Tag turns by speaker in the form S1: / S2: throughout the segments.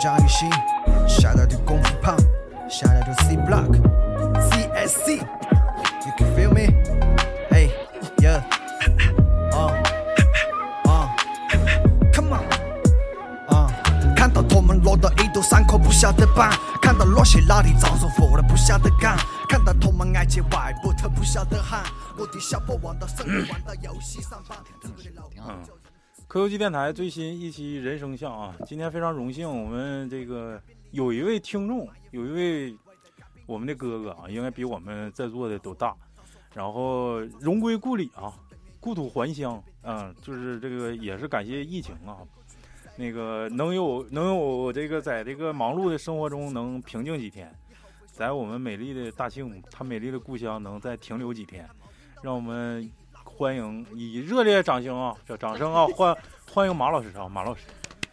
S1: 张艺兴，shout out to 功夫胖，shout out to C Block，CSC。You can feel me? Hey, yeah. Uh, uh, come on. 啊、看到他们落得一头伤口不晓得绑，看到那些老的长寿活的不晓得干，看到他们挨起外婆头不晓得喊，我的小宝玩到手机玩到游戏上班，自己的老公
S2: 好
S1: 就。
S3: 科技电台最新一期人生像啊，今天非常荣幸，我们这个有一位听众，有一位我们的哥哥啊，应该比我们在座的都大，然后荣归故里啊，故土还乡，嗯，就是这个也是感谢疫情啊，那个能有能有这个在这个忙碌的生活中能平静几天，在我们美丽的大庆，他美丽的故乡能再停留几天，让我们欢迎以热烈掌声啊，这掌声啊，欢欢迎马老师啊，马老师，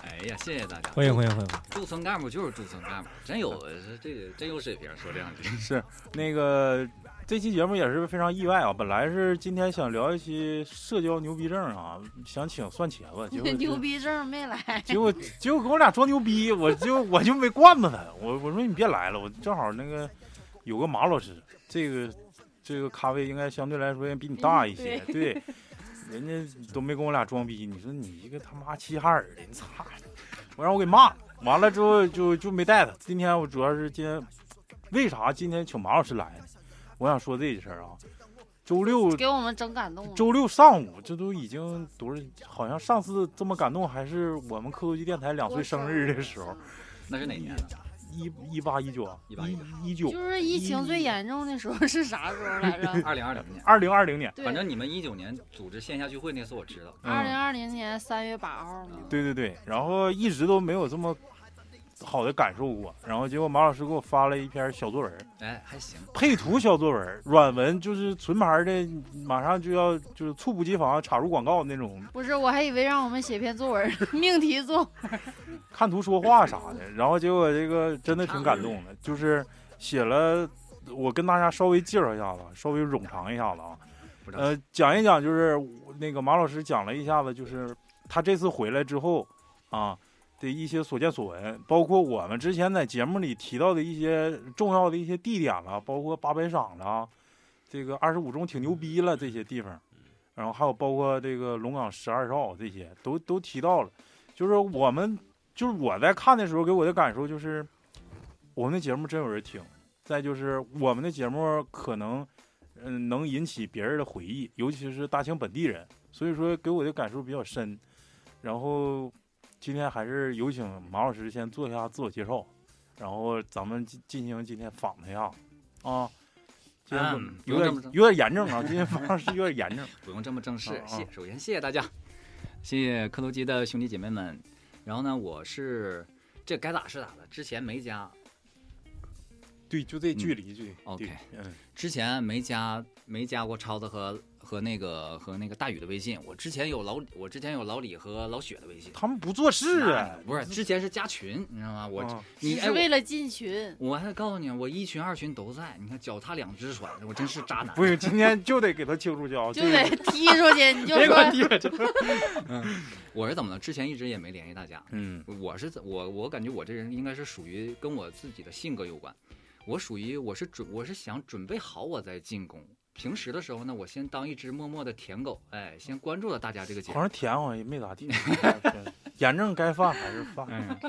S2: 哎呀，谢谢大家！
S4: 欢迎欢迎欢迎！
S2: 驻村干部就是驻村干部，真有这个真有水平，说这样的。
S3: 是那个这期节目也是非常意外啊，本来是今天想聊一期社交牛逼症啊，想请蒜茄子，结果
S5: 牛逼症没来，
S3: 结果结果跟我俩装牛逼，我就我就没惯着他，我我说你别来了，我正好那个有个马老师，这个这个咖位应该相对来说也比你大一些，对。人家都没跟我俩装逼，你说你一个他妈齐齐哈尔的，你操！我让我给骂了，完了之后就就没带他。今天我主要是今天，为啥今天请马老师来呢？我想说这事儿啊，周六
S5: 给我们整感动了。
S3: 周六上午，这都已经多少？好像上次这么感动还是我们科技电台两岁生日的 时候，
S2: 那是哪年啊呢？
S3: 一一八一九啊
S2: 18
S3: 一九
S5: 就是疫情
S3: 哎
S5: 最严重的时候是啥时候 来着？
S2: 二零二零年。
S3: 二零二零年。
S5: 对，
S2: 反正你们一九年组织线下聚会那次我知道，
S5: 二
S3: 嗯
S5: 零二零年三月八号嘛。
S3: 对对对，然后一直都没有这么好的感受过。然后结果马老师给我发了一篇小作文，
S2: 哎，还行。
S3: 配图小作文，软文就是纯牌的，马上就要就是猝不及防啊插入广告那种，
S5: 不是，我还以为让我们写篇作文， 命题作
S3: 看图说话啥的。然后结果这个真的挺感动的，就是写了，我跟大家稍微介绍一下子，稍微冗长一下子啊。
S2: 不知道
S3: 呃，讲一讲就是我那个马老师讲了一下子，就是他这次回来之后啊的一些所见所闻，包括我们之前在节目里提到的一些重要的一些地点了，包括八百赏了，这个二十五中挺牛逼了这些地方，
S2: 嗯
S3: 然后还有包括这个龙岗十二少这些都都提到了，就是我们就是我在看的时候给我的感受就是，我们的节目真有人听，再就是我们的节目可能。嗯，能引起别人的回忆，尤其是大庆本地人，所以说给我的感受比较深。然后今天还是有请马老师先做一下自我介绍，然后咱们进进行今天访谈呀，啊，今天
S2: 嗯
S3: 有
S2: 不用
S3: 点、
S2: 这么着
S3: 有点严重啊，今天方老师有点严 重，
S2: 不用这么正式，
S3: 啊
S2: 谢，首先谢谢大家，谢谢磕头机的兄弟姐妹们。然后呢，我是这该咋是咋的，之前没加，
S3: 对，就这距
S2: 距
S3: 离，对
S2: OK
S3: 对，嗯，
S2: 之前没加没加过超子和和那个和那个大宇的微信，我之前有老我之前有老李和老雪的微信，
S3: 他们不做事啊
S2: 那，不是之前是加群，你知道吗？我、
S3: 啊
S2: 你
S5: 只
S2: 哎
S5: 是为
S2: 我。
S5: 了进群。
S2: 我还告诉你，我一群二群都在，你看脚踏两只船，我真是渣男。
S3: 不行，今天就得给他清出去啊，
S5: 就
S3: 这个
S5: 得踢出去，你就
S3: 别给
S5: 说
S3: 我提这个，
S2: 我是怎么了？之前一直也没联系大家，
S3: 嗯
S2: 我是怎我我感觉我这人应该是属于跟我自己的性格有关，我属于我是准我是想准备好我再进攻。平时的时候呢，我先当一只默默的舔狗，哎，先关注了大家这个
S3: 好
S2: 节目。
S3: 像甜哦好像也没咋 地，哎严正该犯还是犯，
S2: 哎，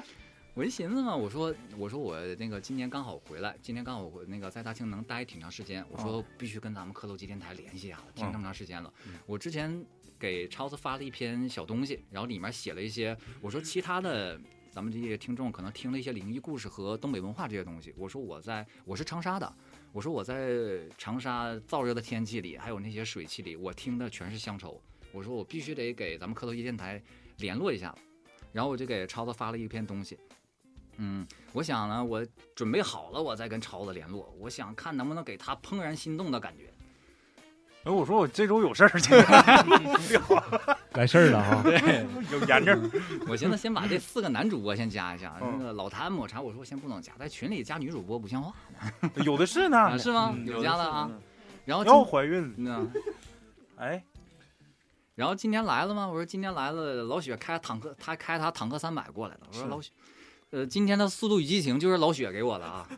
S2: 我就寻思嘛，我说我说我那个今年刚好回来，今年刚好回那个在大庆能待挺长时间，我说必须跟咱们磕头机电台联系啊，挺这么长时间了。
S3: 嗯
S2: 我之前给超子发了一篇小东西，然后里面写了一些我说其他的。咱们这些听众可能听了一些灵异故事和东北文化这些东西。我说我在我是长沙的，我说我在长沙燥热的天气里，还有那些水汽里，我听的全是乡愁。我说我必须得给咱们磕头机电台联络一下，然后我就给超子发了一篇东西。嗯，我想呢，我准备好了，我再跟超子联络。我想看能不能给他怦然心动的感觉。
S3: 哎，我说我这周有事儿去，
S4: 来事儿 了哈！
S3: 有炎症。
S2: 我寻思先把这四个男主播先加一下，
S3: 嗯
S2: 那个老谭抹茶，我说我先不能加，在群里加女主播不像话。
S3: 有的是
S2: 啊
S3: 呢，
S2: 是吗
S3: 嗯
S2: 有
S3: 的
S2: 家
S3: 是
S2: 了啊
S3: 嗯
S2: 然后
S3: 要
S2: 今
S3: 怀孕了，
S2: 那
S3: 哎，
S2: 然后今天来了吗？我说今天来了，老雪开坦克，他开他坦克三百过来的。我说
S3: 是
S2: 老雪，呃，今天的《速度与激情》就是老雪给我的啊，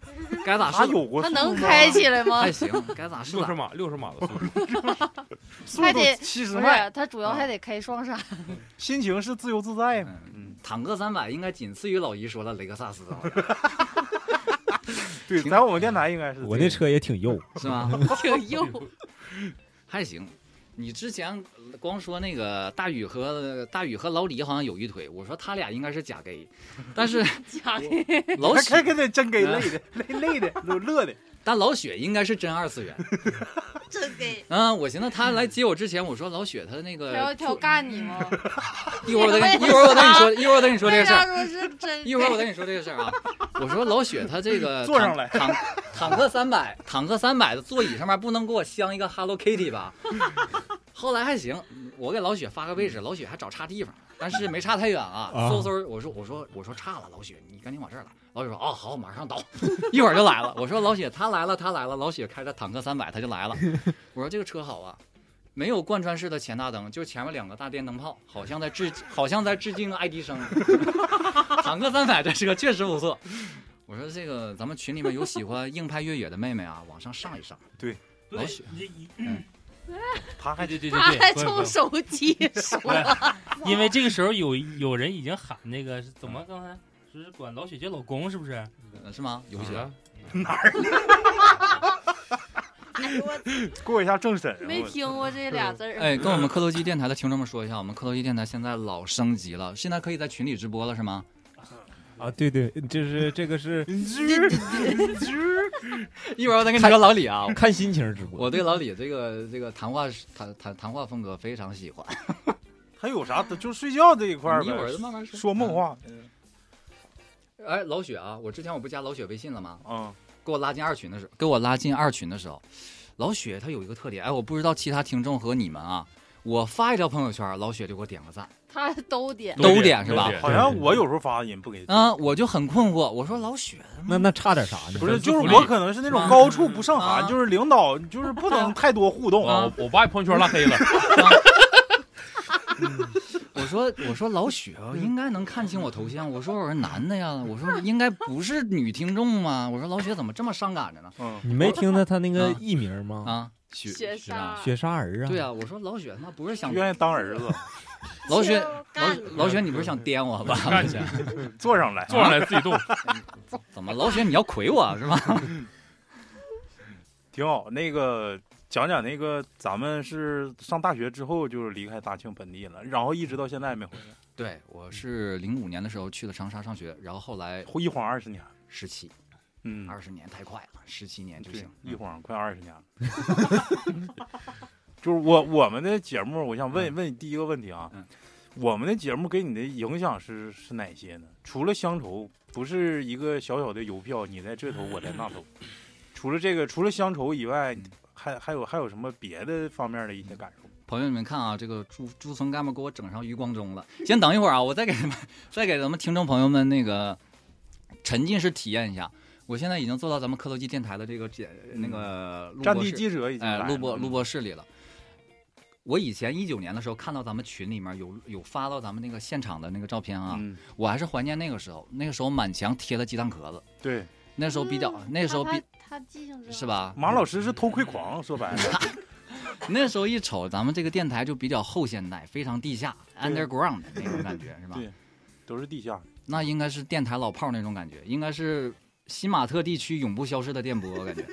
S2: 该咋
S3: 他
S2: 是
S3: 有过啊速
S5: 他能
S3: 度吗哎
S5: 开起来吗
S2: 还？行，该咋是
S6: 六十
S2: 咋。
S6: 码，六十码的速 度，
S3: 速
S5: 还
S3: 度
S5: 得
S3: 七十
S5: 不
S3: 迈，啊
S5: 是，他主要还得开 双闪。
S3: 心情是自由自在嘛。
S2: 嗯，
S3: 嗯，
S2: 坦克三百应该仅次于老姨说的雷克萨斯，啊好像
S3: 对，
S2: 挺
S3: 在我们电台应该是
S4: 我
S3: 这个
S4: 那车也挺右，
S2: 是吗？
S5: 挺右，
S2: 还行。你之前光说那个大宇和大宇和老李好像有一腿，我说他俩应该是假 gay，但是
S5: 假的。
S3: 他
S2: 老嗯
S3: 开
S2: 雪
S3: 开的真给累的，累累的都乐的。
S2: 但老雪应该是真二次元。
S5: 真给。
S2: 嗯，我寻思他来接我之前，我说老雪他那
S5: 他
S2: 个
S3: 呃
S5: 要挑干 你吗？
S2: 一会儿我 再跟你一会儿我再跟你说，一会儿我再跟你说这个事
S5: 他
S2: 儿。
S5: 说是真
S2: 一会儿我跟你说这个事儿啊，我说老雪他这个
S3: 坐上来
S2: 坦坦坦克三百坦克三百的座椅上面不能给我镶一个 Hello Kitty 吧？后来还行，我给老雪发个位置，老雪还找差地方，但是没差太远啊，
S4: 啊
S2: 嗖嗖，我说我说我说差了，老雪你赶紧往这儿来。老雪说哦好，马上到， 一会儿就来了。我说老雪他来了他来了，老雪开着坦克三百他就来了。我说这个车好啊。没有贯穿式的前大灯，就前面两个大电灯泡，好像在致好像在致敬爱迪生。 坦克三百这车确实不错。我说这个咱们群里面有喜欢硬派越野的妹妹啊，往上上一 上。
S3: 对，
S2: 老雪
S3: 他还
S6: 哎对对对
S5: 他还
S6: 对对，
S5: 冲手机 说，
S6: 因为这个时候有有人已经喊那个是怎么刚才就是管老雪叫老公是不是？
S2: 呃是吗？有雪，
S6: 了，
S3: 过一下正审。
S5: 没
S3: 我
S5: 听过这俩字儿。
S2: 哎，跟我们磕头机电台的听众们说一下，我们磕头机电台现在老升级了，现在可以在群里直播了是吗？
S4: 啊，对对，这是这个是
S2: 一会儿我再跟你说老李啊，
S4: 看心情直播。
S2: 我对老李这个这个谈话是谈谈谈话风格非常喜 欢。
S3: 他有啥？他就睡觉这一块儿
S2: 你一会儿
S3: 呗。
S2: 慢慢说啊
S3: 说梦。话，
S2: 哎，老雪啊，我之前我不加老雪微信了吗？
S3: 嗯，
S2: 给我拉进二群的时候，给我拉进二群的时候，老雪她有一个特点，哎，我不知道其他听众和你们啊，我发一条朋友圈，老雪就给我点个赞，
S5: 他都点，
S2: 都点是吧？
S3: 好像我有时候发也不给。
S2: 嗯，我就很困惑，我说老雪，
S4: 那那差点啥呢？
S3: 不是，就是
S6: 福利
S3: 我可能是那种高处不胜
S2: 啊
S3: 寒，就是领导就是不能太多互动。
S2: 啊
S6: 我我把你朋友圈拉黑了，
S2: 我说我说老雪啊应该能看清我头像，我说我是男的呀，我说应该不是女听众吗？我说老雪怎么这么伤感着呢？
S3: 嗯，
S4: 你没听到他那
S6: 嗯
S4: 个
S2: 啊
S4: 艺名吗？
S2: 啊，雪
S5: 雪
S2: 是吧？
S5: 莎
S4: 雪沙儿啊。
S2: 对啊，我说老雪他妈不是想
S3: 愿意当儿子，
S2: 老雪老
S5: 干你
S2: 老雪你不是想颠我吧？
S6: 干去，
S3: 坐上来。
S6: 坐上来自己动，
S2: 怎么老雪你要亏我是吧？
S3: 挺好。那个讲讲那个，咱们是上大学之后就是离开大庆本地了，然后一直到现在没回来，
S2: 对，我是零五年的时候去的长沙上学，然后后来
S3: 一晃二十年。
S2: 十七，
S3: 嗯，
S2: 二十年太快了，十七年就
S3: 对
S2: 行，。嗯
S3: 一晃快二十年了。 就是我我们的节目，我想问问第一个问题啊
S2: 嗯，
S3: 我们的节目给你的影响是是哪些呢？除了乡愁，不是一个小小的邮票，你在这头，我在那头。除了这个，除了乡愁以外
S2: 嗯，
S3: 还还有还有什么别的方面的一些感受？
S2: 朋友们看啊，这个朱朱村干部给我整上余光中了。先等一会儿啊，我再给咱们 再给咱们听众朋友们那个沉浸式体验一下。我现在已经坐到咱们磕头机电台的这个节那个录播室
S3: 战地记者已经来
S2: 哎
S3: 了嗯
S2: 录播录播室里了。我以前一九年的时候看到咱们群里面有有发到咱们那个现场的那个照片啊，
S3: 嗯，
S2: 我还是怀念那个时候。那个时候满墙贴了鸡蛋壳子，
S3: 对，
S2: 那时候比较、那时候比
S5: 嗯他他记性真好
S2: 是？吧？
S3: 马老师是偷窥狂，说白 了，
S2: 那时候一瞅，咱们这个电台就比较后现代，非常地下 underground 的那种感觉，是吧？
S3: 对都是地下。
S2: 那应该是电台老炮儿那种感觉，应该是新马特地区永不消失的电波，我感觉。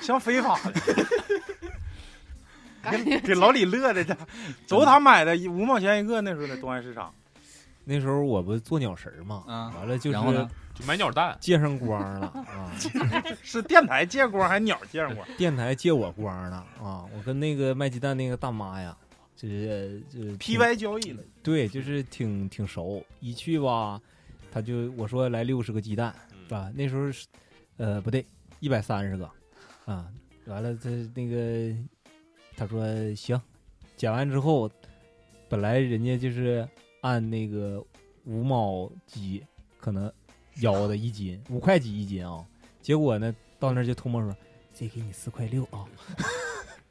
S3: 像非法的，
S5: 感
S3: 给给老李乐的，这都他买的，一五毛钱一个，那时候在东安市场，
S4: 那时候我不做鸟食儿嘛，
S2: 嗯
S4: 完了就
S2: 然后呢
S4: 是
S6: 就买鸟蛋，
S4: 借上光了啊，
S3: 是电台借光还是鸟借光？
S4: 电台借我光了啊，我跟那个卖鸡蛋那个大妈呀，就是呃就是
S3: 批
S4: 挺
S3: 歪交易了，
S4: 对，就是挺挺熟，一去吧，他就我说来六十个鸡蛋
S6: 嗯
S4: 啊，那时候是呃不对，一百三十个啊，完了他那个他说行，减完之后，本来人家就是按那个五毛鸡可能要的一斤，五块几一斤啊、结果呢到那儿就偷摸说。这给你四块六啊！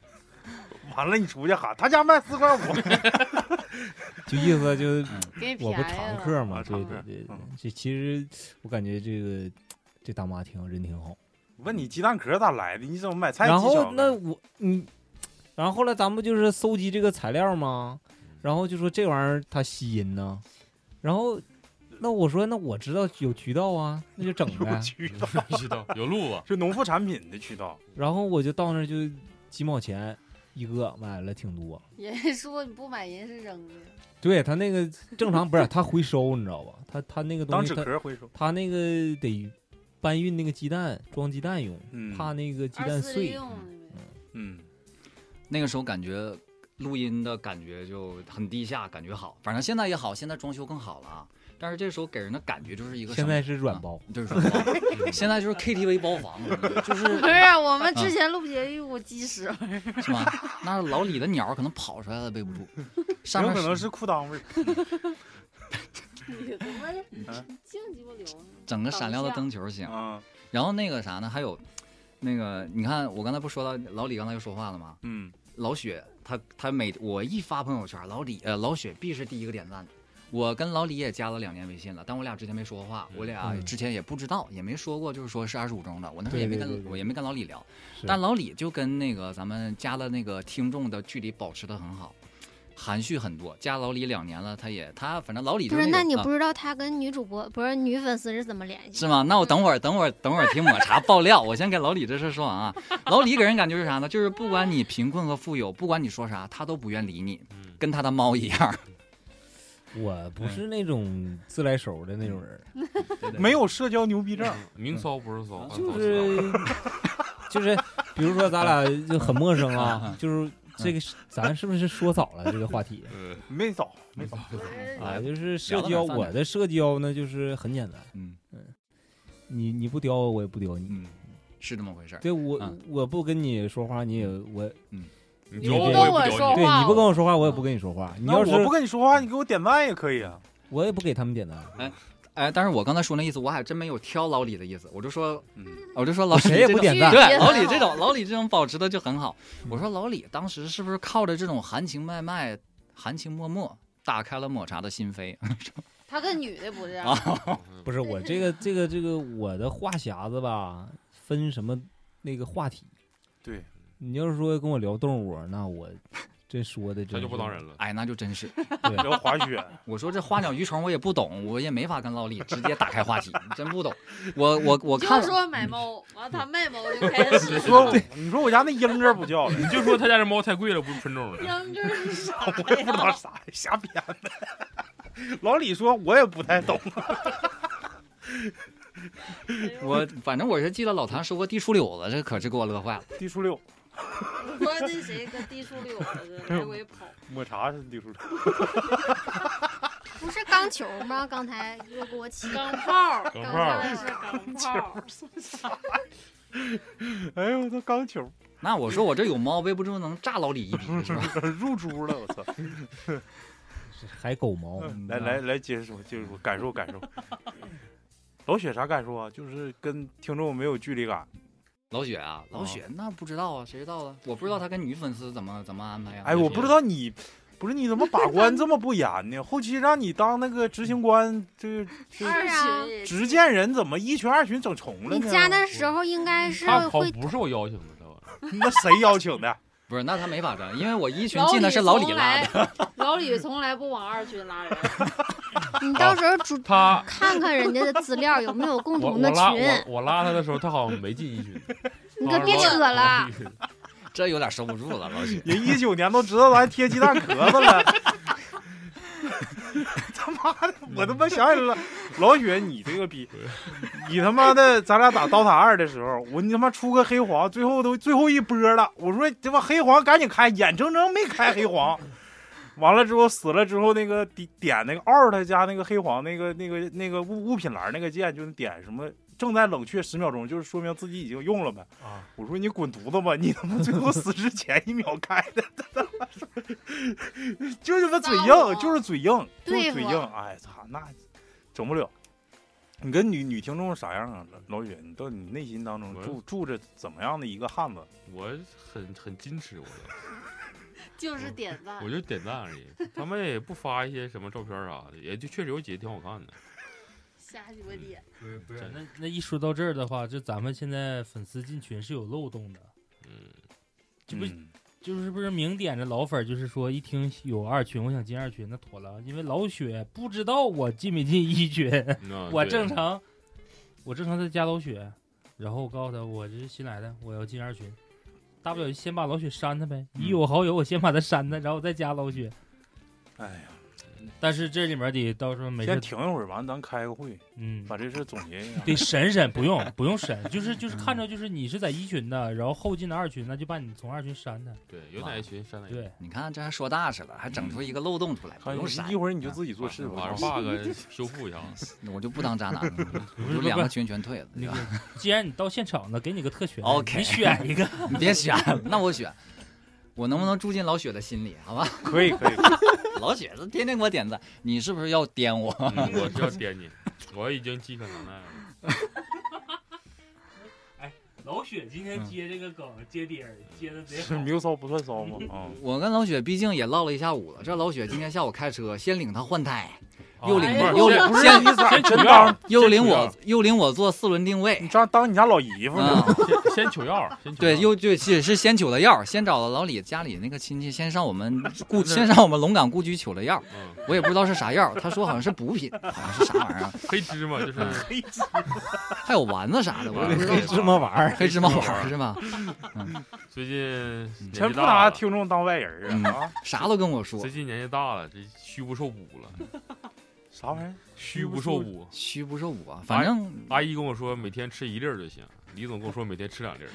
S3: 完了你出去喊他家卖四块五，
S6: 就意思就是
S5: 给你
S6: 我不
S5: 便宜
S6: 常
S5: 了
S6: 客
S3: 啊
S6: 嘛，
S3: 常
S6: 对
S3: 客
S6: 对对对
S3: 嗯，
S6: 这其实我感觉这个这大妈挺好人挺好。
S3: 问你鸡蛋壳咋来的？你怎么买菜
S6: 然
S3: 鸡
S6: 后
S3: 脚
S6: 那
S3: 呢？
S6: 我嗯，然后后来咱们不就是搜集这个材料吗？
S3: 嗯
S6: 然后就说这玩意儿它吸音呢，然后那我说那我知道有渠道啊，那就 整呗。
S3: 渠道
S7: 知道有路啊，
S3: 就农副产品的渠道，
S6: 然后我就到那儿就几毛钱一个，买了挺多。
S5: 人家说你不买人是扔的，
S6: 对他 那个正常不是他回收，你知道吧？他他那个
S3: 当
S6: 东西
S3: 纸
S6: 他
S3: 壳回收。
S6: 他那个得搬运那个鸡蛋装鸡蛋用，
S3: 嗯，
S6: 怕那个鸡
S5: 二
S6: 蛋
S5: 次利
S6: 碎。
S5: 用
S3: 嗯，
S2: 那个时候感觉录音的感觉就很低下，感觉好。反正现在也好，现在装修更好了啊。但是这时候给人的感觉就是一个
S6: 现
S2: 什
S6: 在
S2: 么，
S6: 是软包，
S2: 就是软包现在就是 KTV 包房，就是
S5: 不是啊我
S2: 啊
S5: 们之前录节目鸡屎味儿，
S2: 是吧？那老李的鸟可能跑出来了，背不住。上
S3: 有
S2: 面
S3: 可能是裤裆味儿。
S5: 你他妈 的
S3: 啊
S5: 净鸡巴流呢。
S2: 整个闪亮的灯球形。
S3: 啊，
S2: 然后那个啥呢？还有那个，你看我刚才不说到老李刚才又说话了吗？
S3: 嗯，
S2: 老雪他他每我一发朋友圈，老李呃老雪必是第一个点赞的。我跟老李也加了两年微信了，但我俩之前没说过话，我俩
S6: 嗯
S2: 之前也不知道，也没说过，就是说是二十五中的，我那时候
S6: 对
S2: 也没
S6: 对
S2: 跟
S6: 对对
S2: 我也没跟老李聊，
S6: 是
S2: 但老李就跟那个咱们加的那个听众的距离保持的很好，含蓄很多。加老李两年了，他也他反正老李就
S8: 不是，
S2: 那
S8: 那
S2: 种
S8: 你
S2: 啊
S8: 不知道他跟女主播不是女粉丝是怎么联系？
S2: 是吗？那我等会儿，等会儿，等会儿听抹茶爆料。我先给老李这事儿说完啊。老李给人感觉是啥呢？就是不管你贫困和富有，不管你说啥，他都不愿理你，
S7: 嗯，
S2: 跟他的猫一样。
S6: 我不是那种自来熟的那种人，
S3: 没有社交牛逼症。
S7: 明骚不是骚，
S6: 就
S7: 啊骚
S6: 是就是，比如说咱俩就很陌生啊， 就是这个是咱是不是说早了这个话题
S7: 呃
S3: 没早，没早。
S6: 啊？就是社交，
S2: 聊到哪儿算哪
S6: 我
S2: 儿
S6: 的社交呢就是很简单，
S2: 嗯
S6: 你你不叼我，我也不叼你。
S2: 嗯， 是这么回事儿。
S6: 对我
S2: 嗯
S6: 我不跟你说话，你也我
S7: 你
S6: 你
S7: 教
S6: 不
S7: 我
S6: 跟
S7: 也不
S5: 我
S7: 教你
S5: 说
S6: 对
S5: 话
S6: 你不跟
S5: 我
S6: 我说话，我也不跟你说话。你
S3: 嗯那
S6: 要是
S3: 我不跟你说话，你给我点赞也可以啊。
S6: 我也不给他们点赞，
S2: 哎，但是我刚才说那意思，我还真没有挑老李的意思，我就说，
S3: 嗯
S2: 我就说老李
S6: 谁也
S2: 这
S6: 不
S2: 种
S6: 点赞啊
S5: 拒
S2: 对，
S5: 绝很好
S2: 老李这种，老李这种保持的就很好。我说老李当时是不是靠着这种含情脉脉、含情脉脉，打开了抹茶的心扉？
S5: 他跟女的不是
S2: 啊
S6: 不是我这个这个这个我的话匣子吧，分什么那个话题。
S3: 对，
S6: 你要是说跟我聊动物，那 我这说的
S7: 他
S6: 真
S7: 就不当
S6: 是
S7: 人了。
S2: 哎，那就真是。
S3: 聊滑雪，
S2: 我说这花鸟鱼虫我也不懂，我也没法跟老李直接打开话题，真不懂。我我我
S5: 你
S2: 看
S5: 就说买猫，完了他卖猫就开始 使
S3: 你说我，你说我家那英哥不叫了，
S7: 你就说他家这猫太贵了，不是纯种的。
S5: 秧歌儿是啥
S3: 我也不知道
S5: 呀？
S3: 啥，瞎编的。老李说我也不太懂，
S2: 我反正我是记得老谭说过地出溜子，这可是给我乐坏了。
S3: 地出六，
S5: 我说那谁跟地出溜子似的来回跑，
S3: 抹茶是地出六，
S8: 不是钢球吗？刚才又给我起
S5: 钢炮，
S7: 钢
S5: 刚
S7: 炮
S5: 才是钢炮，
S3: 哎呦，那钢球
S2: 那我说我这有猫背不住能炸老李一笔 是吧？
S3: 入猪了，我操！
S6: 还狗毛。
S3: 来来来，接着说，接着说，感受感受。老雪啥感受啊？就是跟听众没有距离感。
S2: 老雪啊，老雪那不知道啊，谁知道啊？我不知道他跟女粉丝怎么怎么安排呀、啊
S3: 哎，我不知道你，不是你怎么把关这么不严呢？后期让你当那个执行官，这这
S5: 二
S8: 啊
S5: 群也
S3: 执剑人怎么一群二群整重了
S8: 你
S3: 呢？
S8: 加的时候应该是
S7: 他跑
S8: 会
S7: 不是我邀请的，知道吧？
S3: 那谁邀请的？
S2: 不是，那他没法整，因为我一群进的是老李拉的，
S5: 的。老李从来不往二群拉人，
S8: 你到时候主
S7: 他
S8: 看看人家的资料有没有共
S7: 我我
S8: 同的
S7: 拉
S8: 群，
S7: 我我拉他的时候，他好像没进一群。 哎
S8: 你可别扯了。
S2: 这有点收不住了，老雪。
S3: 人一九年都知道咱贴鸡蛋壳子了。 他妈的，我他妈想起来了，老雪，你这个逼，你他妈的，咱俩打刀塔二的时候，我你他妈出个黑黄，最后都最后一波了，我说他妈黑黄赶紧开，眼睁睁没开黑黄，完了之后死了之后，那个点点那个奥他加那个黑黄那个那个那个物物品栏那个键，就是点什么正在冷却十秒钟，就是说明自己已经用了呗。
S7: 啊，
S3: 我说你滚犊子吧，你他妈最后死之前一秒开的，就他妈嘴硬，就是嘴硬，就是嘴硬。哎操，那整不了。你跟女女听众啥样啊，老老雪？你到你内心当中
S7: 我
S3: 住住着怎么样的一个汉子？
S7: 我很很矜持，我的
S5: 就是点
S8: 啊
S5: 赞
S7: 我。就点赞而已。他们也不发一些什么照片啥的，也就确实有几个挺好看的。
S5: 瞎鸡巴点，
S6: 不是不是
S7: 真，
S6: 那那一说到这儿的话，这咱们现在粉丝进群是有漏洞的，
S7: 嗯，
S6: 这不
S3: 嗯
S6: 就是不是明点着老粉儿，就是说一听有二群，我想进二群，那妥了，因为老雪不知道我进没进一群，
S4: 啊
S7: 那
S6: 我
S7: 对
S6: 正常，我正常在加老雪，然后我告诉他我这是新来的，我要进二群，大不了就先把老雪删他呗，
S4: 嗯
S6: 已有好友我先把他删他，然后再加老雪，
S3: 哎呀，
S6: 但是这里面得到时候没事
S3: 先，停一会儿，完咱开个会，
S6: 嗯，
S3: 把这事总结一下。
S6: 得审审，不用不用审，就是就是看着就是你是在一群的，然后后进的二群，那就把你从二群删他，
S7: 对，有哪一群删
S4: 哎
S7: 哪一群。
S6: 对，
S2: 你看这还说大事了，还整出一个漏洞出来，不
S3: 看
S2: 用删
S3: 一。会儿你就自己做
S7: 做
S3: 事
S7: 事
S3: 吧
S7: 啊把。bug 修复一下。啊
S2: 我就不当渣男了，我就
S6: 不是
S2: 两个群全退了。
S6: 那个，既然你到现场了，给你个特权
S2: OK
S6: 你选一 个。
S2: 你别选，那我选，我能不能住进老雪的心里？好吧，
S3: 可以 可以，
S2: 老雪这天天给我点赞，你是不是要颠我？
S7: 嗯我是要点你， 我已经饥渴难耐了。
S6: 老雪今
S4: 嗯
S6: 天接这个梗接底儿，接的 贼
S3: 是牛骚不算骚吗？啊，
S2: 我跟老雪毕竟也唠了一下午了，这老雪今天下午开车，先领她换胎，
S7: 啊
S2: 又
S7: 不
S2: 领
S7: 是
S5: 哎呀
S2: 又领
S3: 不是
S2: 先
S3: 你 咋真
S7: 取
S3: 当
S7: 样
S2: 又领
S7: 先
S2: 我又领我做四轮定
S3: 你
S2: 位，
S3: 当当你家老姨夫呢？
S2: 嗯，
S7: 先先取药，先取
S2: 对，
S7: 药
S2: 又对是是先取了药，先找了老李家里那个亲戚，先上我们故
S7: 是
S2: 先上我们龙岗故居取了药，
S7: 嗯，
S2: 我也不知道是啥药，他说好像是补品，好像是啥玩意儿，
S7: 黑芝麻就是
S2: 嗯还有丸子啥的，我也不知道
S4: 黑芝麻玩意儿，
S2: 黑芝麻丸儿是吧？
S7: 最近年纪
S3: 全不
S7: 大
S3: 拿
S7: 了，
S3: 听众当外人啊啊！
S2: 啥都跟我说
S7: 最，近年纪大了，这虚不受补 了，
S3: 啥玩意儿？
S7: 虚不受补。
S2: 虚不受补啊，反正
S7: 阿姨跟我说每天吃一粒儿就行，李总跟我说每天吃两粒儿，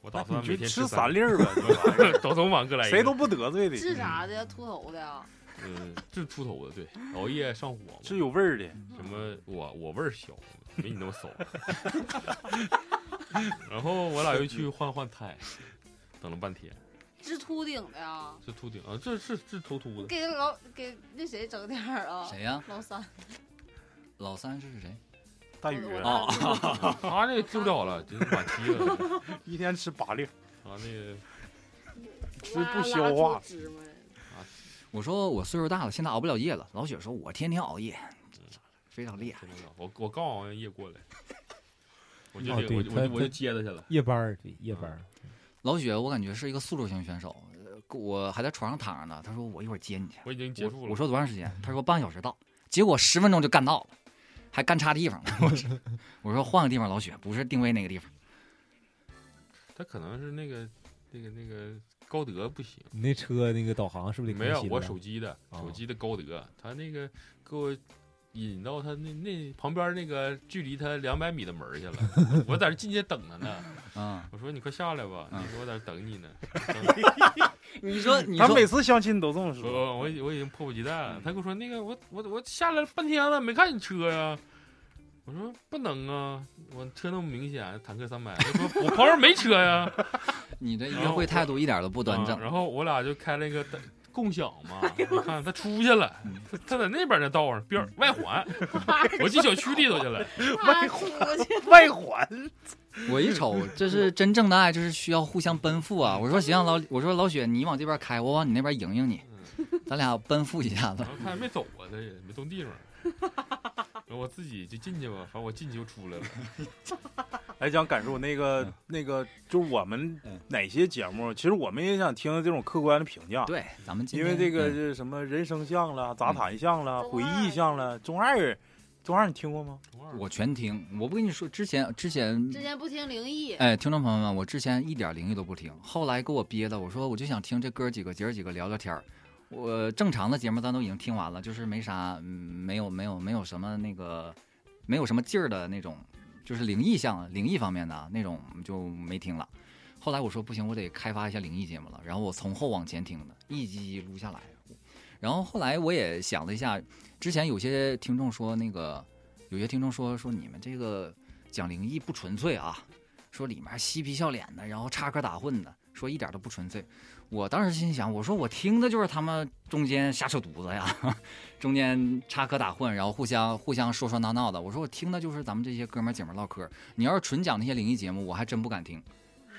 S7: 我打算
S3: 哎你
S7: 每
S3: 就
S7: 天
S3: 吃
S7: 三
S3: 三粒儿 吧你这玩意
S7: 粒 儿，早早晚各来
S3: 儿，
S7: 一
S3: 谁
S7: 个
S3: 都不得罪的，
S5: 治啥的呀？秃头的呀？
S7: 嗯，这出头的，对，熬夜上火嘛，
S3: 是有味儿的。
S7: 什么我我味儿小，没你那 么骚。然后我俩又去换换胎，等了半天，
S5: 治秃顶的呀？
S7: 是秃顶啊，这是是头秃的，
S5: 给老给那谁整点儿啊？
S2: 谁呀？
S5: 老三，
S2: 老三是谁？
S3: 大宇
S5: 我
S2: 啊
S5: 我
S7: 他这治不了了，真是晚期了，
S3: 一天吃八粒儿，
S7: 他那个
S3: 吃不消化。
S5: 芝麻人
S2: 我说我岁数大了，现在熬不了夜了。老雪说，我天天熬夜，非常厉害。
S7: 真的，我我刚熬完夜过来，我就
S4: 哦
S7: 得、
S4: 对
S7: 我就
S4: 他
S7: 我就我
S4: 他
S7: 就接他去了，
S4: 夜班儿，对夜班儿。
S2: 老雪，我感觉是一个速度型选手，呃我还在床上躺着呢。他说我一会儿接你去。
S7: 我已经结束
S2: 我
S7: 了。
S2: 我说多长时间？他说半个小时到。结果十分钟就干到了，还干差地方了。 我说我说换个地方，老雪不是定位那个地方。
S7: 他可能是那个那个那个高德不行，
S6: 嗯
S4: 你那车那个导航是不是得
S7: 没有
S4: 更新
S7: 我
S4: 了
S7: 手机的
S4: 哦
S7: 手机的高德，他那个给我引到他那那旁边那个距离他两百米的门儿去了，我在这进去等他呢。
S2: 嗯，
S7: 我说你快下来吧，
S2: 嗯
S7: 你说我在这等你呢。
S2: 你说
S7: 嗯
S2: 你
S3: 他
S2: 说
S3: 每次相亲都这么
S7: 我
S3: 说，
S7: 我我已我已经迫不及待了。他跟我说那个我我我下来半天了，没看你车呀、我说不能啊，我车那么明显，坦克三百。他说我旁边没车呀、
S2: 你的约会态度一点都不端
S7: 啊
S2: 正。
S7: 然后我俩就开了一个单共享嘛，
S2: 哎
S7: 你看他出去了，
S2: 嗯
S7: 他他在那边那道上边儿外环，我进小区里头去了。
S5: 他出去
S3: 外环
S2: 我一瞅，这是真正的爱，就是需要互相奔赴啊！我说行，老我说老雪，你往这边开，我往你那边迎迎你，
S7: 嗯
S2: 咱俩奔赴一下子
S7: 然。后他也没走啊，他也没动地方。然后我自己就进去吧，反正我进去就出来了。
S3: 来讲哎感受那个那个，就是我们哪些节目，其实我们也想听这种客观的评价。
S2: 对，咱们今
S3: 因
S2: 天
S3: 为这个
S2: 嗯
S3: 是什么人生相了、杂谈相了、
S5: 嗯
S3: 回忆相了、中二，中二你听过吗？
S7: 中二
S2: 我全听。我不跟你说，之前之前
S5: 之前不听灵异，
S2: 哎，听众朋友们，我之前一点灵异都不听，后来给我憋的，我说我就想听这哥几个姐儿几个聊聊天儿。我正常的节目咱都已经听完了，就是没啥，嗯，没有没有没有什么那个，没有什么劲儿的那种，就是灵异项灵异方面的啊那种就没听了。后来我说不行，我得开发一下灵异节目了，然后我从后往前听的，一集一撸下来。然后后来我也想了一下，之前有些听众说那个，有些听众说说你们这个讲灵异不纯粹啊，说里面嬉皮笑脸的，然后插科打诨的，说一点都不纯粹。我当时心想，我说我听的就是他们中间瞎扯犊子呀， 中间插科打诨，然后互相互相说说闹闹的。我说我听的就是咱们这些哥们儿姐们儿唠嗑儿。你要是纯讲那些灵异节目，我还真不敢听。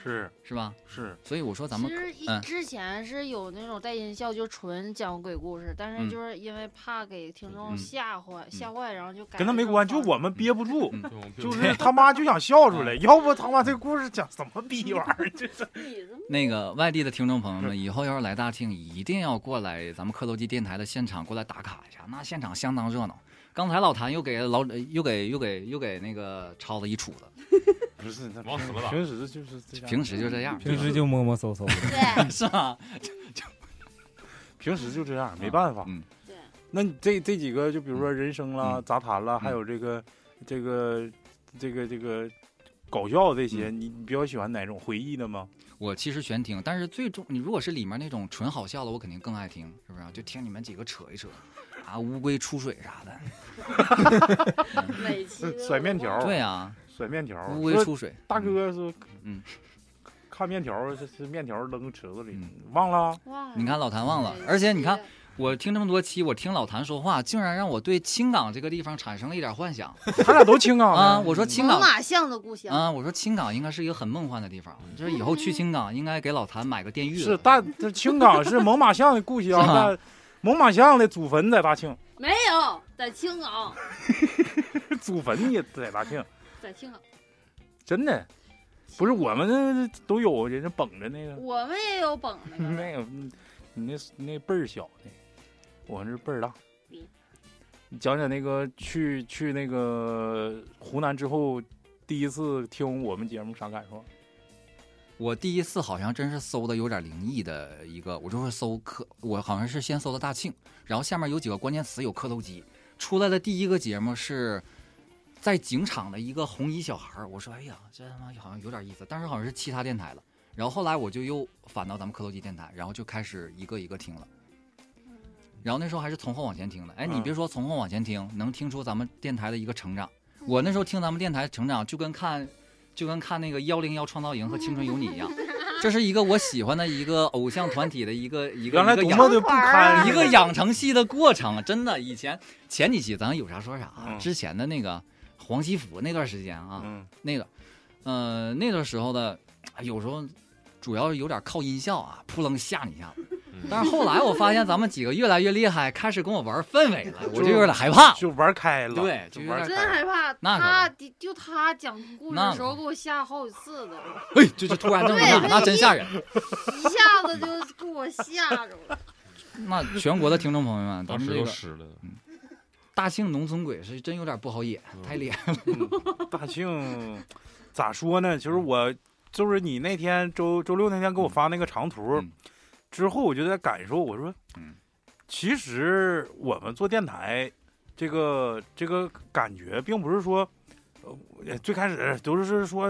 S3: 是
S2: 是吧？
S3: 是，
S2: 所以我说咱
S5: 其
S2: 们
S5: 实一
S2: 嗯
S5: 之前是有那种带音效，就纯讲鬼故事，但
S2: 嗯
S5: 是就是因为怕给听众
S2: 嗯
S5: 吓坏，吓坏，然后就改
S3: 跟他
S5: 了
S3: 没
S5: 这种
S3: 关系，就
S5: 方式
S3: 我们憋不住，
S2: 嗯
S3: 就是他妈就想笑出来，要不他妈这故事讲什么逼玩 意儿？这是
S5: 你这么
S2: 那个外地的听众朋友们，以后要是来大庆，一定要过来咱们磕头机电台的现场过来打卡一下，那现场相当热闹。刚才老谭又给老又给又给又给那个超子一杵 子，
S3: 不是他
S7: 往死了打
S3: 平时就是这样，
S2: 平时就这样，
S4: 平时就摸摸搜搜的。
S5: 对
S2: 是吧？
S3: 平时就这样，没办法。
S2: 嗯，
S5: 对，
S3: 那你这这几个，就比如说人生啦、
S2: 嗯
S3: 杂谈啦，
S2: 嗯
S3: 还有这个这个这个这个搞笑这些，
S2: 嗯
S3: 你你比较喜欢哪种回忆的吗？
S2: 我其实全听，但是最终你如果是里面那种纯好笑的，我肯定更爱听，是不是啊？就听你们几个扯一扯，啊，乌龟出水啥的，
S5: 每期
S3: 是
S5: 都
S3: 甩面
S5: 有
S3: 条儿
S2: 对啊，
S3: 甩面条儿，
S2: 乌龟
S3: 说
S2: 出水，
S3: 哦大哥说，
S2: 嗯，
S3: 看面条儿，这是面条儿扔池子里
S2: 嗯，
S3: 忘了啊。
S5: 哇，
S2: 你看老谭忘了
S3: 嗯
S5: 每，
S2: 而且你
S5: 期
S2: 看我听这么多期，我听老谭说话，竟然让我对青港这个地方产生了一点幻想
S3: 他俩都青港的
S2: 啊！我说青
S5: 猛
S2: 港
S5: 犸象的故乡，
S2: 啊，我说青港应该是一个很梦幻的地方，就是以后去青港应该给老谭买个电浴
S3: 是
S2: 了。
S3: 大，这青港是猛犸象的故乡，
S2: 是啊吗
S3: 但猛犸象的祖坟在大庆，
S5: 没有在青岛，
S3: 祖坟也在大庆，
S5: 在青岛，
S3: 真的不是我们这都有人家捧着那个，
S5: 我们也有捧那个
S3: 那个嗯你那那辈儿小的，我这辈儿大
S5: 嗯。
S3: 你讲讲那个去去那个湖南之后，第一次听我们节目啥感受？
S2: 我第一次好像真是搜的有点灵异的一个，我就是搜磕，我好像是先搜的大庆，然后下面有几个关键词有磕头机，出来的第一个节目是在警场的一个红衣小孩儿，我说哎呀，这他妈好像有点意思，但是好像是其他电台了。然后后来我就又反到咱们磕头机电台，然后就开始一个一个听了。然后那时候还是从后往前听的，哎，你
S3: 嗯
S2: 别说从后往前听，能听出咱们电台的一个成长。我那时候听咱们电台成长，就跟看就跟看那个幺零幺创造营和青春有你一样，这是一个我喜欢的一个偶像团体的一个一个
S3: 原来
S2: 一个
S3: 多
S2: 养
S3: 么的不堪，
S2: 一个养成系的过程，真的。以前前几期咱有啥说啥啊，
S3: 嗯
S2: 之前的那个黄西服那段时间啊，
S3: 嗯
S2: 那个，呃，那个时候的有时候主要有点靠音效啊，扑棱吓你一下子。
S3: 嗯
S2: 但是后来我发现咱们几个越来越厉害，开始跟我玩氛围了，我就有点害怕。
S3: 就玩开了，
S2: 对
S3: 就
S2: 就有
S3: 玩
S2: 点
S5: 真
S3: 开了。
S5: 害怕，
S2: 那可
S5: 他的就他讲故事
S2: 那
S5: 的
S2: 可
S5: 时候给我吓好几次的，
S2: 哎，就就突然这么大，那真吓人。
S5: 一下子就给我吓着了。
S2: 那全国的听众朋友们，咱
S7: 当
S2: 们
S7: 时
S2: 这
S7: 都
S2: 个
S7: 湿了，
S2: 大庆农村鬼是真有点不好演，太厉害了。
S3: 嗯大庆咋说呢？
S2: 嗯
S3: 就是我，就是你那天周周六那天给我发那个长图、
S2: 嗯
S3: 之后，我就在感受，我说，
S2: 嗯
S3: 其实我们做电台，这个这个感觉，并不是说，呃，最开始都是说，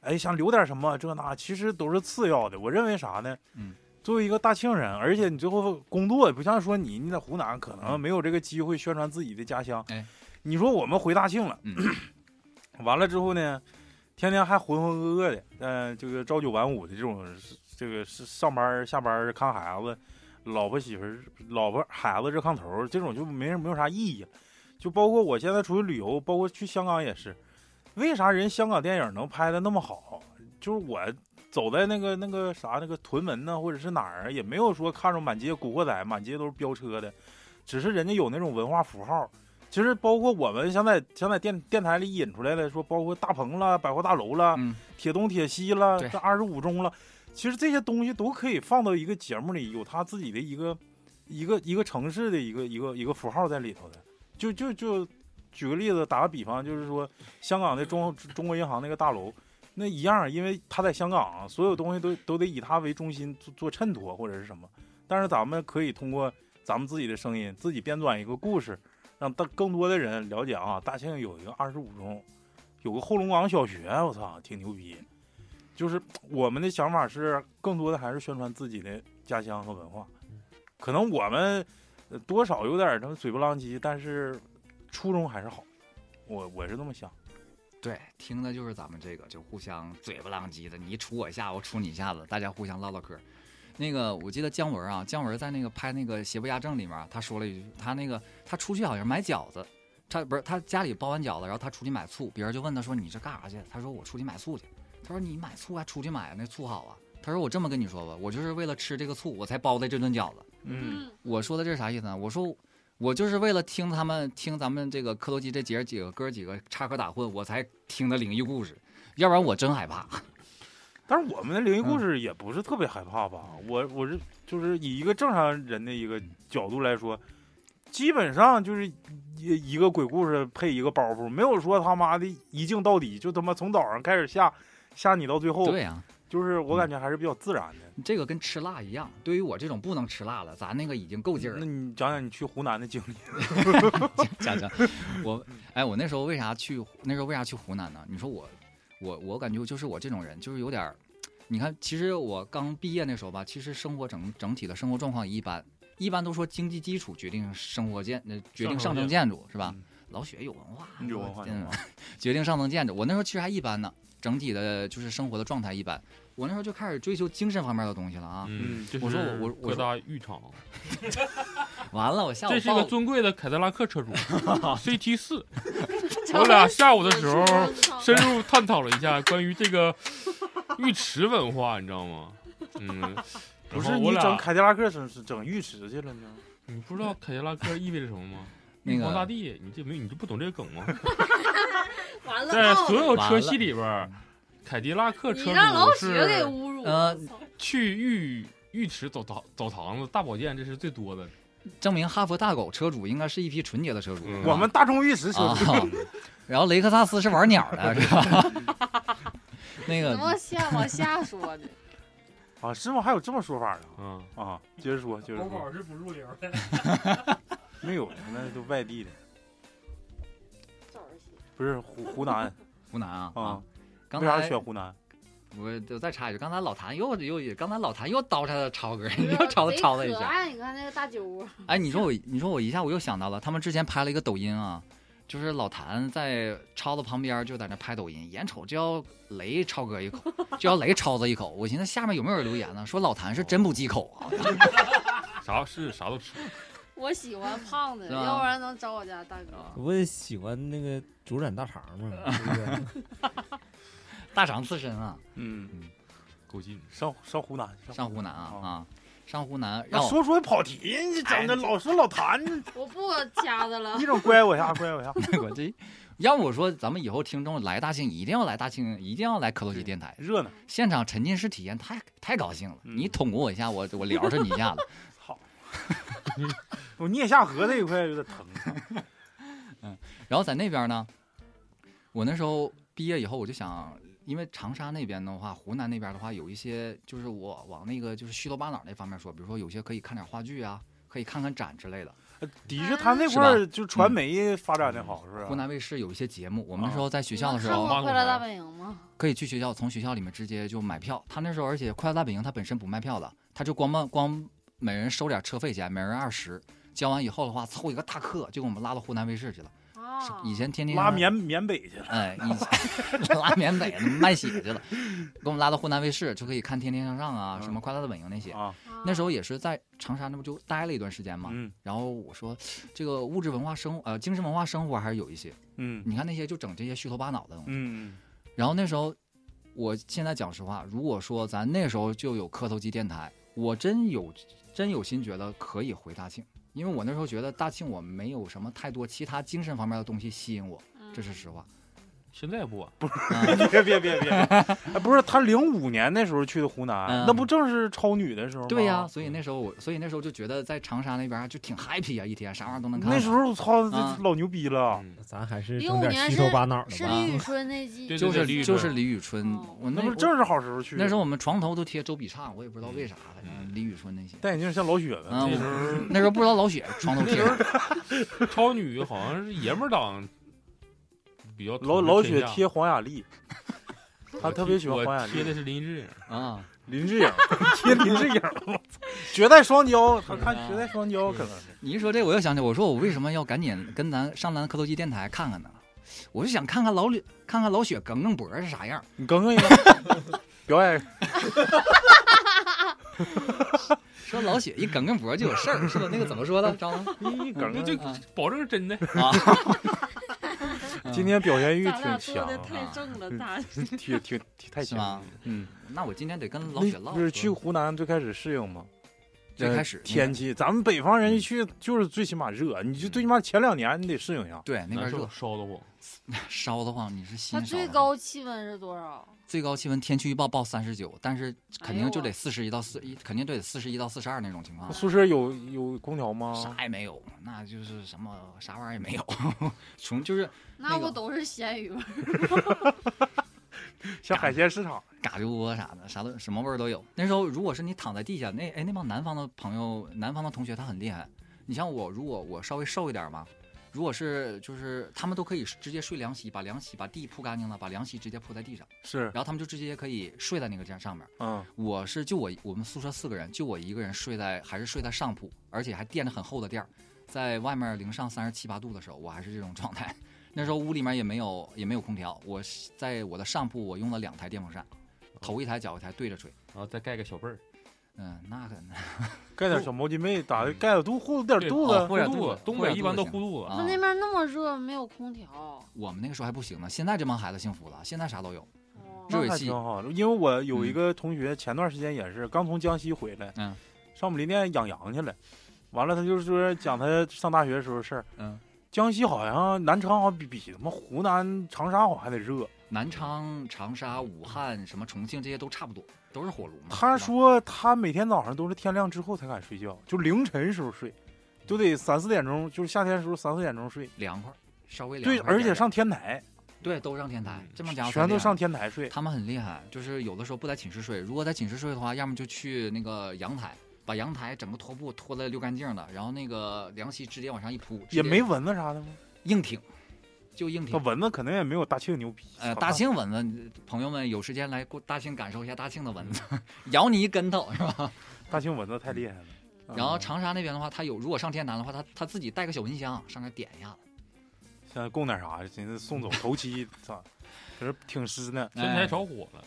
S3: 哎，想留点什么这那，其实都是次要的。我认为啥呢？
S2: 嗯。
S3: 作为一个大庆人，而且你最后工作也不像说你你在湖南可能没有这个机会宣传自己的家乡。
S2: 嗯哎
S3: 你说我们回大庆了，完了之后呢，天天还浑浑噩噩的，呃，这个朝九晚五的这种，这个是上班儿下班儿看孩子，老婆媳妇儿、老婆孩子这炕头儿，这种就没没有啥意义。就包括我现在出去旅游，包括去香港也是，为啥人香港电影能拍的那么好？就是我走在那个那个啥那个屯门呢，或者是哪儿，啊也没有说看着满街古惑仔，满街都是飙车的，只是人家有那种文化符号，其实包括我们现在现在电电台里引出来的说，包括大棚了、百货大楼了、
S2: 嗯，
S3: 铁东、铁西了、
S2: 对
S3: 这二十五中了，其实这些东西都可以放到一个节目里，有它自己的一个一个一个城市的一个一个一个符号在里头的。就就就举个例子，打个比方，就是说香港的中中国银行那个大楼。那一样，因为它在香港，所有东西都都得以它为中心做做衬托或者是什么。但是咱们可以通过咱们自己的声音，自己编撰一个故事，让大更多的人了解啊，大庆有一个二十五中，有个后龙岗小学，我操，挺牛逼。就是我们的想法是，更多的还是宣传自己的家乡和文化。可能我们呃多少有点儿什么嘴不浪叽，但是初衷还是好。我我是这么想，
S2: 对，听的就是咱们这个，就互相嘴不浪叽的，你杵我一下，我杵你一下子，大家互相唠唠嗑。那个我记得姜文啊，姜文在那个拍那个《邪不压正》里面，啊他说了一句，他那个他出去好像买饺子，他不是他家里包完饺子，然后他出去买醋，别人就问他说你这干啥去？他说我出去买醋去。他说你买醋啊，出去买那醋好啊。他说我这么跟你说吧，我就是为了吃这个醋，我才包的这顿饺子。
S3: 嗯，
S5: 嗯，
S2: 我说的这是啥意思啊呢？我说我就是为了听他们听咱们这个磕头机这姐儿几个哥儿几个插科打诨，我才听的灵异故事，要不然我真害怕。
S3: 但是我们的灵异故事也不是特别害怕吧？我我是就是以一个正常人的一个角度来说，基本上就是一一个鬼故事配一个包袱，没有说他妈的一镜到底，就他妈从早上开始吓吓你到最后，
S2: 对呀、啊
S3: 就是我
S2: 嗯
S3: 感觉还是比较自然的。
S2: 这个跟吃辣一样，对于我这种不能吃辣了，咱那个已经够劲儿了
S3: 那。你讲讲你去湖南的 经历？
S2: 讲讲我，哎，我那时候为啥去？那时候为啥去湖南呢？你说我，我，我感觉就是我这种人，就是有点儿，你看，其实我刚毕业那时候吧，其实生活整整体的生活状况一般，一般都说经济基础决定生活建，呃决定上层建筑是吧？
S3: 嗯
S2: 老雪有文化，
S3: 有文化有文
S2: 嗯，决定上层建筑。我那时候其实还一般呢，整体的就是生活的状态一般。我那时候就开始追求精神方面的东西了啊！
S7: 嗯，这
S2: 我说
S7: 是
S2: 我我我
S7: 各大浴场，
S2: 完了，我下午
S7: 这是一个
S2: 报
S7: 尊贵的凯迪拉 克车主 ，CT 四。我俩下午的时候深入探讨了一下关于这个浴池文化，你知道吗？嗯，
S3: 不
S7: 然
S3: 是
S7: 后我
S3: 你整
S7: 俩，
S3: 凯迪拉克整整浴池去了呢？
S7: 你不知道凯迪拉克意味着什么吗？
S2: 那
S7: 玉皇大
S2: 个
S7: 帝，你这没你就不懂这个梗吗？
S5: 完了，
S7: 在
S5: 到
S7: 所
S5: 了
S7: 有车系里
S3: 嗯
S7: 边儿，凯迪拉克
S5: 你
S7: 车
S5: 让老
S7: 主
S5: 许给
S7: 是
S5: 侮辱
S2: 呃
S5: 了，我操
S7: 去浴浴池澡堂澡堂子大保健，这是最多的。
S2: 证明哈佛大狗车主应该是一批纯洁的车主。
S7: 嗯
S2: 是吧
S3: 我们大众浴 池车
S2: 啊
S3: 主，，
S2: 然后雷克萨斯是玩鸟 的，是吧？ 那
S5: 怎么
S2: 个
S5: 下往下说 呢？
S3: 啊，是吗？还有这么说法呢？
S7: 嗯，
S3: 啊，接着说，接着说，
S6: 是不入流的。
S3: 没有，那都外地的，
S5: 赵儿媳
S3: 不是湖湖南
S2: 湖南啊
S3: 啊，？
S2: 刚
S3: 为啥
S2: 才
S3: 选湖南？
S2: 我就再插一句，刚才老谭又又刚才老谭又叨饬超哥，
S5: 妇
S2: 又吵
S5: 啊贼
S2: 吵了一
S5: 可
S2: 下。
S5: 爱，你看那个大酒窝，
S2: 哎，你说我你说我一下我又想到了，他们之前拍了一个抖音啊，就是老谭在超子旁边就在那拍抖音，眼瞅就要雷超哥一口，就要雷超子一口。我寻思下面有没有人留言呢？说老谭是真不忌口啊，
S7: 啥是啥都吃，
S5: 我 喜欢胖的，
S2: 是吧哦
S5: 要不然能找我家大哥。
S4: 我也喜欢那个主染大肠嘛， 对不对？
S2: 大肠刺身啊，
S3: 嗯，
S7: 够劲。
S3: 上上湖南，
S2: 上哦湖南啊
S3: 哦
S2: 啊，上湖南
S3: 那
S2: 让我
S3: 说说跑题，你整
S2: 哎
S3: 的老说老谭，
S5: 我不掐他了
S3: 一，整乖我一下，乖我一下。
S2: 我这，要不我说咱们以后听众来大庆一定要来大庆，一定要来科罗西电台，
S3: 热闹，
S2: 现场沉浸式体验太太高兴了。
S3: 嗯
S2: 你捅咕我一下，我我撩着你一下子。
S3: 我颞下颌这一块有点 疼。啊
S2: 然后在那边呢，我那时候毕业以后我就想，因为长沙那边的话，湖南那边的话有一些就是我往那个就是虚头巴脑那方面说，比如说有些可以看点话剧啊，可以看看展之类的。
S3: 的确，他那块儿就传媒发展的好，是啊吧？
S2: 嗯湖南卫视有一些节目，我们那时候在学
S5: 你
S2: 校的
S5: 们
S2: 时
S5: 看
S2: 候
S5: 过《快乐大本营》吗？
S2: 可以去学校，从学校里面直接就买票。他那时候，而且《快乐大本营》他本身不卖票的，他就光卖光每人收点车费钱，每人二十。交完以后的话，凑一个大客就给我们拉到湖南卫视去了。
S5: 啊，
S2: 以前天天
S3: 拉缅缅北去了。啊
S2: 哎，以 前拉缅北卖血去了，给我们拉到湖南卫视就可以看《天天向上》啊，
S3: 嗯
S2: 什么《快乐大本营》那些。
S3: 啊，
S5: 啊
S2: 那时候也是在长沙，那不就待了一段时间嘛。
S3: 嗯
S2: 然后我说，这个物质文化生呃精神文化生活还是有一些。
S3: 嗯
S2: 你看那些就整这些虚头巴脑的东西。
S3: 嗯，
S2: 然后那时候，我现在讲实话，如果说咱那时候就有磕头机电台，我真有真有心觉得可以回大庆，因为我那时候觉得大庆我没有什么太多其他精神方面的东西吸引我，
S5: 嗯
S2: 这是实话。
S7: 现在也不晚，
S2: 嗯
S3: 别别别别，哎，不是他零五年那时候去的湖南，
S2: 嗯
S3: 那不正是超女的时候吗？
S2: 对呀、所以那时候我，所以那时候就觉得在长沙那边就挺 happy 啊，一天啥玩意儿都能看。
S3: 那时候我操，
S2: 啊
S3: 这老牛逼了。
S7: 嗯
S4: 咱还是
S5: 05
S4: 整点虚头巴脑的
S5: 是
S4: 吧。
S5: 李宇春那季
S7: 对，
S2: 就
S7: 李宇
S2: 是
S7: 春
S2: 就是李宇春
S5: 哦，
S2: 我
S3: 那
S2: 那
S3: 不
S2: 我
S3: 正是好时候去的？
S2: 那时候我们床头都贴周笔畅，我也不知道为啥，反正李宇春那些。
S3: 戴眼镜像老雪呗。
S2: 嗯
S7: 那时候
S2: 那时候不知道老雪床头贴啥，
S7: 超女好像是爷们儿党比较
S3: 老
S7: 统治
S3: 老
S7: 天
S3: 雪
S7: 下
S3: 贴黄雅莉，他
S7: 我
S3: 特
S7: 贴
S3: 别喜欢黄雅
S7: 我贴
S3: 莉。
S7: 的是林志颖，
S2: 啊，
S3: 林志颖贴林志颖，我操绝代双骄，他看
S2: 啊
S3: 绝代双骄可能是。
S2: 你一说这，我又想起，我说我为什么要赶紧跟咱上咱磕头机电台看看呢？我就想看看老李，看看老雪梗梗脖是啥样。
S3: 你耿耿一个表演，
S2: 说老雪一梗梗脖就有事儿，是吧？那个怎么说的，张龙
S3: 你
S7: 那
S3: 耿
S7: 就
S3: 耿
S2: 啊
S7: 保证是真的。
S2: 啊？
S3: 今天表现欲
S5: 咱俩
S3: 挺
S5: 做
S3: 强
S5: 的
S3: 啊，
S5: 太正
S4: 嗯
S5: 了，咱
S3: 挺挺挺太
S2: 是
S3: 强
S2: 吗
S3: 了。？嗯，
S2: 那我今天得跟老
S3: 那
S2: 雪唠。嗯
S3: 不是去湖南最开始适应吗？
S2: 最
S3: 呃
S2: 开始那
S3: 天
S2: 个
S3: 气，咱们北方人一去就是最起码热，你就
S2: 嗯
S3: 最起码前两年你得适应一下。
S2: 对那边
S7: 难受
S2: 热
S7: 烧得慌，
S2: 烧得慌，你是心
S5: 它
S2: 烧得
S5: 最
S2: 慌
S5: 高气温是多少？
S2: 最高气温天气预报报三十九，但是肯定就
S5: 哎
S2: 得
S5: 呦
S2: 四十一到四一，肯定就得四十一到四十二那种情况。
S3: 宿舍有有空调吗？
S2: 啊啥也没有，那就是什么啥玩意儿也没有， 穷就是
S8: 那
S2: 那
S8: 不
S2: 个
S8: 都是咸鱼吗？
S3: 像海鲜市场，
S2: 嘎吱窝啥的，啥都什么味儿都有。那时候如果是你躺在地下，那哎那帮南方的朋友、南方的同学他很厉害。你像我，如果我稍微瘦一点儿吧，如果是就是他们都可以直接睡凉席，把凉席把地铺干净了，把凉席直接铺在地上，
S3: 是，
S2: 然后他们就直接可以睡在那个这上面。
S3: 嗯，
S2: 我是就我我们宿舍四个人，就我一个人睡在还是睡在上铺，而且还垫着很厚的垫儿，在外面零上三十七八度的时候，我还是这种状态。 那时候屋里面也没有也没有空调，我是在我的上铺我用了两台电风扇，头一台脚一台对着吹。
S7: 然后再盖个小被儿，
S2: 嗯，那可能
S3: 盖点小毛巾被，打盖点肚护点
S7: 对
S3: 肚
S2: 哦
S3: 子
S2: 或，者
S7: 护肚
S2: 肚
S7: 子
S2: 子，
S7: 东
S2: 或者
S7: 北一般
S2: 肚
S7: 都
S2: 子
S7: 护肚子，
S2: 啊
S8: 那，那边那么热，没有空调，
S2: 我们那个时候还不行呢。现在这帮孩子幸福了，现在啥都有。
S8: 哦
S2: 热
S3: 那
S2: 水
S3: 还
S2: 器
S3: 挺好。因为我有一
S2: 嗯
S3: 个同学前段时间也是刚从江西回来，
S2: 嗯，
S3: 上我们林甸养羊去了，完了他就是说讲他上大学的时候的事儿，
S2: 嗯，
S3: 江西好像南昌好像比比他妈湖南长沙好像还得热。
S2: 南昌、长沙、武汉、什么重庆这些都差不多，都是火炉嘛。
S3: 他
S2: 是吧
S3: 说他每天早上都是天亮之后才敢睡觉，就凌晨时候睡，都得三四点钟，就是夏天的时候三四点钟睡。
S2: 凉快，稍微凉快
S3: 对，
S2: 一点点。
S3: 而且上天台，
S2: 对都上天台
S7: 嗯，
S2: 这帮家伙太
S3: 全
S2: 厉
S3: 都
S2: 害
S3: 上
S2: 了
S3: 天台睡。
S2: 他们很厉害，就是有的时候不在寝室睡，如果在寝室睡的话，要么就去那个阳台，把阳台整个拖布拖的溜干净了，然后那个凉席直接往上一铺，直
S3: 也
S2: 接
S3: 没蚊子啥的吗？
S2: 硬挺，就硬
S3: 那
S2: 挺。
S3: 蚊子肯定也没有大庆牛逼。
S2: 呃，
S3: 操
S2: 大庆蚊子，朋友们有时间来过大庆感受一下大庆的蚊子， 咬你一跟头是
S3: 嗯
S2: 吧？
S3: 大庆蚊子太厉害了。
S2: 然后
S3: 嗯
S2: 长沙那边的话，他有如果上天南的话，他他自己带个小蚊香上那点一下子。
S3: 现在供点啥？寻思送走头七，操，可是挺湿呢。
S7: 天
S2: 哎
S7: 台着火了，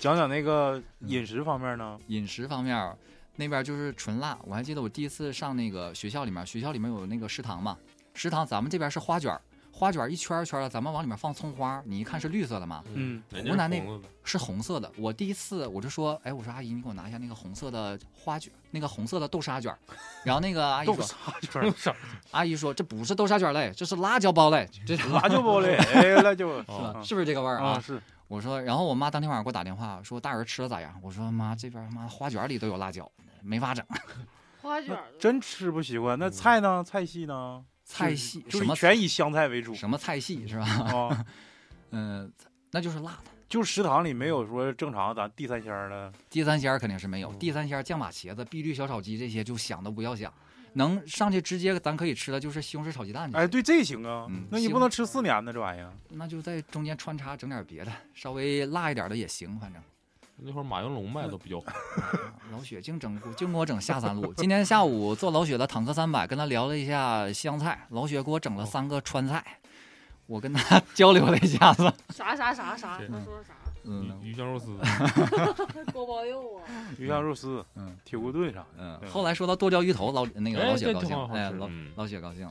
S3: 讲讲那个
S2: 嗯
S3: 饮食方面呢？
S2: 饮食方面儿，那边儿就是纯辣。我还记得我第一次上那个学校里面儿，学校里面有那个食堂嘛，食堂咱们这边儿是花卷儿，花卷儿一圈儿一圈儿的，咱们往里面放葱花儿，你一看是绿色的嘛，
S3: 嗯
S7: 人家
S2: 湖南那
S7: 是红的
S2: 是红色的。我第一次我就说，哎，我说阿姨，你给我拿一下那个红色的花卷，那个红色的豆沙卷儿。然后那个阿姨
S3: 豆
S2: 说，
S3: 沙圈儿，
S2: 阿姨说这不是豆沙卷儿嘞，这是辣椒包嘞，这是
S3: 辣椒包 嘞，哎，辣椒包
S7: 哦
S2: 是不是这个味儿
S3: 啊，是
S2: 我说，然后我妈当天晚上给我打电话说大儿吃的咋样？我说妈，这边儿妈花卷儿里都有辣椒，没法整。
S5: 花卷儿
S3: 真吃不习惯。那菜呢？菜系呢？
S2: 菜系
S3: 就
S2: 嗯什
S3: 是
S2: 么
S3: 全以香菜为主
S2: 什么菜系是吧？
S3: 啊，
S2: 嗯，那就是辣的。
S3: 就食堂里没有说正常咱地三鲜儿的，
S2: 地三鲜儿肯定是没有，
S7: 嗯
S2: 地三鲜儿、酱粑茄子、碧绿小炒鸡这些就想都不要想，能上去直接咱可以吃的就是西红柿炒鸡蛋去。
S3: 哎，对，这行啊
S2: 嗯，
S3: 那你不能吃四年的这玩意儿，
S2: 那就在中间穿插整点别的，稍微辣一点的也行，反正。啊
S7: 那会儿马云龙卖的都比较火，
S2: 老雪净整净给我整下三路。今天下午做老雪的坦克三百，跟他聊了一下湘菜，老雪给我
S7: 哦
S2: 整了三个川菜，我跟他 交流了一下子。
S5: 啥啥啥啥，
S7: 是
S5: 他说啥？
S2: 嗯
S7: 鱼鱼香肉丝，
S5: 锅包肉啊，
S3: 鱼香肉丝、
S2: 嗯
S3: 铁锅炖啥。
S2: 嗯。后来说到剁椒鱼头，老那个老
S7: 哎，
S2: 雪
S7: 这
S2: 高
S7: 挺
S2: 兴
S7: 好，
S2: 哎，
S7: 吃
S2: 老
S7: 嗯
S2: 老雪高兴。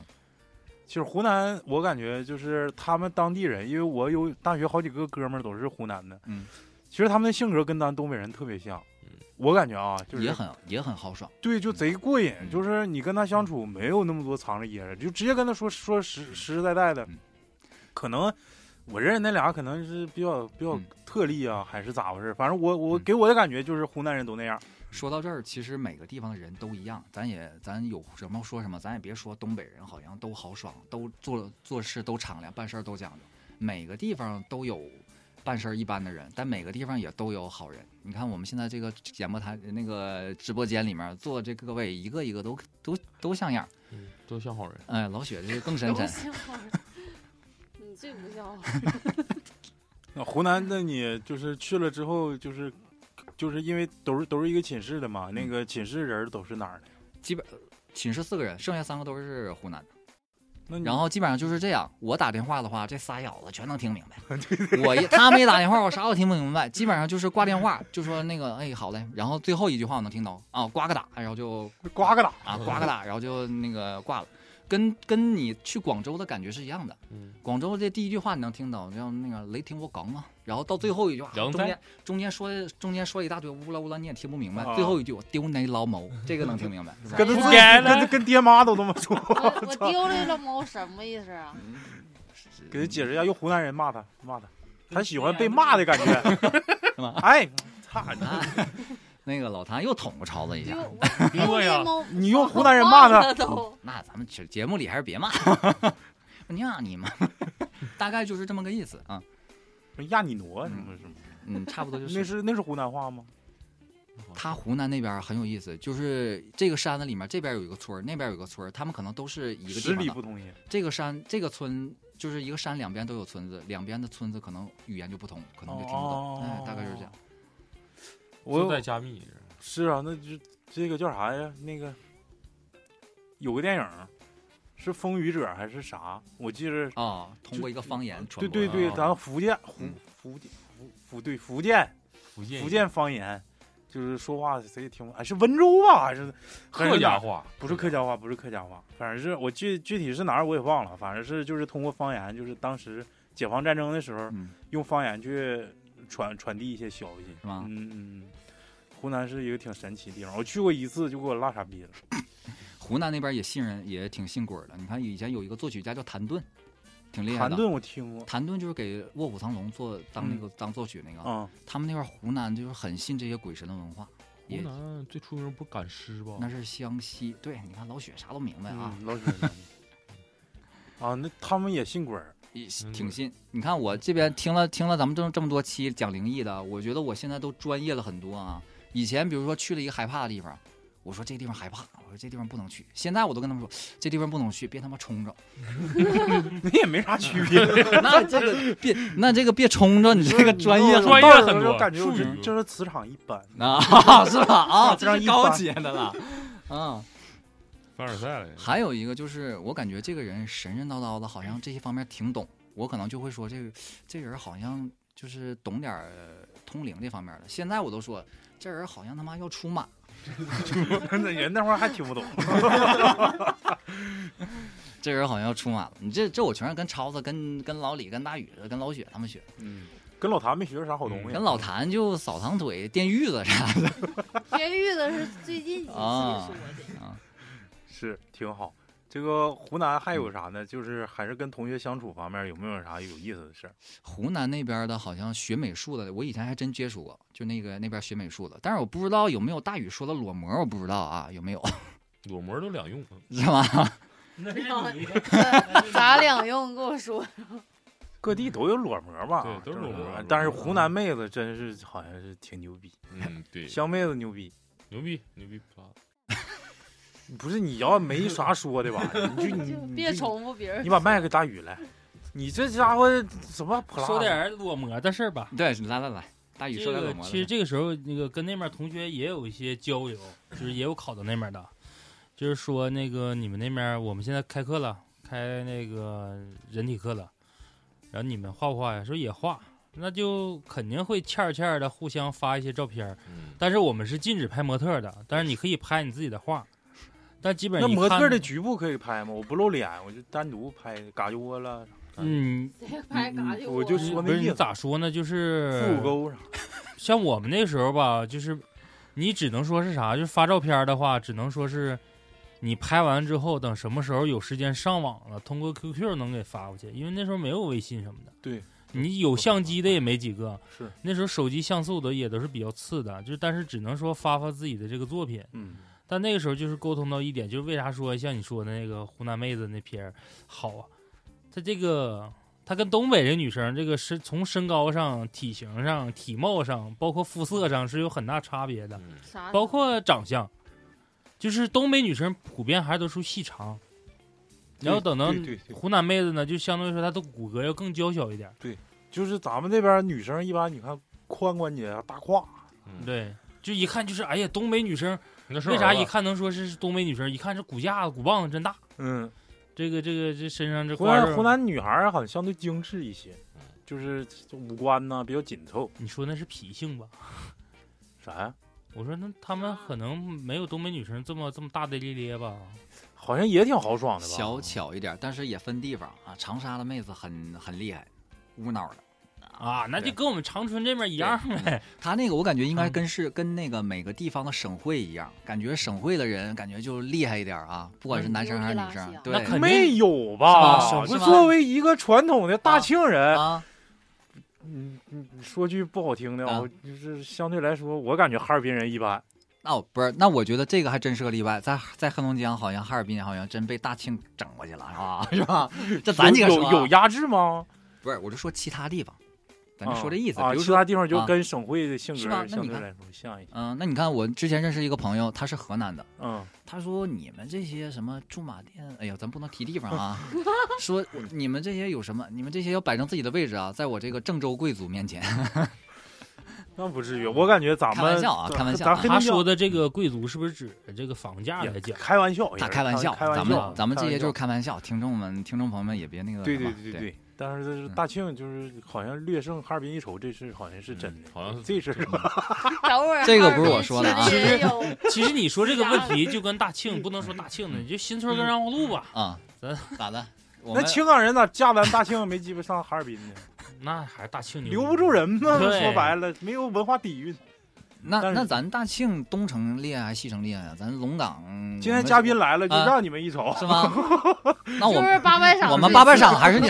S3: 其实湖南，我感觉就是他们当地人，因为我有大学好几个哥们儿都是湖南的，
S2: 嗯，
S3: 其实他们的性格跟咱东北人特别像
S7: 嗯，
S3: 我感觉啊，就是
S2: 也很也很豪爽，
S3: 对，就贼过瘾，
S2: 嗯
S3: 就是你跟他相处没有那么多藏着掖着，就直接跟他说说实实实在在的
S2: 嗯，
S3: 可能。我认识那俩可能是比较比较
S2: 嗯
S3: 特例啊，还是咋回事？反正我我
S2: 嗯
S3: 给我的感觉就是湖南人都那样，
S2: 说到这儿，其实每个地方的人都一样，咱也咱有什么说什么，咱也别说东北人好像都豪爽，都做做事都敞亮，办事儿都讲究。每个地方都有办事儿一般的人，但每个地方也都有好人。你看我们现在这个节目台那个直播间里面坐这各位一个一个都都都像样儿。
S7: 嗯都像好人。
S2: 哎，老雪这更深
S5: 都
S2: 沉。
S5: 像 好人。你最不 像好人，
S3: 那湖南，那你就是去了之后，就是就是因为都是都是一个寝室的嘛，
S2: 嗯
S3: 那个寝室人儿都是哪儿的？
S2: 寝室四个人，剩下三个都是湖南的。
S3: 那你
S2: 然后基本上就是这样。我打电话的话，这仨小子全能听明 白。我一他没打电话，我啥都听不明白。基本上就是挂电话，就说那个哎好嘞，然后最后一句话我能听懂啊，呱个打，然后就
S3: 呱个打，
S2: 啊呱个打，然后就那个挂了。跟跟你去广州的感觉是一样的。
S7: 嗯
S2: 广州这第一句话你能听到，叫那个“雷霆我刚啊”，然后到最后一句话，
S7: 人
S2: 中
S7: 在
S2: 间中间说中间说了一大堆乌拉乌拉，你也听不明白。
S3: 啊
S2: 最后一句我丢你老毛，这个能听明白。是吧
S3: 跟他自己
S7: 该了
S3: 跟他跟爹妈都这么说，
S5: 我我丢了一个猫什么意思啊？
S2: 嗯
S3: 给他解释一下，用湖南人骂他，骂他，他喜欢被骂的感觉，
S2: 是吗
S3: 哎，操你！
S2: 啊那个老谭又捅过超子一
S5: 丢
S2: 下，
S5: 我丢
S7: 对
S5: 了
S7: 呀
S5: 一猫，
S3: 你用湖南人骂他，
S5: 他 都。
S2: 那咱们节节目里还是别骂， 那你妈，大概就是这么个意思啊。
S3: 亚啊你挪，你们是吗？
S2: 嗯，差不 多就
S3: 那
S2: 是。
S3: 是那是湖南话吗？
S2: 他湖南那边很有意思，就是这个山子里面，这边有一个村儿，那边有一个村儿，他们可能都是一个地
S3: 十
S2: 方
S3: 里
S2: 的。
S3: 不同音，
S2: 这个山这个村就是一个山，两边都有村子，两边的村子可能语言就不同，可嗯能就听不懂。
S3: 哦
S2: 哎，大概就是这样。
S7: 就
S3: 我
S7: 在加密，
S3: 是啊，那就这个叫啥呀？那个有个电影是《风雨者》还是啥？我记着
S2: 哦，通过一个方言传
S3: 对
S2: 播。
S3: 对对，
S7: 啊
S3: 咱福建福
S2: 嗯
S3: 福建福福对福建
S7: 福建
S3: 福建方言，就是说话谁也听不，哎是温州吧还是
S7: 客家？话
S3: 不是客家话，不是客家话，反正是我具具体是哪儿我也忘了，反正是就是通过方言，就是当时解放战争的时候
S2: 嗯，
S3: 用方言去传传递一些消息，
S2: 是吗
S3: 嗯嗯嗯，湖南是一个挺神奇的地方，我去过一次就给我落傻逼了。
S2: 湖南那边也信任，也挺信鬼儿的。你看以前有一个作曲家叫谭盾，挺厉害
S3: 谭
S2: 的。
S3: 盾我听过，
S2: 谭盾就是给《卧虎藏龙》做当那个、当作曲那个，
S3: 啊、
S2: 他们那边湖南就是很信这些鬼神的文化，
S7: 湖
S2: 也
S7: 南最出名不是赶尸吧？
S2: 那是湘西。对，你看老雪啥都明白啊，
S3: 嗯，老许。 啊，那他们也信鬼儿，
S2: 也挺信。你看我这边听了听了咱们这么这么多期讲灵异的，我觉得我现在都专业了很多啊。以前比如说去了一个害怕的地方，我说这地方害怕，我说这地方不能去。现在我都跟他们说这地方不能去，别他妈冲 着。
S3: 那也没啥区别。
S2: 那这个别那这个别冲着，你这个
S3: 嗯
S2: 专业很
S7: 专业
S3: 到
S7: 很多
S3: 感觉我
S7: 术
S3: 觉得
S7: 语
S3: 就是磁场一般。
S2: 啊，是吧？啊，这
S3: 让
S2: 是
S3: 一
S2: 高
S3: 翻
S2: 阶的了。啊，
S7: 凡尔赛了，
S2: 还有一个就是，我感觉这个人神神叨叨的，好像这些方面挺懂。我可能就会说，这个这人好像就是懂点儿呃通灵这方面的。现在我都说，这人好像他妈要出马。
S3: 那人那会儿还听不 懂。
S2: 这人好像要出马了，你这这我全是跟超子、跟跟老李、跟大宇、跟老雪他们学的，
S3: 嗯， 跟老谭没学着啥好东西。
S2: 嗯跟老谭就扫堂腿、垫褥子啥的。
S8: 绝育的是最近几期
S2: 啊
S8: 说的，
S3: 嗯是挺好。这个湖南还有啥呢？就是还是跟同学相处方面有没有啥有意思的事儿？
S2: 湖南那边的，好像学美术的，我以前还真接触过，就那个那边学美术的，但是我不知道有没有大宇说的裸模，我不知道啊，有没有，
S7: 裸模都两用，啊
S2: 是吧？
S6: 那
S5: 是
S6: 你
S5: 咱两用跟我说，
S3: 各地都有裸模吧？
S7: 对都有裸模
S3: 模。但是湖南妹子真是好像是挺牛逼，
S7: 嗯，对，
S3: 湘妹子牛逼。
S7: 牛逼牛逼不啊拉
S3: 不是你要没啥说的吧？你就嗯你
S5: 就
S3: 你
S5: 别
S3: 就
S5: 重复别人
S3: 你。把麦给大宇来。你这家伙什么破烂？
S6: 说点儿裸模的事儿吧。
S2: 对，来来来，大宇
S6: 这
S2: 说点
S6: 个
S2: 裸模的
S6: 其实这个时候，那个跟那边同学也有一些交流，就是也有考到那边的，就是说那个你们那边我们现在开课了，开那个人体课了，然后你们画不画呀？说也画，那就肯定会欠儿欠儿的互相发一些照片儿，
S7: 嗯，
S6: 但是我们是禁止拍模特的，但是你可以拍你自己的画，但基本
S3: 那
S6: 上
S3: 模特的局部可以拍吗？我不露脸，我就单独拍嘎就窝了，
S6: 嗯，
S5: 谁拍嘎就
S3: 我就说
S6: 不
S3: 那
S6: 是
S3: 意
S6: 你
S3: 思，
S6: 咋说呢？
S7: 呃
S6: 就是
S3: 腹股沟啥。
S6: 像我们那时候吧，就是你只能说是啥，就是发照片的话，只能说是你拍完之后，等什么时候有时间上网了，通过 QQ 能给发过去，因为那时候没有微信什么的。
S3: 对，
S6: 你有相机的也没几个，
S3: 是
S6: 那时候手机像素的也都是比较次的，就但是只能说发发自己的这个作品。
S3: 嗯，
S6: 但那个时候就是沟通到一点，就是为啥说像你说的那个湖南妹子那片儿好啊，她这个她跟东北这女生这个是从身高上、体型上、体貌上，包括肤色上是有很大差别的，
S7: 嗯
S5: 啥呢？
S6: 包括长相，就是东北女生普遍还是都出细长，然后等到
S3: 对对对，
S6: 湖南妹子呢，就相对于说她的骨骼要更娇小一点儿，
S3: 就是咱们这边女生一般，你看髋关节啊、大胯，
S7: 嗯，
S6: 对。就一看就是，哎呀，东北女生
S7: 那是
S6: 为啥一看能说是东北女生？一看这骨架子、骨棒子真大，
S3: 嗯，
S6: 这个这个这身上这
S3: 湖
S6: 块
S3: 南
S6: 肉
S3: 湖南女孩儿好像相对精致一些
S7: 嗯，
S3: 就是五官呢比较紧凑，
S6: 你说那是脾性吧？
S3: 啥呀？
S6: 我说那他们可能没有东北女生这么这么大大咧咧吧？
S3: 好像也挺豪爽的吧？
S2: 小巧一点，但是也分地方啊。长沙的妹子很很厉害，无脑的。
S6: 啊，那就
S2: 对
S6: 跟我们长春这边一样呗。
S2: 她那个我感觉应该
S6: 嗯
S2: 跟是、跟那个每个地方的省会一样，感觉省会的人感觉就厉害一点啊，不管是男生还是女生
S5: 嗯，
S2: 对
S6: 那肯定
S3: 没有吧
S2: 是吧？是
S3: 就
S2: 吗
S3: 作为一个传统的大庆人，
S2: 啊，
S3: 嗯，嗯说句不好听的
S2: 啊
S3: 我就是相对来说，我感觉哈尔滨人一般。
S2: 那我不是，那我觉得这个还真是个例外，在在黑龙江好像哈尔滨好像真被大庆整过去了，是吧？ 是吧？这咱几
S3: 有
S2: 个说
S3: 有
S2: 啊
S3: 有压制吗？
S2: 不是，我就说其他地方，咱就说这意思，
S3: 啊，
S2: 比如
S3: 其
S2: 说
S3: 他地方就
S2: 啊
S3: 跟省会的性格
S2: 是吧那
S3: 相
S2: 你
S3: 对
S2: 看
S3: 来说像一些。
S2: 嗯，那你看，我之前认识一个朋友，他是河南的，
S3: 嗯，
S2: 他说你们这些什么驻马店，哎呀，咱不能提地方啊，说你们这些有什么？你们这些要摆正自己的位置啊，在我这个郑州贵族面前，
S3: 那不至于，我感觉咱们
S2: 开玩笑啊
S3: 咱
S2: 开玩笑
S3: 咱
S2: 啊
S3: 黑
S6: 他
S3: 龙江
S6: 说的这个贵族是不是指这个房价来
S3: 也
S6: 讲？
S3: 开玩笑，也
S2: 他
S3: 是
S2: 开玩笑，
S3: 开玩
S2: 咱
S3: 笑
S2: 们，咱们这些就是
S3: 开
S2: 开玩笑，听众们、听众朋友们也别那个
S3: 玩笑对
S2: 什
S3: 对
S2: 么
S3: 对
S2: 对
S3: 对。但是这是
S2: 嗯
S3: 大庆，就是好像略胜哈尔滨一筹，这事好像是真的，
S7: 嗯好像是
S3: 这事 儿
S5: 等会儿
S2: 这个不是我说的啊
S5: 哈尔滨其实也有
S6: 其实你说这个问题就跟大 庆不能说大庆的，你就新
S7: 嗯
S6: 村跟让花路吧，
S2: 啊，
S6: 咱
S2: 咋的？我
S3: 那
S2: 们
S3: 青港人咋嫁咱大庆没鸡巴上哈尔滨呢？
S6: 那还是大庆牛啊
S3: 留不住。人嘛，
S6: 嗯对
S3: 说白了没有文化底蕴。但
S2: 那
S3: 是
S2: 那咱大庆东城厉害还是西城厉害啊？咱龙岗嗯
S3: 今天
S2: 我们
S3: 嘉宾来了，就
S2: 啊
S3: 让你们一瞅。
S2: 是吗？ 那我
S8: 就是
S2: 们
S8: 八百赏，
S2: 我们八百赏还 是你？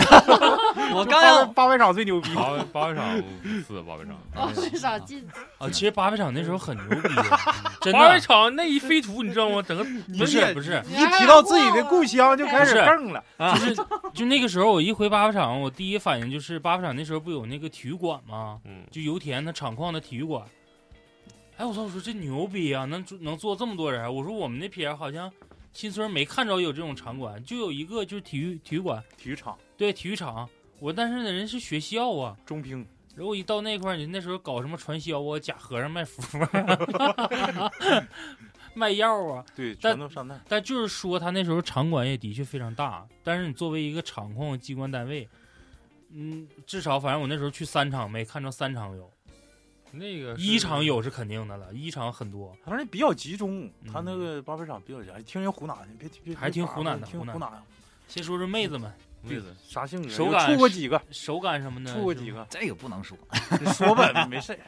S2: 我刚要
S3: 八百场最牛逼，
S7: 八百八百场五次，八 百场，
S5: 八
S8: 哦
S5: 百赏进
S6: 啊，其实八百场那时候很牛逼，啊 真
S7: 八百
S4: 啊
S6: 的
S7: 场那一飞图，你知道吗？整个
S6: 不是不是，
S3: 一提到自己的故乡就开始
S6: 不是
S3: 蹦了。
S6: 就是就那个时候我一回八百场，我第一反应就是八百场那时候不有那个体育馆吗？
S7: 嗯，
S6: 就油田那厂矿的体育馆。哎，我操！我说这牛逼啊，能住能坐这么多人。啊我说我们那撇儿好像新村没看着有这种场馆，就有一个就是体育体育馆，
S3: 体育场
S6: 对体育场。我但是那人是学校啊，
S3: 中乒，
S6: 然后一到那块儿，你那时候搞什么传销啊，假和尚卖符啊， 卖药啊。
S3: 对，
S6: 但
S3: 全都上那儿。
S6: 但就是说，他那时候场馆也的确非常大，但是你作为一个场控机关单位，嗯，至少反正我那时候去三场没看着三场有，
S7: 那个
S6: 一
S7: 呃是
S6: 场有是肯定的了，一场很多。
S3: 反正比较集中，
S6: 嗯
S3: 他那个八百场比较集中。哎听人湖南的，别别
S6: 还听湖南的
S3: 听
S6: 湖南
S3: 湖南
S6: 先说说妹子们
S7: 妹子，
S3: 啥性格？
S6: 手
S3: 有
S6: 感
S3: 处过几个？
S6: 手感什么的，
S3: 处过
S6: 是
S3: 几
S6: 吗？
S3: 个？
S2: 这个不能说，
S3: 说吧，没事儿，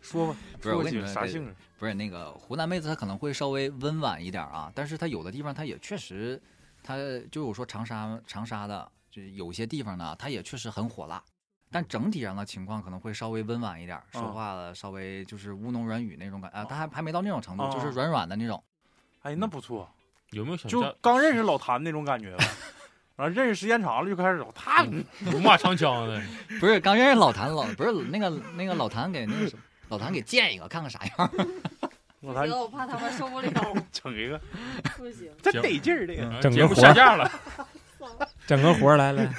S3: 说吧。
S2: 不是
S3: 处
S2: 我
S3: 过
S2: 跟
S3: 几
S2: 你
S3: 个？
S2: 说
S3: 啥
S2: 这
S3: 性格？
S2: 不是那个湖南妹子，她可能会稍微温婉一点啊，但是她有的地方她也确实，她就是我说长沙长沙的，就有些地方呢，她也确实很火辣，但整体上的情况可能会稍微温婉一点，说
S3: 嗯
S2: 话了稍微就是乌侬软语那种感啊，
S3: 哦
S2: 她还还没到那种程度，就是
S3: 哦
S2: 软软的那种。
S3: 哎，那不错，
S2: 嗯
S7: 有没有想
S3: 就
S7: 嫁
S3: 刚认识老谭那种感觉吧。然后认识时间长了就开始老谭，
S2: 嗯
S7: 如骂长枪 的？
S2: 不是刚认识老谭老不是那个那个老谭给那个什么老谭给见一个看看啥样，
S3: 老
S5: 不
S3: 谭
S5: 行，我怕他们受不了，
S3: 整一个，
S5: 不行。
S3: 真得劲儿这
S2: 嗯
S3: 个。
S7: 啊
S4: 整个
S7: 节目
S4: 活
S7: 下 架了，
S4: 整个活儿来来，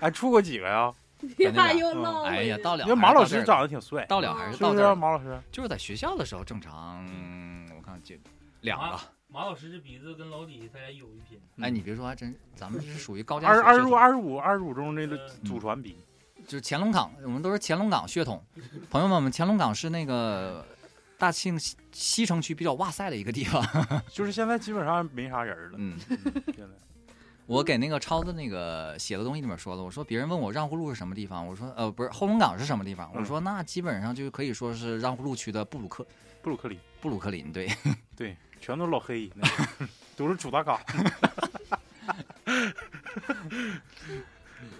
S3: 哎，处过几个呀？
S5: 你俩又唠回去
S2: 哎呀，到了
S3: 因为马老
S2: 还
S3: 师
S2: 是到这儿
S3: 长得挺帅，
S2: 到了还是
S3: 是
S2: 到
S3: 不是
S2: 这
S3: 啊
S2: 儿，
S3: 马老师？
S2: 就是在学校的时候正常，嗯我看就两
S3: 啊
S2: 个。
S6: 马老师这鼻子跟老李他俩有一拼，
S2: 哎，你别说，还真，咱们这是嗯属于高家
S3: 嗯二
S2: 血统
S3: 二十五、二十五、二十五中这个祖传比，
S2: 就是乾隆港，我们都是乾隆港血统。朋友们，我们乾隆港是那个大庆西西城区比较哇塞的一个地方。
S3: 就是现在基本上没啥人了。
S2: 嗯，
S3: 嗯现在
S2: 我给那个超子那个写的东西里面说了，我说别人问我让胡路是什么地方，我说呃不是后龙港是什么地方，
S3: 嗯
S2: 我说那基本上就可以说是让胡路区的布鲁克
S3: 布鲁克林，
S2: 布鲁克林对。
S3: 对，全都老黑，那个都是主打 卡。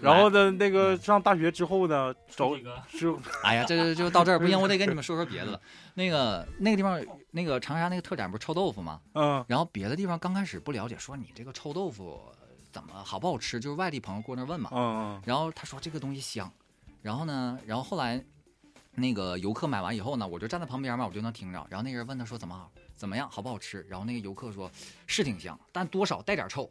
S3: 然后呢，那个
S2: 嗯
S3: 上大学之后呢，找
S6: 这个
S3: 之 后
S2: 哎呀，这就到这儿，不行，我得跟你们说说别的了。那个那个地方，那个长沙那个特产不是臭豆腐吗？
S3: 嗯，
S2: 然后别的地方刚开始不了解，说你这个臭豆腐怎么好不好吃，就是外地朋友过那儿问嘛。
S3: 嗯
S2: 然后他说这个东西香，然后呢，然后后来那个游客买完以后呢，我就站在旁边嘛，我就能听着。然后那个人问他说怎么好，怎么样，好不好吃？然后那个游客说是挺香，但多少带点臭。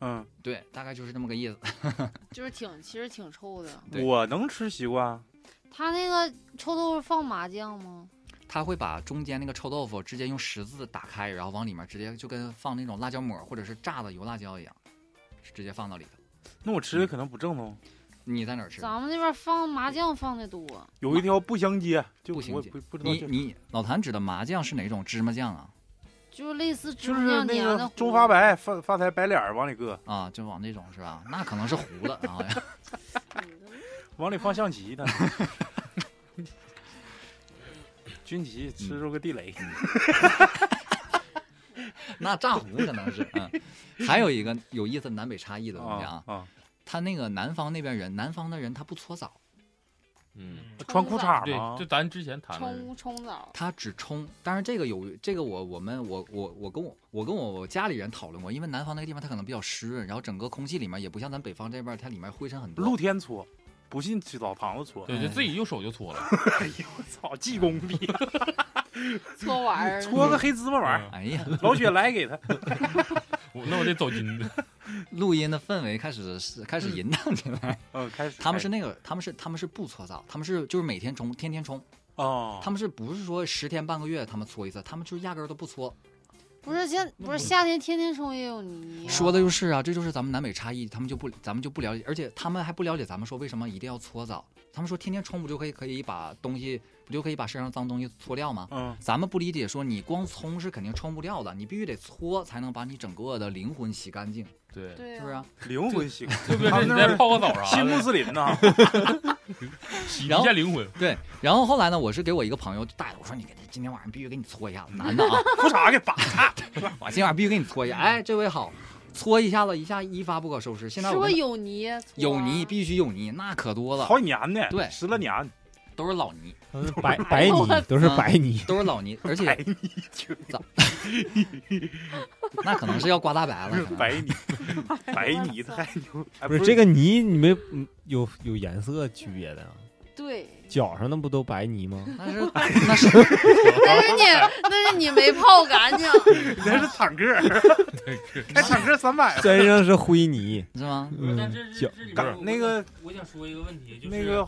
S3: 嗯
S2: 对，大概就是这么个意思。
S5: 就是挺，其实挺臭的。
S2: 对
S3: 嗯，我能吃习惯，
S8: 他那个臭豆腐放麻酱吗？
S2: 他会把中间那个臭豆腐直接用十字打开，然后往里面直接就跟放那种辣椒抹或者是炸的油辣椒一样，直接放到里头。
S3: 嗯那我吃的可能不正宗。
S2: 你在哪儿吃？
S5: 咱们那边放麻酱放的多，
S3: 有一条步行街，就
S2: 步行
S3: 我
S2: 街
S3: 不不知道
S2: 你
S3: 叫，
S2: 你老谭指的麻酱是哪种芝麻酱啊？
S5: 就类似
S3: 就
S5: 芝麻
S3: 是
S5: 酱
S3: 那
S5: 粘的
S3: 个
S5: 糊。
S3: 周发白发发财白脸儿往里搁，
S2: 啊，就往那种是吧？那可能是糊的啊。
S5: 嗯
S3: 往里放象棋 的。军旗吃出个地雷，
S2: 那炸糊可能是，嗯，还有一个有意思南北差异的东西
S3: 啊
S2: 啊，
S3: 啊！
S2: 他那个南方那边人，南方的人他不搓澡，
S7: 嗯，
S3: 穿裤衩
S7: 对
S3: 吗，
S7: 就？咱之前谈的是，
S5: 冲冲澡，
S2: 他只冲。但是这个有这个我我们我我我跟我我跟我我家里人讨论过，因为南方那个地方它可能比较湿润，然后整个空气里面也不像咱北方这边它里面灰尘很
S3: 露
S2: 多。
S3: 天搓，不信去澡堂子搓。
S7: 对，
S4: 嗯
S7: 就自己用手就搓了，
S3: 操，技工 逼，
S5: 搓玩意儿，
S3: 搓个黑芝麻丸儿，
S2: 哎呀，
S3: 老雪莱给他。
S7: 我那我得走金子。
S2: 录音的氛围开始是开始淫荡起来。
S3: 嗯，开始
S2: 他们是那个，他们是他们是不搓澡，他们是就是每天冲，天天冲。
S3: 哦，
S2: 他们是不是说十天半个月他们搓一次？他们就是压根儿都不搓。
S5: 不是现不是夏天天天冲也有泥、啊，
S2: 说的就是啊，这就是咱们南北差异，他们就不，咱们就不了解，而且他们还不了解咱们说为什么一定要搓澡。他们说天天冲不就可以可以把东西不就可以把身上脏东西搓掉吗？
S3: 嗯
S2: 咱们不理解，说你光冲是肯定冲不掉的，你必须得搓才能把你整个的灵魂洗干净，
S7: 对，
S5: 对
S2: 是
S5: 呀、
S2: 不是、啊？
S3: 灵魂洗干
S7: 特别
S3: 他
S7: 是
S3: 们
S7: 你
S3: 那
S7: 再
S3: 边
S7: 泡个澡啥
S3: 新穆
S7: 的，
S3: 斯林 呐，
S7: 洗 一
S2: 然后
S7: 下灵魂。
S2: 对。然后后来呢，我是给我一个朋友大爷，我说你给他今天晚上必须给你搓一下子，男的啊，
S3: 裤衩给 拔
S2: 我今天晚上必须给你搓一下。哎，这位好，搓一下子，一下一发不可收拾。现在我
S5: 说
S2: 跟
S5: 有泥，啊
S2: 有泥必须有泥，那可多了，
S3: 好几年呢，
S2: 对
S3: 十来年，
S2: 都是老泥，
S4: 都是白白泥都是白 泥，
S2: 都是老泥，而且
S3: 白泥就
S2: 那可能是要刮大白 了，可能
S3: 白泥，白泥太牛，哎
S4: 不是这个泥你们嗯有有颜色区别的啊，
S5: 对，
S4: 脚上那不都白泥吗？
S2: 那是那是
S5: 但是你但是你没泡干 净，
S3: 那是坦克，开坦克三百，
S4: 身上是灰泥，
S2: 是吗？
S6: 但
S4: 嗯
S6: 这，这
S4: 脚
S6: 这里
S3: 嘎
S6: 边
S3: 那个，
S6: 我想说一个问题，就是
S3: 那个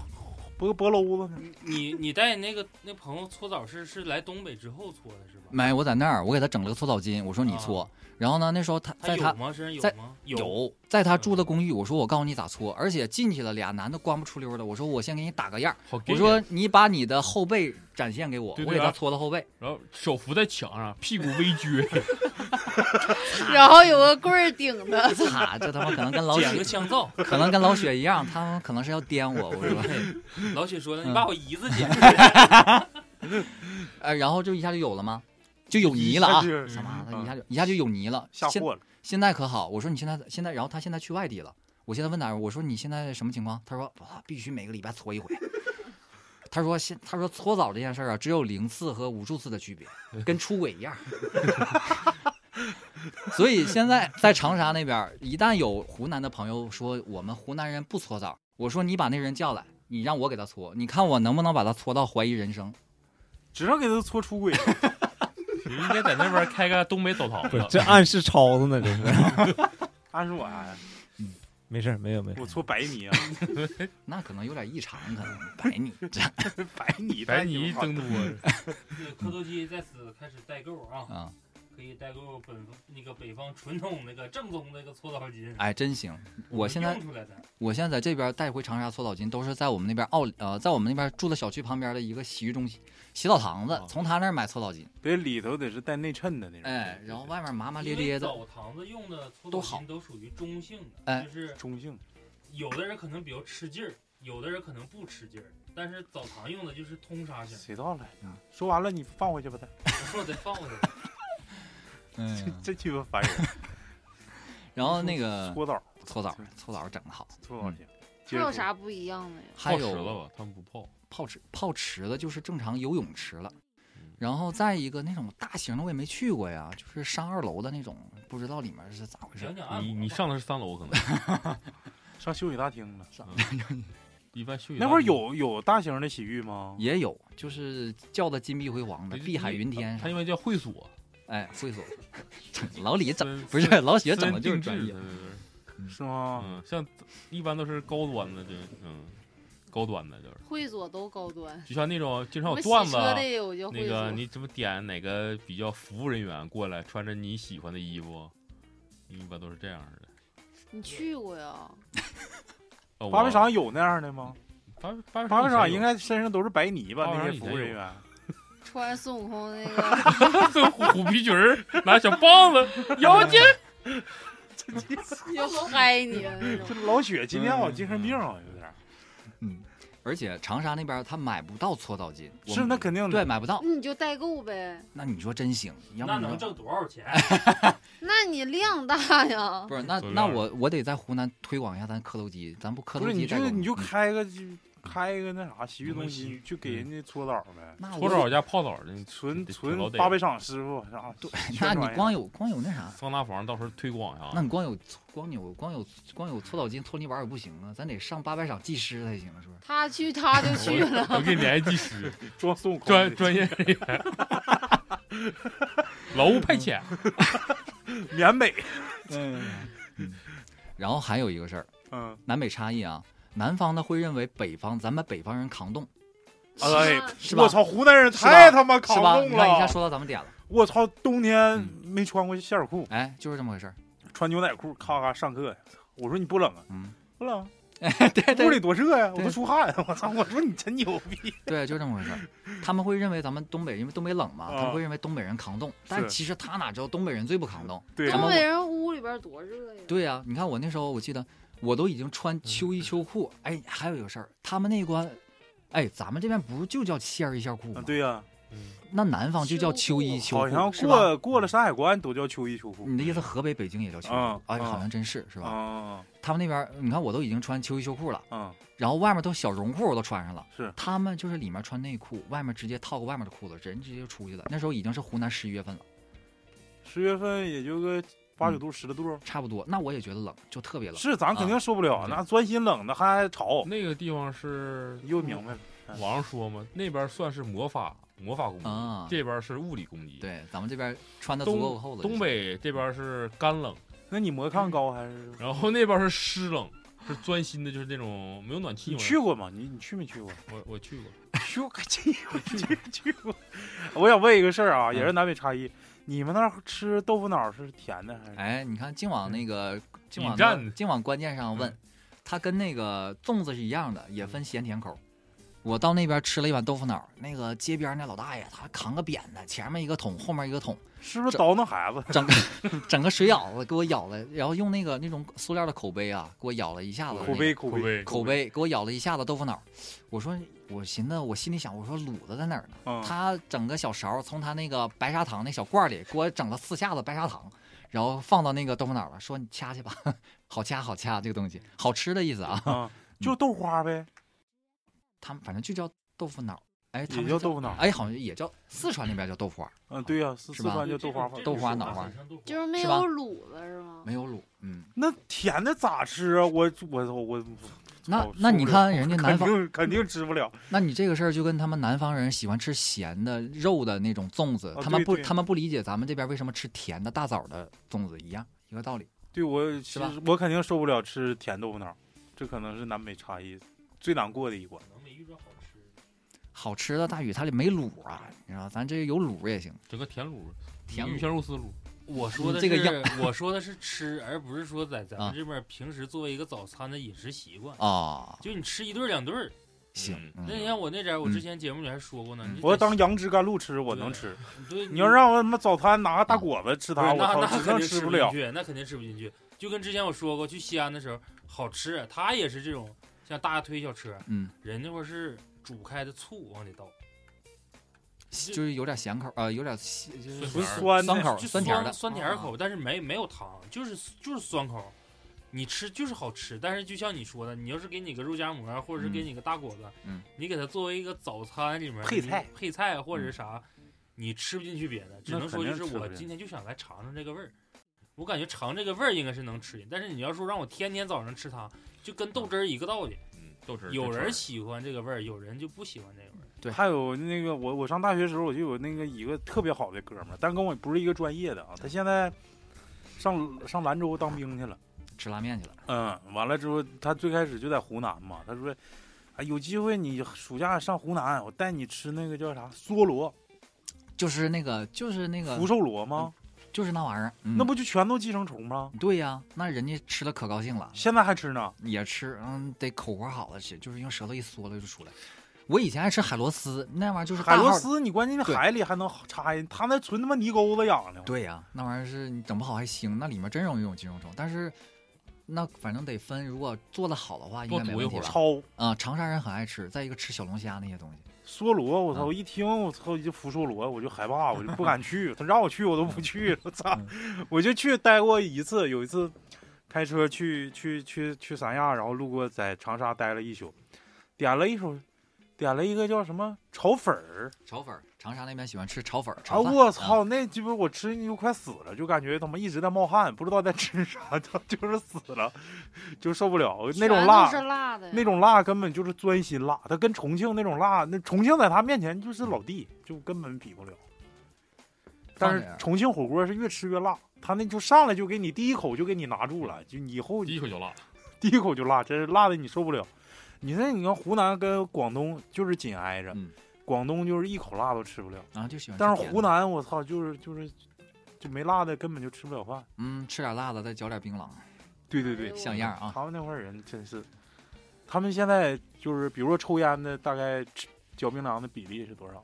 S3: 博博篓子呢？
S6: 你你你带那个那朋友搓澡是是来东北之后搓的是吧？
S2: 没，我在那儿，我给他整了个搓澡巾，我说你搓。然后呢，那时候他
S6: 他
S2: 在
S6: 有
S2: 他
S6: 吗？身上有
S2: 在
S6: 吗？
S2: 有在他住的公寓，我说我告诉你咋搓，而且进去了俩男的光不出溜的，我说我先给你打个样儿，
S7: 好，给
S2: 我
S7: 你
S2: 说你把你的后背展现给我，
S7: 对
S2: 我
S7: 对
S2: 给他
S7: 啊
S2: 搓了后背，
S7: 然后手扶在墙上，屁股微 撅，
S5: 然后有个棍儿顶着，
S2: 擦，这他妈可能跟老
S6: 捡
S2: 雪，
S6: 个 香皂。
S2: 可能跟老雪一样，他们可能是要颠我，我说。
S6: 老雪说的，
S2: 嗯
S6: 你把我姨子 捡。
S2: 呃，然后就一下就有了吗？就有泥了啊！
S3: 一下就
S2: 什么？
S3: 嗯
S2: 一下就一下就有泥了。
S3: 下
S2: 现
S3: 货了，
S2: 现在可好？我说你现在现在，然后他现在去外地了。我现在问他，我说你现在什么情况？他说啊，必须每个礼拜搓一回。 他说现他说搓澡这件事儿啊，只有零次和无数次的区别，跟出轨一样。 所以现在在长沙那边儿，一旦有湖南的朋友说我们湖南人不搓澡，我说你把那人叫来，你让我给他搓，你看我能不能把他搓到怀疑人生。
S3: 只能给他搓出轨，
S7: 你应该在那边开个东北澡堂
S4: 不是
S7: 子。
S4: 这暗示超子呢，这是。
S3: 按说我啥呀？
S4: 没事儿，没有没有，
S3: 我搓白泥啊，
S2: 那可能有点异常，可能白你这样
S3: 白泥，
S7: 白泥
S3: 太
S7: 增
S3: 牛
S7: 多
S3: 了，
S7: 了，
S6: 对磕头机在此开始代购啊，
S2: 啊，
S6: 可以代购本那个北方传统那个正宗那个搓澡巾。
S2: 哎，真行！我现在
S6: 用出来的，
S2: 我现在在这边带回长沙搓澡巾，都是在我们那边奥呃，在我们那边住的小区旁边的一个洗浴中心洗澡堂子
S7: 哦，
S2: 从他那儿买搓澡巾，
S3: 得里头得是带内衬的那种，
S2: 哎，然后外面麻麻咧
S6: 因为
S2: 咧的，
S6: 澡堂子用的搓
S2: 都
S6: 澡
S2: 好
S6: 巾都属于中性的，
S2: 哎
S6: 就是
S3: 中性，
S6: 有的人可能比较吃劲儿，有的人可能不吃劲儿，但是澡堂用的就是通杀 型，
S3: 谁到了？啊说完了你放回去吧，他
S6: 然后再放回去。
S2: 嗯，
S3: 这鸡巴烦人，
S2: 然后那个
S3: 搓澡，
S2: 搓澡搓澡整的好，
S3: 嗯搓澡去，
S5: 这
S3: 接着
S5: 有
S3: 说
S5: 啥不一样的呀？
S2: 还
S7: 泡池
S2: 有
S7: 了吧？他们不泡，
S2: 泡池泡池的就是正常游泳池了
S7: 嗯。
S2: 然后再一个那种大型的我也没去过呀，就是上二楼的那种，不知道里面是咋回事
S6: 讲。
S4: 啊
S6: 讲按
S7: 你
S6: 摩吧，
S7: 你上的是三楼可能。
S3: 上休息大厅了。
S7: 一般休息
S3: 那会儿有有大型的洗浴吗？
S2: 也有，就是叫的金碧辉煌的，碧海云天
S7: 嗯他
S2: 啥
S7: 因为叫会所，
S2: 哎，会所， 老李整
S7: 整
S2: 不是 老雪整的就是专业，
S3: 是吗？
S7: 嗯，像一般都是高端的，就是嗯，高端的就是，
S5: 会所都高端，
S7: 就像那种经常
S5: 我
S7: 有
S5: 们洗
S7: 段子啊
S5: 车，的也有叫
S7: 那
S5: 会所
S7: 个，你怎么点哪个比较服务人员过来，穿着你喜欢的衣服，一般都是这样的。
S5: 你去过呀？
S7: 哦
S3: 八位厂有那样的吗？
S6: 八 八
S3: 八位厂
S6: 厂
S3: 啊应该身上都是白泥吧？
S7: 八位厂
S3: 那
S7: 以
S3: 些
S7: 前
S3: 服务人
S7: 有
S3: 员，
S5: 穿孙悟空 那个
S7: 这 虎虎皮裙儿，拿小棒子，妖 精，
S5: 要嗨你的那
S3: 这
S5: 种，
S3: 老雪今天好像精神病啊，有点儿。
S2: 嗯，而且长沙那边他买不到搓澡巾，我
S3: 是
S2: 们
S3: 那肯定
S2: 对
S3: 的，
S2: 买不到。
S5: 那你就代购呗。
S2: 那你说真行，要不
S6: 那
S2: 你
S6: 能
S2: 说
S6: 挣多少钱？
S8: 那你量大呀，
S2: 不是那
S7: 塑
S2: 那
S7: 料
S2: 我我得在湖南推广一下咱磕头机，咱不磕
S3: 啊不
S2: 头
S3: 是
S2: 机
S3: 你
S2: 代
S3: 就
S2: 购
S3: 你就
S2: 吗
S3: 开个就开一个那啥洗浴中
S7: 洗
S3: 心，就给人
S2: 嗯
S3: 家搓澡呗。
S2: 那
S7: 搓
S2: 我
S7: 澡加泡澡 的，
S3: 纯
S7: 得得老
S3: 纯
S7: 得
S3: 八百厂师傅啥？
S2: 对
S3: 宣
S2: 那
S3: 传一
S2: 你
S3: 下
S2: 光有光有那啥，
S7: 桑拿房到时候推广啊
S2: 那
S7: 呀。
S2: 你光有光有光有光有搓澡巾搓泥板儿也不行啊，咱得上八百场技师才行啊，是不是？
S8: 他去 他就去了。
S7: 我给你联系技师，
S3: 装孙悟空
S7: 专
S3: 的
S7: 专业人员，劳务派遣。
S3: 缅 北，嗯
S2: 然后还有一个事儿，
S3: 嗯，
S2: 南北差异啊，南方呢会认为北方咱把北方人扛冻，
S3: 哎，
S2: 是吧
S3: 我操，湖南人
S2: 是吧
S3: 太他妈
S2: 是
S3: 扛
S2: 吧？
S3: 冻
S2: 你看一下
S3: 了！
S2: 说到咱们点了，
S3: 我操，冬天
S2: 嗯
S3: 没穿过线儿裤，
S2: 哎，就是这么回事儿。
S3: 穿牛仔裤，咔咔上课呀。我说你不冷啊？
S2: 嗯，
S3: 不冷， 屋
S2: 对对
S3: 里多热呀，我
S2: 对
S3: 都出汗。我操，我说你真牛逼。
S2: 对，就这么回事儿。他们会认为咱们东北，因为东北冷嘛，他们会认为东北人扛冻，但
S3: 啊是
S2: 其实他哪知道东北人最不扛冻。
S3: 对，
S2: 咱
S5: 东
S2: 们
S5: 北人屋里边多热呀！
S2: 对呀、你看我那时候，我记得我都已经
S3: 嗯
S2: 穿秋衣秋裤。哎，还有一个事儿，他们那一关，哎，咱们这边不是就叫线儿衣线儿裤吗
S3: 啊？对呀，
S2: 那南方就叫秋衣秋裤，
S3: 好像
S2: 是吧？
S3: 过过了山海关都叫秋衣秋裤。
S2: 你的意思，河北、北京也叫秋裤？
S3: 嗯
S2: 哎，
S3: 嗯
S2: 好像真是，是吧？
S3: 啊
S2: 他们那边，你看我都已经穿秋衣秋裤了，
S3: 啊
S2: 然后外面都小绒裤我都穿上了，
S3: 是
S2: 他们就是里面穿内裤，外面直接套个外面的裤子，人直接就出去了。那时候已经是湖南十一月份了，
S3: 十月份也就个八九度、十来度，
S2: 差不多。那我也觉得冷，就特别冷。
S3: 是咱肯定受不了，
S2: 嗯啊
S3: 那钻心冷的还潮，
S7: 那个地方是嗯
S3: 又明白了。
S7: 网上说嘛，那边算是魔法魔法攻击，
S2: 啊
S7: 这边是物理攻击。，
S2: 对，咱们这边穿的足够厚
S7: 东
S2: 了。
S7: 东北这边是干冷，
S3: 那你魔抗高还是？
S2: 嗯
S7: 然后那边是湿冷，是钻心的，就是那种没有暖气
S3: 你
S7: 嘛。
S3: 去过吗？你你去没去过？
S7: 我我去过，
S3: 去过，去过，去过。 我想问一个事儿啊，
S2: 嗯
S3: 也是南北差异。你们那儿吃豆腐脑是甜的还是？
S2: 哎，你看净网那个净网
S7: 嗯引战
S2: 的净网关键上问
S7: 嗯，
S2: 它跟那个粽子是一样的，也分咸甜口。我到那边吃了一碗豆腐脑，那个街边那老大爷他扛个扁担，前面一个桶，后面一个桶，
S3: 是不是
S2: 这
S3: 倒腾孩子？
S2: 整个整个水舀子给我舀了，然后用那个那种塑料的口杯啊，给我舀了一下子、那个
S3: 口碑口碑
S7: 碑
S2: 口碑给我舀了一下子豆腐脑。我说我寻思我心里想，我说卤子在哪儿呢？
S3: 嗯
S2: 他整个小勺从他那个白砂糖那小罐里给我整了四下子白砂糖，然后放到那个豆腐脑了，说你掐去吧， 好掐好掐这个东西，好吃的意思啊。
S3: 啊，就是豆花呗，
S2: 他们反正就叫豆腐脑，哎，他
S3: 也
S2: 们
S3: 叫
S2: 就
S3: 豆腐脑。
S2: 哎，好像也叫四川那边叫豆腐花，
S3: 嗯，对呀，四
S2: 是
S3: 四
S2: 吧
S3: 川叫豆花饭。
S2: 豆花脑花
S5: 就是没
S2: 是
S5: 有
S2: 吧
S5: 卤子是吗？
S2: 没有卤，嗯，
S3: 那甜的咋吃啊？我我我
S2: 那
S3: 好
S2: 那
S3: 受
S2: 你
S3: 不了
S2: 看人家
S3: 我
S2: 南
S3: 肯
S2: 方，
S3: 定肯定吃不了。
S2: 那你这个事儿就跟他们南方人喜欢吃咸的肉的那种粽子，
S3: 啊
S2: 他们
S3: 对
S2: 不
S3: 对
S2: 他们不理解咱们这边为什么吃甜的大枣的粽子一样一个道理。
S3: 对我其
S2: 吧
S3: 实我肯定受不了吃甜豆腐脑，这可能是南北差异最难过的一关。
S2: 好吃的大宇它里没卤啊，你知道，咱这有卤也行，
S7: 整个田卤，
S2: 甜
S7: 鱼
S2: 卤。
S7: 香肉丝卤，
S6: 我说的
S2: 这个
S6: 是我说的是吃，而不是说在咱
S2: 啊
S6: 们这边平时作为一个早餐的饮食习惯。
S2: 啊，
S6: 就你吃一顿儿两顿儿，
S2: 行，
S6: 那
S2: 嗯
S6: 你像我那点儿，我
S2: 嗯
S6: 之前节目里还说过呢。你
S3: 我要
S6: 在
S3: 当杨枝甘露吃，我能吃。
S6: 对，
S3: 你要让我他妈早餐拿个大果子吃
S6: 不是
S3: 它，我
S6: 那
S3: 操，
S6: 那
S3: 指
S6: 肯
S3: 定
S6: 定
S3: 吃
S6: 不
S3: 了
S6: 进。去，那肯定吃不进去。就跟之前我说过，去西安的时候好吃，他也是这种像大推小车，
S2: 嗯，
S6: 人那会儿是煮开的醋往里倒，
S2: 就是有点咸口，呃，有点咸就是
S3: 纯
S7: 酸甜
S3: 酸的，
S2: 酸
S7: 儿
S2: 口
S6: 就
S2: 酸甜儿的，啊
S6: 酸甜儿口，但是没没有糖，就是就是酸口。你吃就是好吃，但是就像你说的，你要是给你个肉夹馍，啊或者是给你个大果子，
S2: 嗯
S6: 你给它作为一个早餐里面
S3: 配菜
S6: 你配菜或者是啥，你吃不进去别的，只
S3: 那
S6: 能
S3: 肯
S6: 说就
S3: 定
S6: 是
S3: 吃不
S6: 我
S3: 进
S6: 今天就想来尝尝这个味儿。我感觉尝这个味儿应该是能吃进，但是你要说让我天天早上吃它，就跟豆汁儿一个道理。
S7: 嗯，豆汁儿。
S6: 有
S7: 这
S6: 人
S7: 串儿
S6: 喜欢这个味儿，有人就不喜欢这个味儿。
S2: 对
S3: 还有那个我我上大学时候我就有那个一个特别好的哥们儿，但跟我不是一个专业的啊，
S2: 嗯
S3: 他现在上上兰州当兵去了。
S2: 吃拉面去了，
S3: 嗯，完了之后，他最开始就在湖南嘛，他说，啊，有机会你暑假上湖南，我带你吃那个叫啥梭罗
S2: 就是那个就是那个
S3: 福寿螺吗？
S2: 就是那玩意儿。嗯
S3: 那不就全都寄生虫吗？
S2: 对呀、那人家吃了可高兴了，
S3: 现在还吃呢？
S2: 也吃，嗯，得口活好了吃，就是用舌头一嗦了就出来。我以前爱吃海螺丝，那玩意儿就是
S3: 海
S2: 大
S3: 螺
S2: 号。
S3: 丝，你关键那海里还能插进，它那纯他妈泥沟子养的。
S2: 对呀、那玩意儿是你整不好还腥，那里面真容易有寄生虫。但是，那反正得分，如果做的好的话，应
S7: 多
S2: 该没
S7: 煮一
S2: 问题
S7: 会儿
S2: 吧？
S3: 超
S2: 啊、长沙人很爱吃，再一个吃小龙虾那些东西。
S3: 梭罗，我操！
S2: 嗯
S3: 我一听，我操，我就福梭罗，我就害怕，我就不敢去。他让我去，我都不去。我操！ 我就去待过一次，有一次开车去去去去三亚，然后路过在长沙待了一宿，点了一首，点了一个叫什么炒粉儿。
S2: 炒粉儿，长沙那边喜欢吃炒粉儿。
S3: 啊！
S2: 炒饭
S3: 我！操，那鸡巴我吃你就快死了，就感觉他妈一直在冒汗，不知道在吃啥， 就是死了，就受不了那种辣
S5: 全都是辣的呀，
S3: 那种辣根本就是钻心辣，它跟重庆那种辣，那重庆在他面前就是老弟，就根本比不了。但
S2: 放点
S3: 是
S2: 儿
S3: 重庆火锅是越吃越辣，他那就上来就给你第一口就给你拿住了，就以后
S7: 第一口就辣，
S3: 第一口就辣，真是辣的你受不了。你那你看湖南跟广东就是紧挨着，
S2: 嗯
S3: 广东就是一口辣都吃不了，
S2: 然后就喜欢吃
S3: 但
S2: 甜的。
S3: 是湖南我操就是就是就没辣的根本就吃不了饭。
S2: 嗯，吃点辣的，再嚼点槟榔，
S3: 对对对，
S2: 像样啊。
S3: 哎他们那块儿人真是，他们现在就是比如说抽烟的，大概吃嚼槟榔的比例是多少？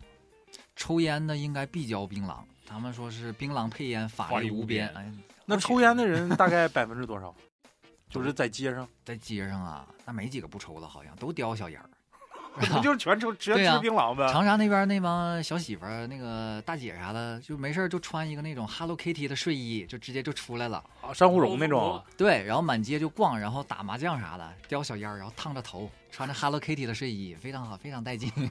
S2: 抽烟的应该必嚼槟榔，他们说是槟榔配烟，法
S7: 法
S2: 力
S7: 力
S2: 无
S7: 无
S2: 边。
S7: 边
S2: 哎，
S3: 那
S2: 好
S3: 抽
S2: 险
S3: 烟的人大 概百分之多少？就是在街上，
S2: 在街上啊，那没几个不抽的，好像都叼小烟儿。
S3: 不就是全抽直
S2: 对
S3: 接
S2: 啊
S3: 吃槟榔呗？
S2: 长沙那边那帮小媳妇儿、那个大姐啥的，就没事儿就穿一个那种 Hello Kitty 的睡衣，就直接就出来了。
S3: 啊珊瑚绒那种，
S2: 对，然后满街就逛，然后打麻将啥的，叼小烟儿，然后烫着头，穿着 Hello Kitty 的睡衣，非常好，非常带劲。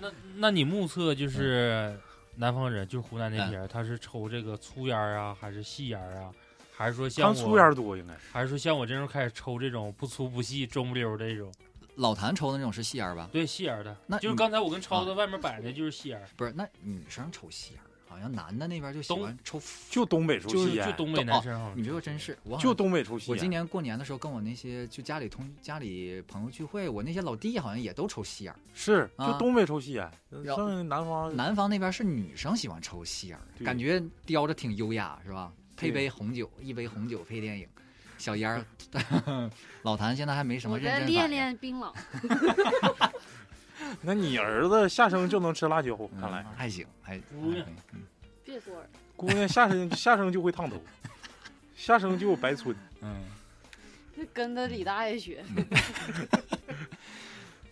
S6: 那那你目测就是
S2: 嗯
S6: 南方人，就是湖南
S2: 哎
S6: 那边，他是抽这个粗烟儿啊，还是细烟儿啊，还是说
S3: 他
S6: 像
S3: 们
S6: 我，
S3: 粗烟儿多应该是。
S6: 还是说像我这种开始抽这种不粗不细、中不溜儿的这种？
S2: 老谭抽的那种是细烟儿吧？
S6: 对，细烟儿的
S2: 那，
S6: 就
S2: 你
S6: 是
S2: 啊
S6: 刚才我跟超子外面摆的就是细烟儿，
S2: 不是，那女生抽细烟儿，好像男的那边就喜欢抽。
S3: 就东北抽
S6: 就
S3: 吸
S6: 是就
S3: 烟，
S6: 东北男生好啊像
S2: 啊你这个真是，我好像
S3: 就东北抽吸
S2: 啊我今
S3: 烟。
S2: 年过年的时候，跟我那些就家里同家里朋友聚会，我那些老弟好像也都抽细烟儿。
S3: 是，
S2: 啊
S3: 就东北抽吸烟，
S2: 然后
S3: 剩下南方
S2: 南方那边是女生喜欢抽细烟儿，
S3: 对
S2: 感觉叼着挺优雅，是吧？配
S3: 对
S2: 杯红酒，一杯红酒配电影，小烟儿。 老谭现在还没什么
S8: 我
S2: 认
S8: 再
S2: 真
S8: 练
S2: 反应，
S8: 练槟榔，
S3: 那你儿子下生就能吃辣椒，
S2: 嗯
S3: 看来
S2: 还行，嗯还
S6: 姑娘
S2: 还可以
S5: 别说 了，
S3: 姑娘下生下生就会烫头，下生就有白皴。
S2: 嗯，
S5: 就跟着李大爷学，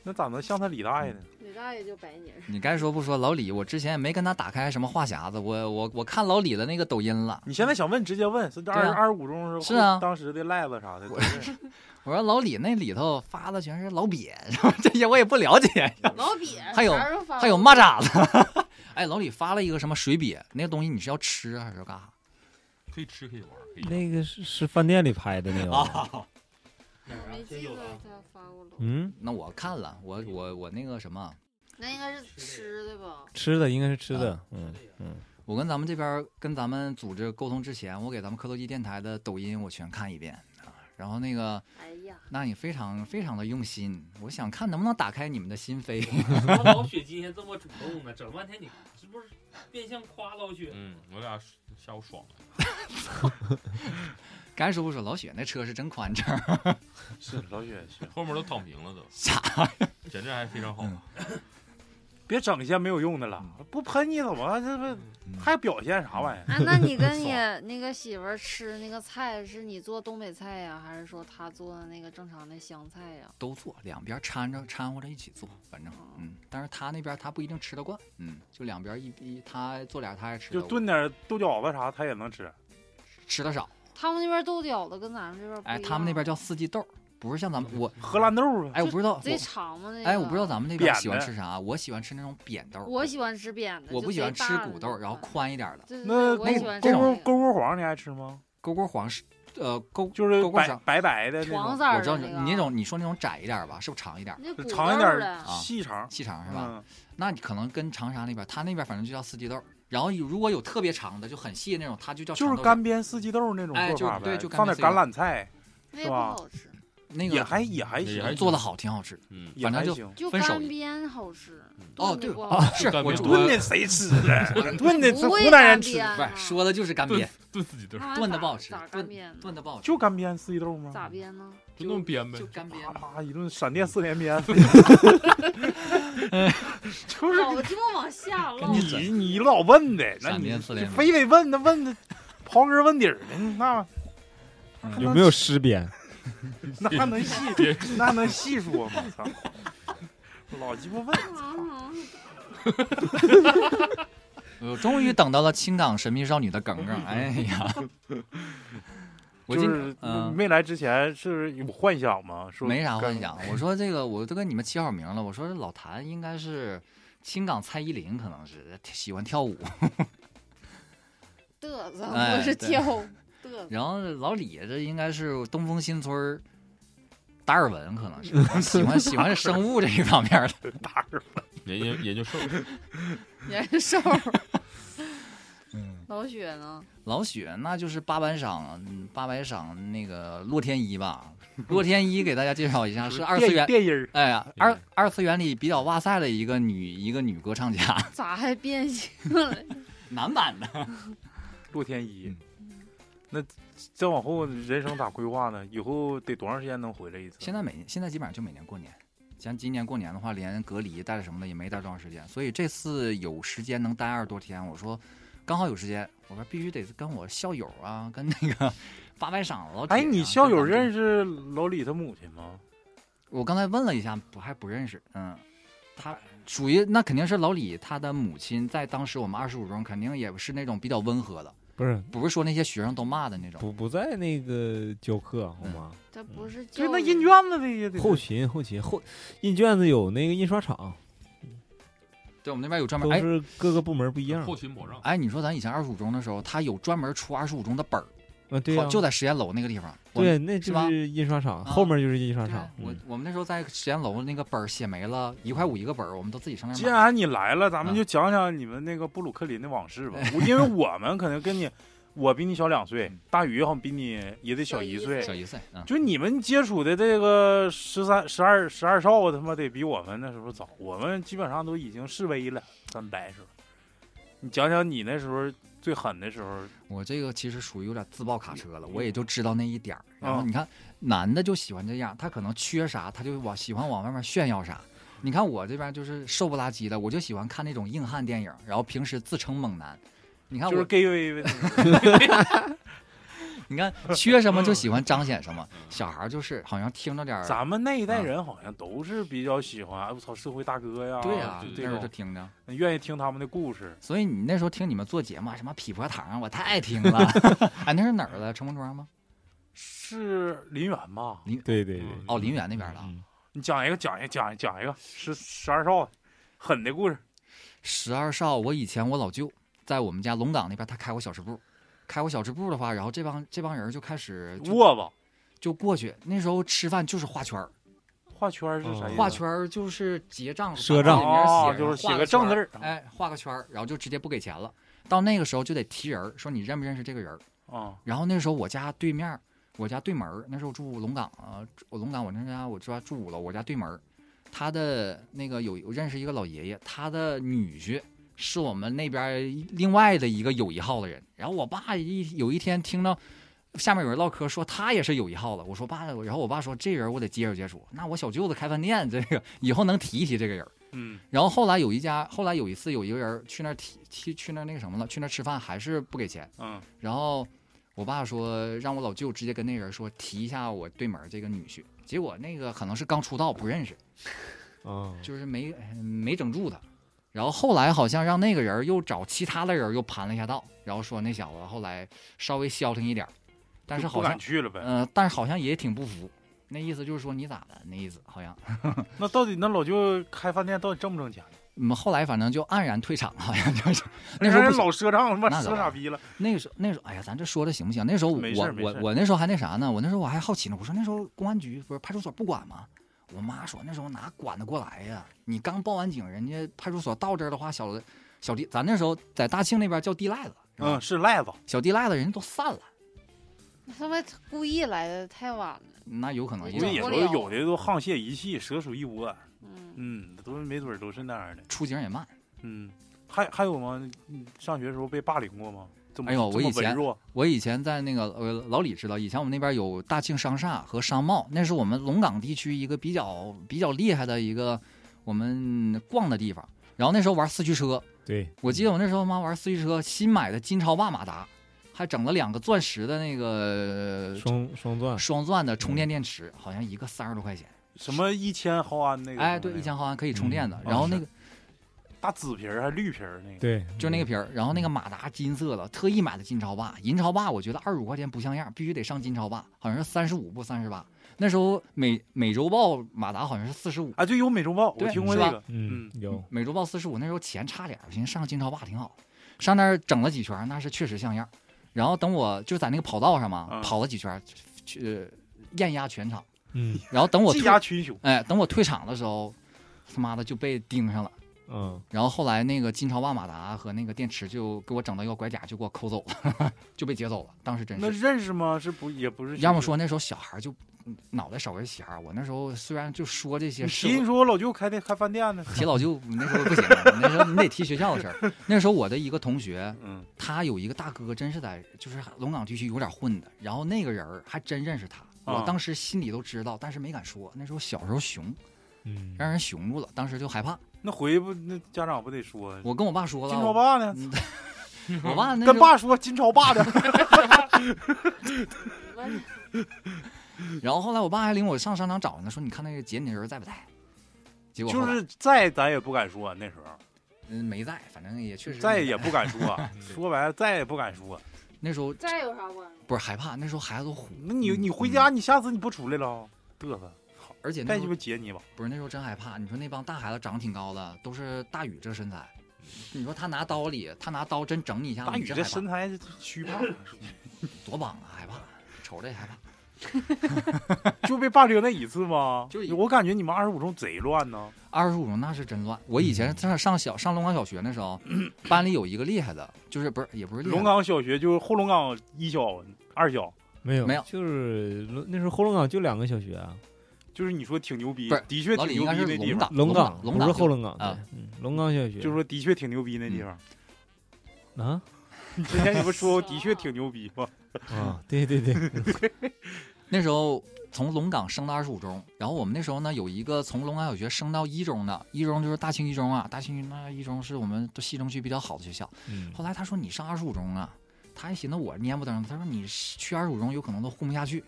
S3: 那咋能像他李大爷呢？
S5: 李大爷就白 泥儿。
S2: 你该说不说，老李，我之前也没跟他打开什么话匣子，我我我看老李的那个抖音了，
S3: 你现在想问直接问，是这
S2: 对
S3: 二
S2: 啊
S3: 二十五中是
S2: 是啊
S3: 当时的赖子啥的，
S2: 我
S3: 都是
S2: 我说老李那里头发的全是老瘪，是吧？这些我也不了 解，
S5: 老瘪，
S2: 还有
S5: 啥时候发
S2: 还有蚂蚱子。哎，老李发了一个什么水瘪，那个东西你是要吃啊还是要干啥？
S7: 可以吃可以玩，可以
S4: 那个是是饭店里拍的那个吗，
S5: 我没记得他发过了，
S4: 嗯，
S2: 那我看了，我我我那个什么，
S5: 那应该是吃的吧？
S4: 吃的应该是吃的
S2: 啊，
S4: 嗯嗯，
S2: 我跟咱们这边儿跟咱们组织沟通之前，我给咱们科多机电台的抖音我全看一遍啊。然后那个，
S5: 哎 呀，
S2: 那你非常非常的用心，我想看能不能打开你们的心扉。
S6: 怎么老雪今天这么主动呢？整半天你是不是变相夸老雪？
S7: 嗯，我俩下午爽了，
S2: 该说不说，老雪那车是真宽敞，
S3: 是老雪是，
S7: 后面都躺平了都，
S2: 啥？
S7: 简直还非常好。
S2: 嗯
S3: 别整一些没有用的了，不喷你怎么这不还表现啥玩意儿？
S5: 啊，那你跟你那个媳妇儿吃那个菜，是你做东北菜呀，还是说她做的那个正常的湘菜呀？
S2: 都做，两边掺着掺和着一起做，反正嗯。但是他那边他不一定吃得惯，嗯，就两边一一他做俩他爱吃的，
S3: 就炖点豆角子啥，他也能吃。
S2: 我吃的少。
S5: 他们那边豆角子跟咱们这边不一
S2: 哎，
S5: 样
S2: 他们那边叫四季豆，不是像咱们我
S3: 荷兰豆啊，
S2: 哎，我不知道
S5: 贼
S2: 我
S5: 长嘛那个。
S2: 哎，我不知道咱们那边
S3: 扁
S2: 喜欢
S3: 的
S2: 吃啥，我喜欢吃那种扁豆，
S5: 我喜欢吃扁的，
S2: 我
S5: 就
S2: 不喜欢
S5: 贼
S2: 吃
S5: 大嗯的
S2: 骨
S5: 那
S2: 豆，
S5: 种
S2: 然后
S5: 的
S2: 宽一点的。
S5: 对对
S3: 那
S5: 对，
S3: 勾
S5: 我也喜欢
S3: 勾
S5: 吃
S3: 勾
S5: 那个
S3: 勾勾黄你爱吃吗？
S2: 勾勾黄是呃勾，
S3: 就是
S2: 勾勾
S3: 白
S2: 黄
S3: 白白的那
S5: 黄
S3: 种，
S5: 色儿的
S2: 我知道
S5: 那
S2: 你
S5: 个
S2: 你那种你说那种窄一点吧，是不是长一点？
S5: 那骨
S3: 就
S5: 头
S3: 长一点儿啊
S5: 的，
S3: 细长
S2: 细长啊是吧？
S3: 嗯，
S2: 那你可能跟长沙那边，他那边反正就叫四季豆。然后有如果有特别长的，就很细的那种，它就叫
S3: 就
S2: 长
S3: 是
S2: 豆
S3: 干煸四季豆那种
S2: 哎
S3: 做法
S2: 就对
S3: 呗
S2: 就，干
S3: 放
S2: 煸
S3: 点
S2: 四季
S3: 橄
S2: 豆
S3: 榄菜，
S5: 那
S3: 是
S5: 也不
S3: 吧
S5: 好吃。
S2: 那个
S3: 也还也还行
S7: 也，还
S2: 做的好，挺好吃。
S7: 嗯，
S3: 也
S2: 反正
S3: 还
S2: 就
S3: 行。
S5: 就
S2: 分手
S5: 干
S2: 一
S5: 煸好吃，
S2: 哦，
S5: 炖的
S2: 对
S5: 不
S2: 啊
S5: 好，
S2: 是
S7: 干
S2: 我
S7: 煸
S2: 我
S3: 炖的谁吃 的？炖的
S5: 不
S3: 这
S5: 会
S3: 湖南人
S5: 干
S3: 吃
S5: 煸，
S2: 不是
S5: 啊
S2: 说的就是干煸
S7: 炖，炖自己都
S5: 那玩意儿
S2: 炖的
S5: 啊咋
S2: 不好吃
S5: 咋，
S2: 炖
S5: 干煸呢
S2: 炖的不好吃，
S3: 就干煸四季豆吗？
S5: 咋编呢？
S7: 就那么编呗
S2: 就，干
S3: 啪
S2: 煸。
S3: 啪一顿闪电四连 鞭，就是
S5: 老鸡巴往下 唠，
S3: 你你老问的，那
S2: 闪
S3: 你
S2: 电四连鞭
S3: 非得问那问的刨根问底儿的，那
S2: 嗯
S4: 有没有尸鞭？
S3: 那能细
S7: 别
S3: 那能细说吗？操，老鸡巴问，
S5: 啊
S2: 我终于等到了青港神秘少女的梗梗，哎呀，
S3: 嗯就
S2: 我今
S3: 是
S2: 嗯
S3: 没来之前是有幻想吗？说
S2: 没啥
S3: 干
S2: 幻，想。我说这个我都跟你们起好名了，我说老谭应该是青港蔡依林，可能是喜欢跳舞。
S5: 嘚瑟，
S2: 哎
S5: 我是
S2: 对
S5: 跳舞嘚瑟。
S2: 然后老李这应该是东风新村儿达尔文，可能是喜欢喜欢生物这一方面的。
S7: 研究研究兽，
S5: 年兽，
S2: 嗯，
S5: 老雪呢？
S2: 老雪那就是八百赏，嗯八百赏那个洛天依吧。洛天依给大家介绍一下，是二次元，
S3: 电音儿，
S2: 哎呀，
S7: 对
S2: 二二次元里比较哇塞的一个女一个女歌唱家，
S5: 咋还变
S3: 嗯
S5: 性了？
S2: 男版的。
S3: 洛天依。
S2: 嗯
S3: 那再往后人生咋规划呢？以后得多长时间能回来一次？
S2: 现在每年现在基本上就每年过年，像今年过年的话，连隔离带什么的也没待多长时间，所以这次有时间能待二十多天，我说刚好有时间，我说必须得跟我校友啊，跟那个八百赏老铁、啊。
S3: 哎，你校友认
S2: 识？
S3: 识老李他母亲吗？
S2: 我刚才问了一下，不还不认识，嗯，他。属于那肯定是老李他的母亲，在当时我们二十五中肯定也是那种比较温和的，
S4: 不是，
S2: 不是说那些学生都骂的那种。
S4: 不不在那个教课啊好吗？
S5: 这不是
S3: 对，
S5: 教
S3: 那
S5: 育
S3: 印卷子的也得
S4: 后勤后勤后印卷子有那个印刷厂，
S2: 对我们那边有专门
S4: 都
S2: 哎
S4: 是各个部门不一样
S7: 后。勤保障，
S2: 哎，你说咱以前二十五中的时候，他有专门出二十五中的本儿，
S4: 啊，对
S2: 好
S4: 呀，
S2: 就在实验楼那个地方。我
S4: 对，那
S2: 是
S4: 就
S2: 吧
S4: 是印刷厂，
S2: 啊
S4: 后面就是印刷
S2: 对
S4: 厂。
S2: 我
S4: 嗯
S2: 我们那时候在实验楼那个本儿写没了，一块五一个本儿，我们都自己上
S3: 既
S2: 面买。
S3: 然你来了，咱们
S2: 啊
S3: 就讲讲你们那个布鲁克林的往事吧。我因为我们可能跟你，我比你小两岁，大宇好像比你也得小一岁
S5: 小
S2: 小
S5: 一岁。
S2: 一岁，嗯，
S3: 就你们接触的这个十三、十二、十二少，他妈得比我们那时候早。我们基本上都已经示威了，咱们白时候。你讲讲你那时候最狠的时候，
S2: 我这个其实属于有点自爆卡车了，我也就知道那一点儿。然后
S3: 啊
S2: 你看，男的就喜欢这样，他可能缺啥，他就往喜欢往外面炫耀啥。你看我这边就是瘦不拉几的，我就喜欢看那种硬汉电影，然后平时自称猛男。你看
S3: 就是 gay 微
S2: 你看缺什么
S3: 嗯
S2: 就喜欢彰显什么，小孩儿就是好像听着点儿，
S3: 咱们那一代人好像都是比较喜欢，哎我操，社会大哥呀，
S2: 对呀、
S3: 就
S2: 那
S3: 这
S2: 时候就
S3: 种
S2: 听着。
S3: 愿意听他们的故事。
S2: 所以你那时候听你们做节目啊，什么匹婆堂啊，我太 爱听了。哎，那是哪儿的？城门庄吗？
S3: 是林园吧？
S4: 对对对，
S7: 嗯
S2: 哦，林园那边的。
S4: 嗯
S3: 你讲一个，讲一个，讲一个讲一个十十二少狠的故事。
S2: 十二少，我以前我老舅在我们家龙岗那边，他开过小吃部。开过小吃部的话，然后这帮这帮人就开始就
S3: 窝子
S2: 就过去，那时候吃饭就是画圈儿，
S3: 画圈儿是啥意思？
S2: 哦画圈儿就是结账
S4: 赊账
S2: 把自己名
S3: 嗯
S2: 儿
S3: 哦就
S2: 写上
S3: 是写
S2: 画个
S3: 个
S2: 圈
S3: 正字儿
S2: 哎，画个圈儿，然后就直接不给钱了。到那个时候就得提人儿，说你认不认识这个人儿。
S3: 啊，
S2: 然后那时候我家对面儿，我家对门儿，那时候住龙岗啊，住我龙岗我那家我家住五楼，我家对门儿，他的那个有我认识一个老爷爷，他的女婿是我们那边儿另外的一个友谊号的人。然后我爸一有一天听到下面有人唠嗑说他也是友谊号的，我说爸，然后我爸说这人我得接触接触，那我小舅子开饭店，这个以后能提一提这个人儿。
S3: 嗯，
S2: 然后后来有一家，后来有一次有一个人去那儿提去去那儿那个什么了，去那儿吃饭还是不给钱。
S3: 嗯，
S2: 然后我爸说让我老舅直接跟那人说提一下我对门这个女婿，结果那个可能是刚出道不认识，
S4: 啊，
S2: 就是没没整住他。然后后来好像让那个人又找其他的人又盘了一下道，然后说那小子后来稍微消停一点儿，但
S3: 就
S2: 是
S3: 不
S2: 好像
S3: 敢去了呗。
S2: 呃，但是好像也挺不服，那意思就是说你咋的那意思好像。
S3: 那到底那老舅开饭店到底挣不挣钱？
S2: 嗯，后来反正就黯然退场，好像就是那时
S3: 让人
S2: 候不行
S3: 老赊账，他妈
S2: 那
S3: 赊
S2: 可不
S3: 傻逼了。
S2: 那个时候，那个时候，哎呀，咱这说的行不行？那时候我
S3: 没事儿没
S2: 我
S3: 事儿
S2: 我那时候还那啥呢？我那时候我还好奇呢。我说那时候公安局不是派出所不管吗？我妈说那时候哪管得过来呀？你刚报完警，人家派出所到这儿的话，小的小地，咱那时候在大庆那边叫地赖子，是吧
S3: 嗯嗯，是赖子，
S2: 小地赖子人都散了，
S5: 他们故意来的太晚了。
S2: 那有可能
S3: 估计
S2: 因
S5: 那
S2: 为
S3: 也
S5: 不
S3: 都
S5: 了
S3: 有的都沆瀣一气，蛇鼠一窝。
S5: 嗯，
S3: 嗯，都是没准儿都是那样的。
S2: 出警也慢。
S3: 嗯，还还有吗？你上学的时候被霸凌过吗？这么
S2: 哎呦
S3: 这
S2: 我
S3: 么
S2: 以前
S3: 文弱
S2: 我以前在那个呃老李知道，以前我们那边有大庆商厦和商贸，那是我们龙岗地区一个比较比较厉害的一个我们逛的地方。然后那时候玩四驱车，
S4: 对，
S2: 我记得我那时候妈玩四驱车，新买的金超霸马达，还整了两个钻石的那个
S4: 双双钻，
S2: 双钻的充电电池，好像一个三十多块钱。
S3: 什么一千毫安那个？
S2: 哎，对，一千毫安可以充电的。
S3: 嗯
S2: 然后那
S3: 啊
S2: 个
S3: 大紫皮儿还绿皮儿那个。
S4: 对，嗯
S2: 就那个皮儿，然后那个马达金色的，特意买的金超霸。银超霸我觉得二十五块钱不像样，必须得上金超霸，好像是三十五不三十八。那时候美美洲豹马达好像是四十五，
S3: 啊，对，有美洲豹，我
S2: 对
S3: 听过
S2: 是
S3: 这
S2: 吧
S3: 个。
S4: 嗯，有
S2: 美洲豹四十五，那时候钱差点儿，寻思上金超霸挺好。上那儿整了几圈，那是确实像样。然后等我就在那个跑道上嘛，
S3: 嗯
S2: 跑了几圈，去呃艳压全场。
S4: 嗯
S2: 然后等我
S3: 技
S2: 退，
S3: 压群雄，
S2: 哎，等我退场的时候，他妈的就被盯上了。
S4: 嗯，
S2: 然后后来那个金超霸马达和那个电池就给我整到一个拐角，就给我抠走了， 就被劫走了。当时真
S3: 那
S2: 是，
S3: 认识吗？是不也不是？
S2: 要么说那时候小孩就嗯脑袋少根弦儿。我那时候虽然就说这些
S3: 你
S2: 事，
S3: 提你说我老舅开的开饭店呢。
S2: 提老舅那时候不行了，那时候你得提学校的事儿。那时候我的一个同学，
S3: 嗯，
S2: 他有一个大哥，真是在就是龙岗地区有点混的，然后那个人儿还真认识他。我
S3: 啊
S2: 当时心里都知道，但是没敢说。那时候小时候熊，
S4: 嗯，
S2: 让人熊住了，当时就害怕。
S3: 那回不那家长不得说
S2: 我跟我爸说了，
S3: 金朝霸呢？
S2: 嗯，我爸那时候
S3: 跟爸说金朝霸 的。嗯
S2: 然后后来我爸还领我上商场找呢，说你看那个姐你那人在不在？结果后
S3: 就
S2: 来
S3: 是在咱也不敢说，啊那时候
S2: 嗯没在，反正也确实
S3: 再
S2: 没在
S3: 也不敢说，啊 说白了再也不敢说。啊
S2: 那时候
S5: 再有啥关系？
S2: 不是害怕，那时候孩子都虎，
S3: 那你你回家，你下次你不出来了，嘚瑟，
S2: 而嗯且那
S3: 再
S2: 时
S3: 鸡
S2: 候
S3: 巴截你吧。
S2: 不是那时候真害怕。你说那帮大孩子长挺高的，都是大宇这身材，你说他拿刀里，他拿刀真整你一下，
S3: 嗯大
S2: 你
S3: 宇
S2: 真
S3: 这
S2: 害怕
S3: 身材虚 胖，
S2: 多棒啊，害怕，瞅着也害 怕。
S3: 就被霸凌那一次吗？
S2: 就一
S3: 我感觉你们二十五中贼乱呢。
S2: 二十五中那是真乱。我以
S3: 嗯
S2: 前上上小上龙岗小学那 时候，班里有一个厉害的，就是不是也不是厉害
S3: 龙岗小学就是后龙岗一小、二小，
S4: 没有
S2: 没有
S4: 就是那时候后龙岗就两个小学啊，
S3: 就是你说挺牛逼
S2: 不是，
S3: 的确
S2: 老
S3: 挺
S2: 李
S3: 牛
S2: 应该
S3: 逼
S2: 是
S3: 那地方，
S2: 龙岗
S4: 龙岗
S2: 啊龙
S4: 不是
S2: 岗
S4: 后龙岗
S2: 啊
S4: 对，嗯龙岗小学
S3: 就是说的确挺牛逼那地方。
S4: 啊
S2: 嗯
S3: 你之前你不说的确挺牛逼吗？
S4: 啊，对对 对，
S2: 那时候从龙岗升到二十五中，然后我们那时候呢有一个从龙岗小学升到一中的，一中就是大庆一中啊，大庆那一中是我们西城区比较好的学校。
S4: 嗯
S2: 后来他说你上二十五中啊，他还寻思我蔫不登，他说你是去二十五中有可能都混不下去，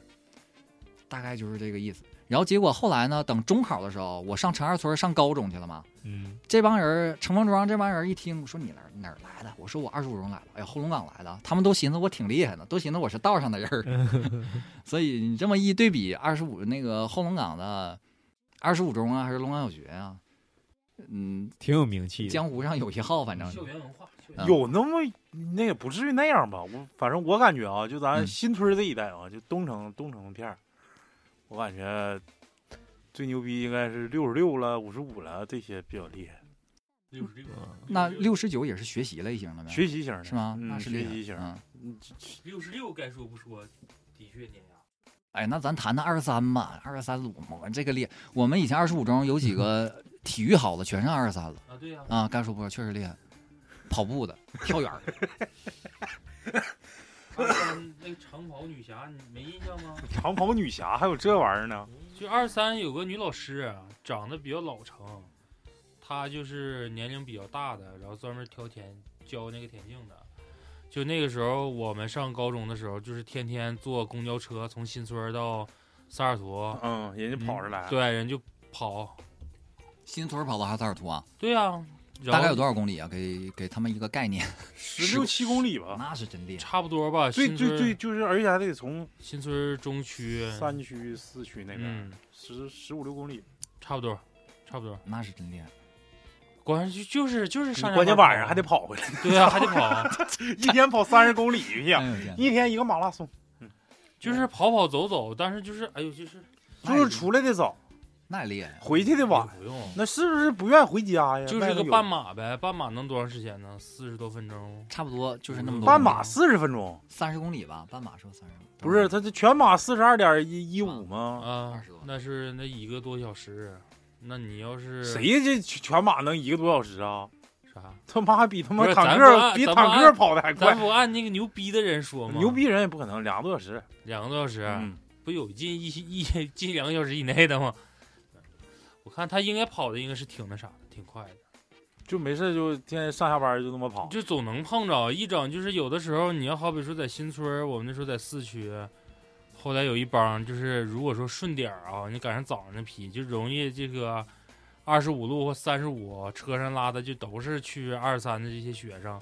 S2: 大概就是这个意思。然后结果后来呢，等中考的时候，我上城二村上高中去了嘛，
S4: 嗯
S2: 这帮人儿城封庄这帮人一听说你哪儿哪儿来的，我说我二十五中来的，哎呀后龙岗来的，他们都寻思我挺厉害的，都寻思我是道上的人儿。 所以你这么一对比，二十五那个后龙岗的二十五中啊，还是龙岗小学啊，嗯，
S4: 挺有名气的，
S2: 江湖上有一号，反正
S6: 校园文化，校园
S2: 嗯
S3: 有那么那也不至于那样吧？我反正我感觉啊，就咱
S2: 嗯
S3: 新村这一带啊，就东城东城片儿，我感觉最牛逼应该是六十六了、五十五了这些比较厉害，
S6: 六十六
S4: 啊
S2: 那六十九也是学习类型的呗，
S3: 学习型的
S2: 是吗？
S3: 嗯
S2: 那是厉
S3: 学
S2: 害
S3: 习型。
S2: 嗯
S6: 六十六，该说不说，的确啊碾压。
S2: 哎，那咱谈谈二十三吧，二十三鲁嘛，我这个厉害。我们以前二十五中有几
S3: 嗯
S2: 个 体育好的，全上二十三了
S6: 啊，对呀、
S2: 啊。该说不说，确实厉害。跑步的、跳远儿的，
S6: 二三啊那个长跑女侠，你没印象吗？
S3: 长跑女侠还有这玩意儿呢？
S6: 就二三有个女老师，啊长得比较老成，她就是年龄比较大的，然后专门挑田教那个田径的。就那个时候我们上高中的时候，就是天天坐公交车从新村儿到萨尔图，
S3: 嗯，人家跑着来，
S6: 对，人就跑，
S2: 新村跑到哈萨尔图啊，
S6: 对啊，然
S2: 大概有
S6: 后
S2: 多少公里啊？给给他们一个概念，
S3: 十六七公里吧。
S2: 那是真厉害。
S6: 差不多吧。
S3: 最
S6: 新村
S3: 最最就是，而且还得从
S6: 新村儿中区，
S3: 三区、四区那边
S6: 嗯，
S3: 十十五六公里，
S6: 差不多，差不多。
S2: 那是真厉害。
S6: 关键就就是就是上下
S3: 嗯关键
S6: 班
S3: 晚上还得，跑回 来，
S6: 对啊，还得跑，
S3: 一天跑三十公里去呀，
S6: 嗯
S2: 哎呦天哪
S3: 一天一个马拉松，
S6: 就是跑跑走走，但是就是哎呦，就是
S3: 就是出来的早。
S2: 那练呀，
S3: 回去的晚，
S6: 不用，
S3: 那是不是不愿回家呀？
S6: 就是
S3: 外头
S6: 个
S3: 嗯有
S6: 半马呗，半马能多长时间呢？四十多分钟，
S2: 差不多就是那么多公里。
S3: 半
S6: 嗯
S3: 马四十分钟，
S2: 三十公里吧，半马是三十，
S3: 不是他这全马四十二点一一五吗？
S6: 啊
S2: 20多，
S6: 那是那一个多小时。那你要是
S3: 谁呀？这全马能一个多小时啊？
S6: 啥？
S3: 他妈比他
S6: 不
S3: 妈
S6: 是
S3: 坦
S6: 咱不
S3: 克
S6: 按
S3: 比
S6: 咱不
S3: 坦克
S6: 按
S3: 跑的还
S6: 咱啊
S3: 快，
S6: 不按那个牛逼的人说吗？
S3: 牛逼人也不可能两个多小时。
S6: 两个多小时，啊
S3: 嗯，
S6: 不有近一一近两个小时以内的吗？我看他应该跑的应该是挺那啥的，挺快的，
S3: 就没事就天天上下班就那么跑。
S6: 就总能碰着。一整就是有的时候你要好比说在新村儿，我们那时候在四区，后来有一帮就是如果说顺点儿啊，你赶上早上那批，就容易这个二十五路或三十五车上拉的就都是去二三的这些学生，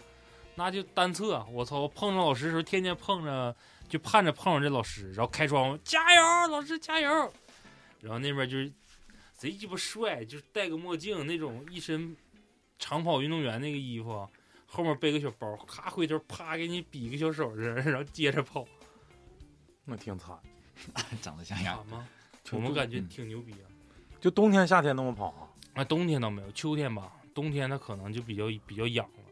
S6: 那就单测。我操，我碰上老师的时候，天天碰着就盼着碰上这老师，然后开窗户加油，老师加油。然后那边就是贼鸡巴帅，就是戴个墨镜那种，一身长跑运动员那个衣服，后面背个小包，咔回头啪给你比个小手势，然后接着跑，
S3: 那挺惨，
S2: 长得像样。
S6: 惨吗？
S3: 挺
S6: 我们
S3: 重
S6: 感觉
S2: 嗯
S6: 挺牛逼啊。
S3: 就冬天夏天那么跑啊。
S6: 啊，冬天倒没有，秋天吧，冬天它可能就比较比较痒了，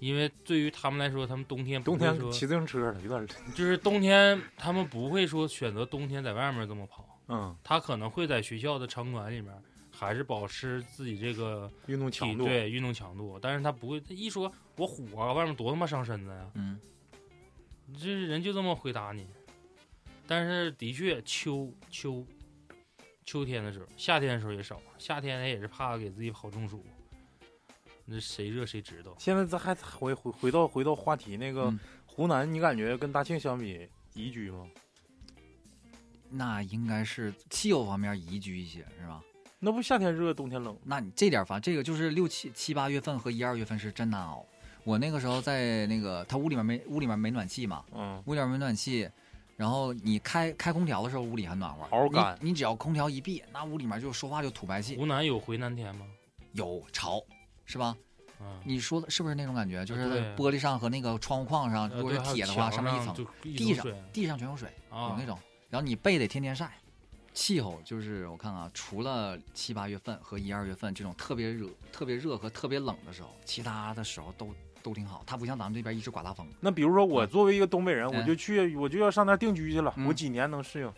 S6: 因为对于他们来说，他们冬天不
S3: 冬
S6: 会
S3: 天
S6: 说
S3: 骑自行车了，有点累
S6: 就是冬天，他们不会说选择冬天在外面这么跑，
S3: 嗯，
S6: 他可能会在学校的场馆里面，还是保持自己这个
S3: 运动
S6: 体
S3: 强度。
S6: 对运动强度，但是他不会他一说我虎啊，外面多他妈伤身子呀、
S2: 嗯，
S6: 这人就这么回答你。但是的确，秋秋秋天的时候，夏天的时候也少，啊夏天他也是怕给自己跑中暑，那谁热谁知道。
S3: 现在咱还回回回到回到话题那个
S2: 嗯
S3: 湖南，你感觉跟大庆相比宜居吗？
S2: 那应该是气候方面宜居一些，是吧？
S3: 那不夏天热，冬天冷。
S2: 那你这点儿烦，这个就是六七七八月份和一二月份是真难熬。我那个时候在那个他屋里面没屋里面没暖气嘛，
S3: 嗯，
S2: 屋里面没暖气，然后你开开空调的时候屋里很暖和，
S3: 嗷干
S2: 你你只要空调一闭，那屋里面就说话就吐白气，
S6: 湖南有回南天吗？
S2: 有潮，是吧？
S6: 啊，
S2: 你说的是不是那种感觉？就是
S6: 对啊
S2: 玻璃上和那个窗户框上，如果是
S6: 呃对
S2: 铁的
S6: 还
S2: 话，
S6: 有
S2: 上面一
S6: 墙
S2: 层，
S6: 就一
S2: 地
S6: 桶
S2: 上
S6: 水
S2: 地上全有水，有
S6: 啊
S2: 那，种。然后你被得天天晒，气候就是我看啊，除了七八月份和一二月份这种特别热、特别热和特别冷的时候，其他的时候都都挺好。它不像咱们这边一直刮大风。
S3: 那比如说我作为一个东北人，
S2: 嗯
S3: 我就去，我就要上那儿定居去了，
S2: 嗯
S3: 我几年能适应？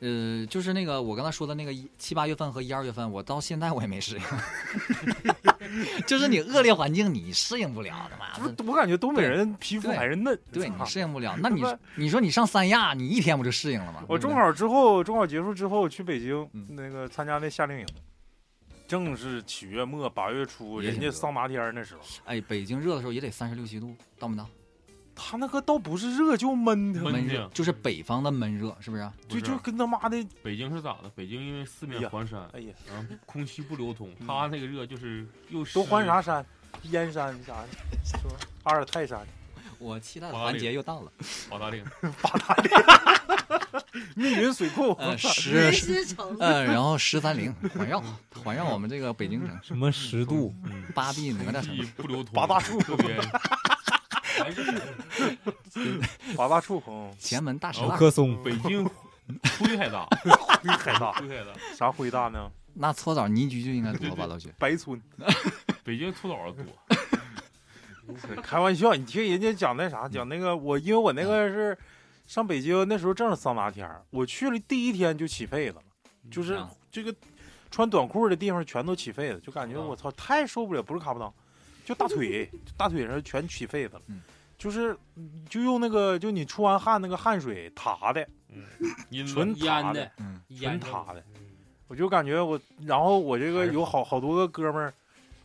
S2: 呃，就是那个我刚才说的那个一七八月份和一二月份，我到现在我也没适应。 就是你恶劣环境你适应不了的嘛，
S3: 不是，我感觉东北人皮肤
S2: 对
S3: 还是嫩。
S2: 对你
S3: 操
S2: 适应不了。那你
S3: 他妈
S2: 你说你上三亚，你一天不就适应了吗？
S3: 我
S2: 对不对
S3: 中考之后，中考结束之后去北京
S2: 嗯
S3: 那个参加那夏令营，正是七月末八月初，
S2: 也
S3: 人
S2: 挺
S3: 家
S2: 热
S3: 桑拿天儿那时候，
S2: 哎，北京热的时候也得三十六七度，到没到？
S3: 他那个倒不是热就闷腾，
S7: 闷
S2: 热
S7: 热
S2: 就是北方的闷热，是不啊是？
S7: 不
S3: 就是就跟他妈的，
S7: 北京是咋的？北京因为四
S3: 哎呀
S7: 面环山，
S3: 哎呀，
S7: 然后空气不流通，它那个热就是又湿
S3: 都环啥山？燕山啥 的，是吧阿尔泰山、
S2: 我期待的
S7: 华
S2: 环
S7: 丽
S2: 节又到了。
S7: 保大岭，
S3: 密云水库，
S2: 呃，十，
S8: 人心城
S2: 呃，然后十三陵环绕环绕我们这个北京城，
S4: 什么十度，
S2: 八臂哪吒
S7: 气
S2: 城，
S7: 不流通，
S3: 八大处
S7: 特 别哎
S6: 还是
S3: 八大处，嗯，
S2: 前门大石
S4: 五
S2: 栏。
S4: 棵松，
S7: 北京灰还大，
S3: 海大，
S7: 灰还大。
S3: 啥灰大呢？
S2: 那搓澡泥居就应该多吧，老许？
S3: 白村。
S7: 北京搓澡的多，
S3: 开玩笑，你听人家讲那啥，讲那个我，因为我那个是上北京那时候正是桑拿天儿，我去了第一天就起痱子了，就是
S2: 啊
S3: 这个穿短裤的地方全都起痱子，就感觉
S7: 啊
S3: 我操太受不了，不是卡布裆，就大腿就大腿上全起痱子了
S2: 嗯，
S3: 就是就用那个就你出完汗那个汗水塌的，
S7: 阴
S3: 纯
S7: 冷
S3: 塌
S6: 烟
S3: 的
S6: 的，
S2: 嗯，
S6: 烟
S3: 纯塌的
S6: 嗯
S3: 我就感觉我，然后我这个
S6: 还是
S3: 有好好多个哥们儿，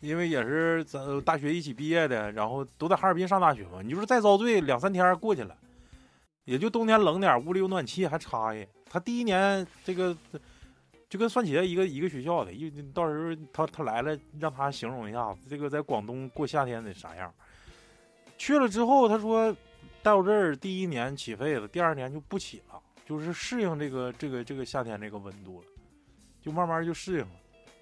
S3: 因为也是咱呃大学一起毕业的，然后都在哈尔滨上大学嘛。你就是再遭罪，两三天儿过去了，也就冬天冷点儿，屋里有暖气还插呀。他第一年这个就跟蒜茄一个一个学校的，一到时候他他来了，让他形容一下子这个在广东过夏天得啥样。去了之后，他说到这儿第一年起痱子，第二年就不起了，就是适应这个这个这个夏天这个温度了。就慢慢就适应了。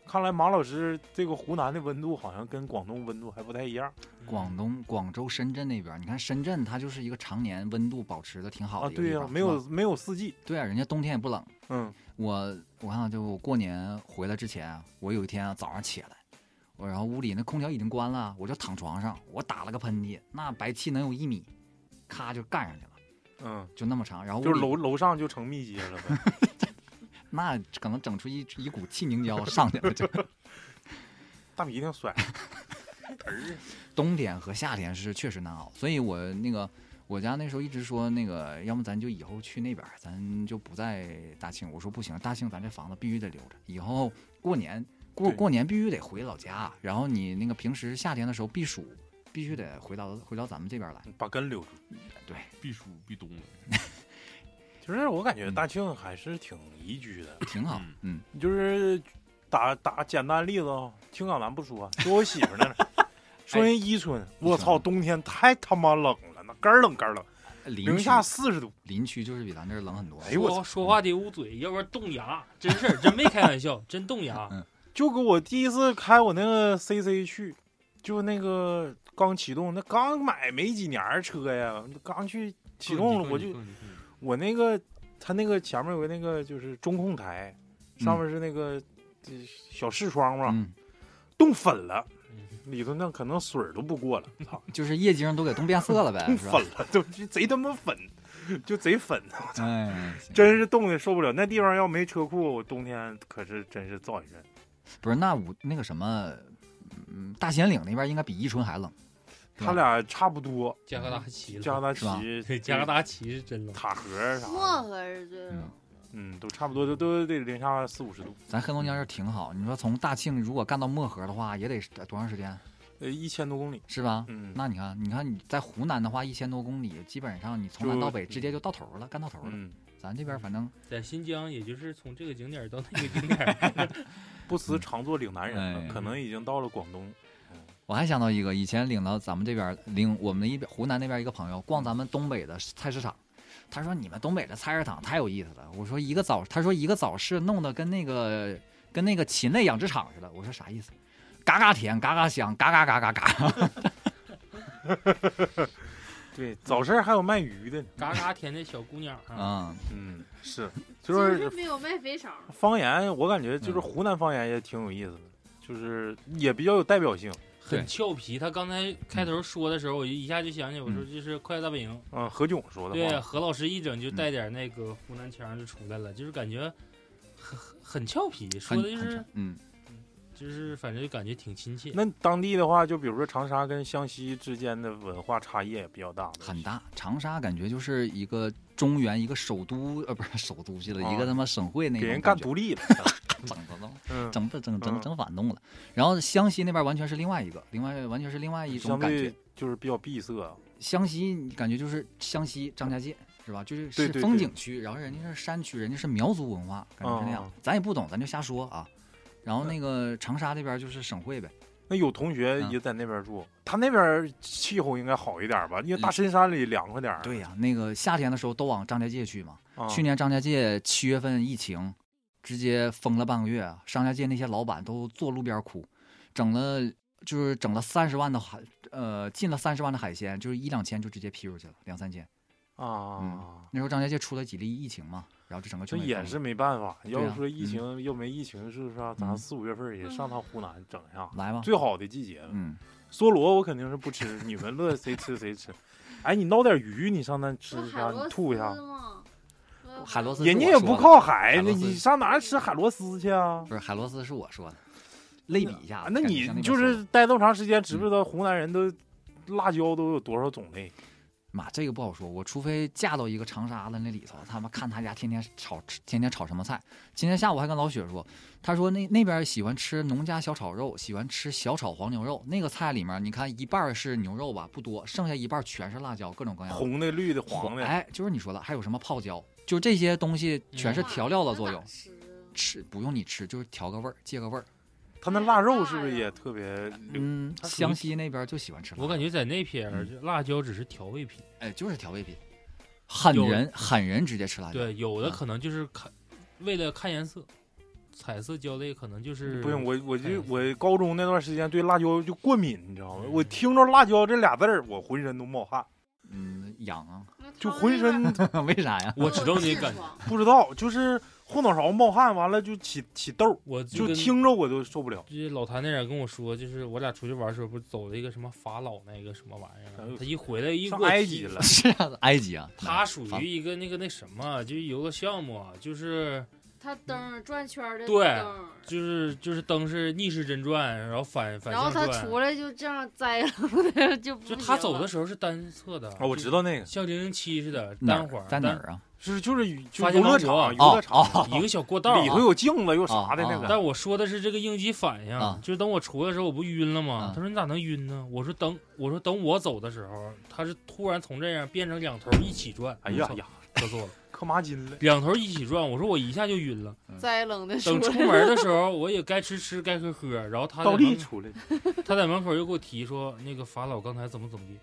S3: 看来马老师这个湖南的温度好像跟广东温度还不太一样
S2: 广
S6: 嗯
S2: 东、广州、深圳那边儿，你看深圳它就是一个常年温度保持的挺好
S3: 啊。
S2: 的一个地
S3: 对呀、
S2: 方，
S3: 没
S2: 是吧
S3: 有没有四季。
S2: 对啊，人家冬天也不冷。
S3: 嗯，
S2: 我我看就过年回来之前啊，我有一天啊早上起来，我然后屋里那空调已经关了，我就躺床上，我打了个喷嚏，那白气能有一米，咔就干上去了，
S3: 嗯，
S2: 就那么长。然后屋
S3: 就是
S2: 里
S3: 楼楼上就成密接了呗。
S2: 那可能整出一一股气凝胶上去了，就
S3: 大鼻涕甩，
S2: 冬天和夏天是确实难熬，所以我那个我家那时候一直说那个，要么咱就以后去那边儿，咱就不在大庆。我说不行，大庆咱这房子必须得留着，以后过年过
S3: 对
S2: 过年必须得回老家，然后你那个平时夏天的时候避暑，必须得回到回到咱们这边来。
S3: 把根留住。
S2: 对，
S7: 避暑避冬了。
S3: 其实我感觉大庆还是挺宜居 的，
S2: 挺好，嗯，
S3: 就是打打简单例子啊，青港咱不说， 说我媳妇儿那儿，
S2: 哎
S3: 说人伊春，我操，冬天太他妈冷了，那干儿冷干儿冷，
S2: 嗯林
S3: 零
S2: 区
S3: 下四十度，
S2: 林区就是比咱这儿冷很多。
S3: 哎呦我
S6: 说
S3: 操
S6: 说话得捂嘴，要不然冻牙。真事儿，真没开玩笑，真冻牙。
S3: 就给我第一次开我那个 CC 去，就那个刚启动，那刚买没几年儿车呀，刚去启动了，我就我那个它那个前面有个那个就是中控台，上面是那个这小视窗嘛，
S2: 嗯，
S3: 冻粉了，
S6: 嗯
S3: 里头那可能水儿都不过了，操，
S2: 就是液晶都给冻变色 了呗，
S3: 冻
S2: 是
S3: 粉
S2: 吧？
S3: 了，都贼他妈粉， 就贼粉，
S2: 哎，行
S3: 真是冻的受不了。那地方要没车库，我冬天可是真是造一阵。
S2: 不是那我那个什么，嗯，大兴岭那边应该比伊春还冷。对
S3: 他俩差不多，
S6: 加格达奇了，
S3: 加拿大
S2: 是吧
S3: 旗、
S6: 加格达奇是真的。
S3: 塔河啥
S5: 漠
S3: 的，
S5: 河是最冷
S2: 嗯
S5: 的，
S3: 嗯，都差不多，都都得零下四五十度，
S2: 咱黑龙江这儿挺好，你说从大庆如果干到漠河的话，也得多长时间，
S3: 呃，一千多公里，
S2: 是吧？
S3: 嗯，
S2: 那你看，你看你在湖南的话，一千多公里，基本上你从南
S3: 就
S2: 到北直接就到头了，干到头了。
S3: 嗯，
S2: 咱这边反正，
S6: 在新疆，也就是从这个景点儿到那个景点儿，
S3: 不辞常作岭南人了，
S2: 哎
S3: 可能已经到了广东，
S2: 我还想到一个，以前领到咱们这边领我们一边湖南那边一个朋友逛咱们东北的菜市场，他说你们东北的菜市场太有意思了。我说一个早，他说一个早市弄得跟那个跟那个禽类养殖场似的。我说啥意思？嘎嘎甜，嘎嘎香，嘎嘎嘎嘎嘎。
S3: 对，早市还有卖鱼的呢，
S6: 嘎嘎甜的小姑娘啊，
S2: 嗯，
S3: 嗯，是，就
S5: 就是
S3: 是
S5: 没有卖肥肠儿。
S3: 方言，我感觉就是
S2: 嗯
S3: 湖南方言也挺有意思的，就是也比较有代表性，
S2: 对
S6: 很俏皮。他刚才开头说的时候，我就一下就想起，我说这是《快乐大本营》
S3: 嗯，何炅说的
S6: 对，
S3: 话，
S6: 何老师一整就带点那个湖南腔儿就出来了，就是感觉很很俏皮，说
S2: 很
S6: 的就是
S2: 很嗯，
S6: 就是反正就感觉挺亲切。
S3: 那当地的话，就比如说长沙跟湘西之间的文化差异也比较大，
S2: 很，大。长沙感觉就是一个中原一个首都，呃，不是首都去了，一个他妈省会那
S3: 啊给
S2: 种
S3: 人
S2: 感
S3: 干
S2: 觉
S3: 独立了，
S2: 整的都
S3: 嗯，
S2: 整不整整
S3: 嗯
S2: 整反动了。然后湘西那边完全是另外一个，另外完全是另外一种
S3: 相
S2: 感觉
S3: 对。就是比较闭塞，啊
S2: 湘西你感觉就是湘西张家界是吧？就是
S3: 对
S2: 是
S3: 对
S2: 风
S3: 对
S2: 景区，然后人家是山区，人家是苗族文化，感觉是那样
S3: 嗯。
S2: 咱也不懂，咱就瞎说啊。然后那个长沙这边就是省会呗，
S3: 那有同学
S2: 嗯
S3: 也在那边住，他那边气候应该好一点吧？因为大深山里凉快点儿。
S2: 嗯对呀、那个夏天的时候都往张家界去嘛，
S3: 啊，
S2: 去年张家界七月份疫情，直接封了半个月啊！张家界那些老板都坐路边哭，整了就是整了三十万的海，呃，进了三十万的海鲜，就是一两千就直接批出去了，两三千。
S3: 啊，
S2: 那时候张家界出了几例疫情嘛，然后这整个
S3: 这
S2: 全给
S3: 也
S2: 封了
S3: 是没办法。
S2: 啊
S3: 要说疫情，要没疫情，是不是啊？咱
S2: 嗯
S3: 四五月份也上趟湖南整一下，
S2: 来吧，
S3: 最好的季节。
S2: 嗯，
S3: 梭罗我肯定是不吃，你们乐谁吃谁吃。哎，你捞点鱼，你上那吃
S5: 不
S3: 一
S5: 海
S3: 下，
S5: 螺
S3: 你
S5: 丝
S3: 吐一下。
S5: 吗？我
S2: 海螺丝
S3: 人家
S2: 是
S3: 也
S2: 我
S3: 不
S2: 说的
S3: 靠海，
S2: 海
S3: 那
S2: 螺丝
S3: 你上哪儿吃海螺丝去啊？
S2: 不是海螺丝是我说的，类比一下
S3: 啊
S2: 子，
S3: 那
S2: 感觉像
S3: 你
S2: 边
S3: 就
S2: 说
S3: 是
S2: 的嗯
S3: 待这么长时间，知不知道湖南人都辣椒都有多少种类？
S2: 妈，这个不好说。我除非嫁到一个长沙的那里头，他们看他家天天炒，天天炒什么菜。今天下午还跟老雪说，他说那那边喜欢吃农家小炒肉，喜欢吃小炒黄牛肉。那个菜里面，你看一半儿是牛肉吧，不多，剩下一半儿全是辣椒，各种各样的。
S3: 红的、绿的、黄的。
S2: 哎，就是你说的，还有什么泡椒，就这些东西
S6: 嗯
S2: 全是调料的作用。吃不用你吃，就是调个味儿，借
S3: 嗯
S2: 个味儿。
S3: 它那腊肉是不是也特别溜？
S2: 嗯，
S3: 它属于
S2: 湘西那边就喜欢吃辣。
S6: 我感觉在那片儿，就辣椒只是调味品。
S2: 哎，就是调味品，狠
S6: 有
S2: 人狠人直接吃辣椒。
S6: 对，有的
S2: 嗯
S6: 可能就是看，为了看颜色，彩色椒类可能就是
S3: 不行，我我
S6: 哎
S3: 就我高中那段时间对辣椒就过敏，你知道吗？
S6: 嗯
S3: 我听着辣椒这俩字儿，我浑身都冒汗，
S2: 嗯，痒啊，
S3: 就浑身
S2: 为啥呀？
S6: 我知
S5: 哦
S6: 道你感觉，
S5: 觉。
S3: 不知道，就是后脑勺冒汗，完了就起起痘儿，
S6: 我
S3: 就
S6: 跟
S3: 听着我都受不了。
S6: 就是老谭那点跟我说，就是我俩出去玩的时候，不是走了一个什么法老那个什么玩意
S3: 哎呦
S6: 儿，他一回来一
S3: 上
S6: 给我
S3: 埃
S6: 提
S3: 及了，
S2: 是啊，埃及啊，
S6: 他属
S2: 法
S6: 于一个那个那什么，就是游乐项目啊，就是
S5: 它灯儿转圈儿的
S6: 对
S5: 灯儿，
S6: 就是就是灯是逆时针转，然后反反
S5: 然后
S6: 向
S5: 他
S6: 转。
S5: 出来就这样栽了，就不
S6: 就
S5: 行
S6: 他走
S5: 了
S6: 的时候是单侧的，
S3: 啊，我知道那个
S6: 像零零七似的
S2: 哪
S6: 单环
S2: 儿，在哪儿啊？
S3: 是就是就
S6: 发现
S3: 游乐
S6: 王国
S3: 场，啊游乐
S2: 哦
S6: 啊
S3: 场
S6: 单一个小过道啊
S3: 里头有镜子又啥的那
S2: 啊啊
S3: 个，
S6: 但我说的是这个应急反应，
S2: 啊
S6: 就是等我出来的时候，我不晕了吗？
S2: 啊
S6: 他说你咋能晕呢？我说等我说等我走的时候，他是突然从这样变成两头一起转。
S3: 哎呀
S6: 我操
S3: 呀，
S6: 说错了，
S3: 可麻筋了。
S6: 两头一起转。我说我一下就晕了。
S5: 栽冷的时候
S6: 等，出门的时候，我也该吃吃该喝喝，然后他在
S3: 倒立
S6: 门
S3: 出来，
S6: 他在门口又给我提说那个法老刚才怎么怎么地，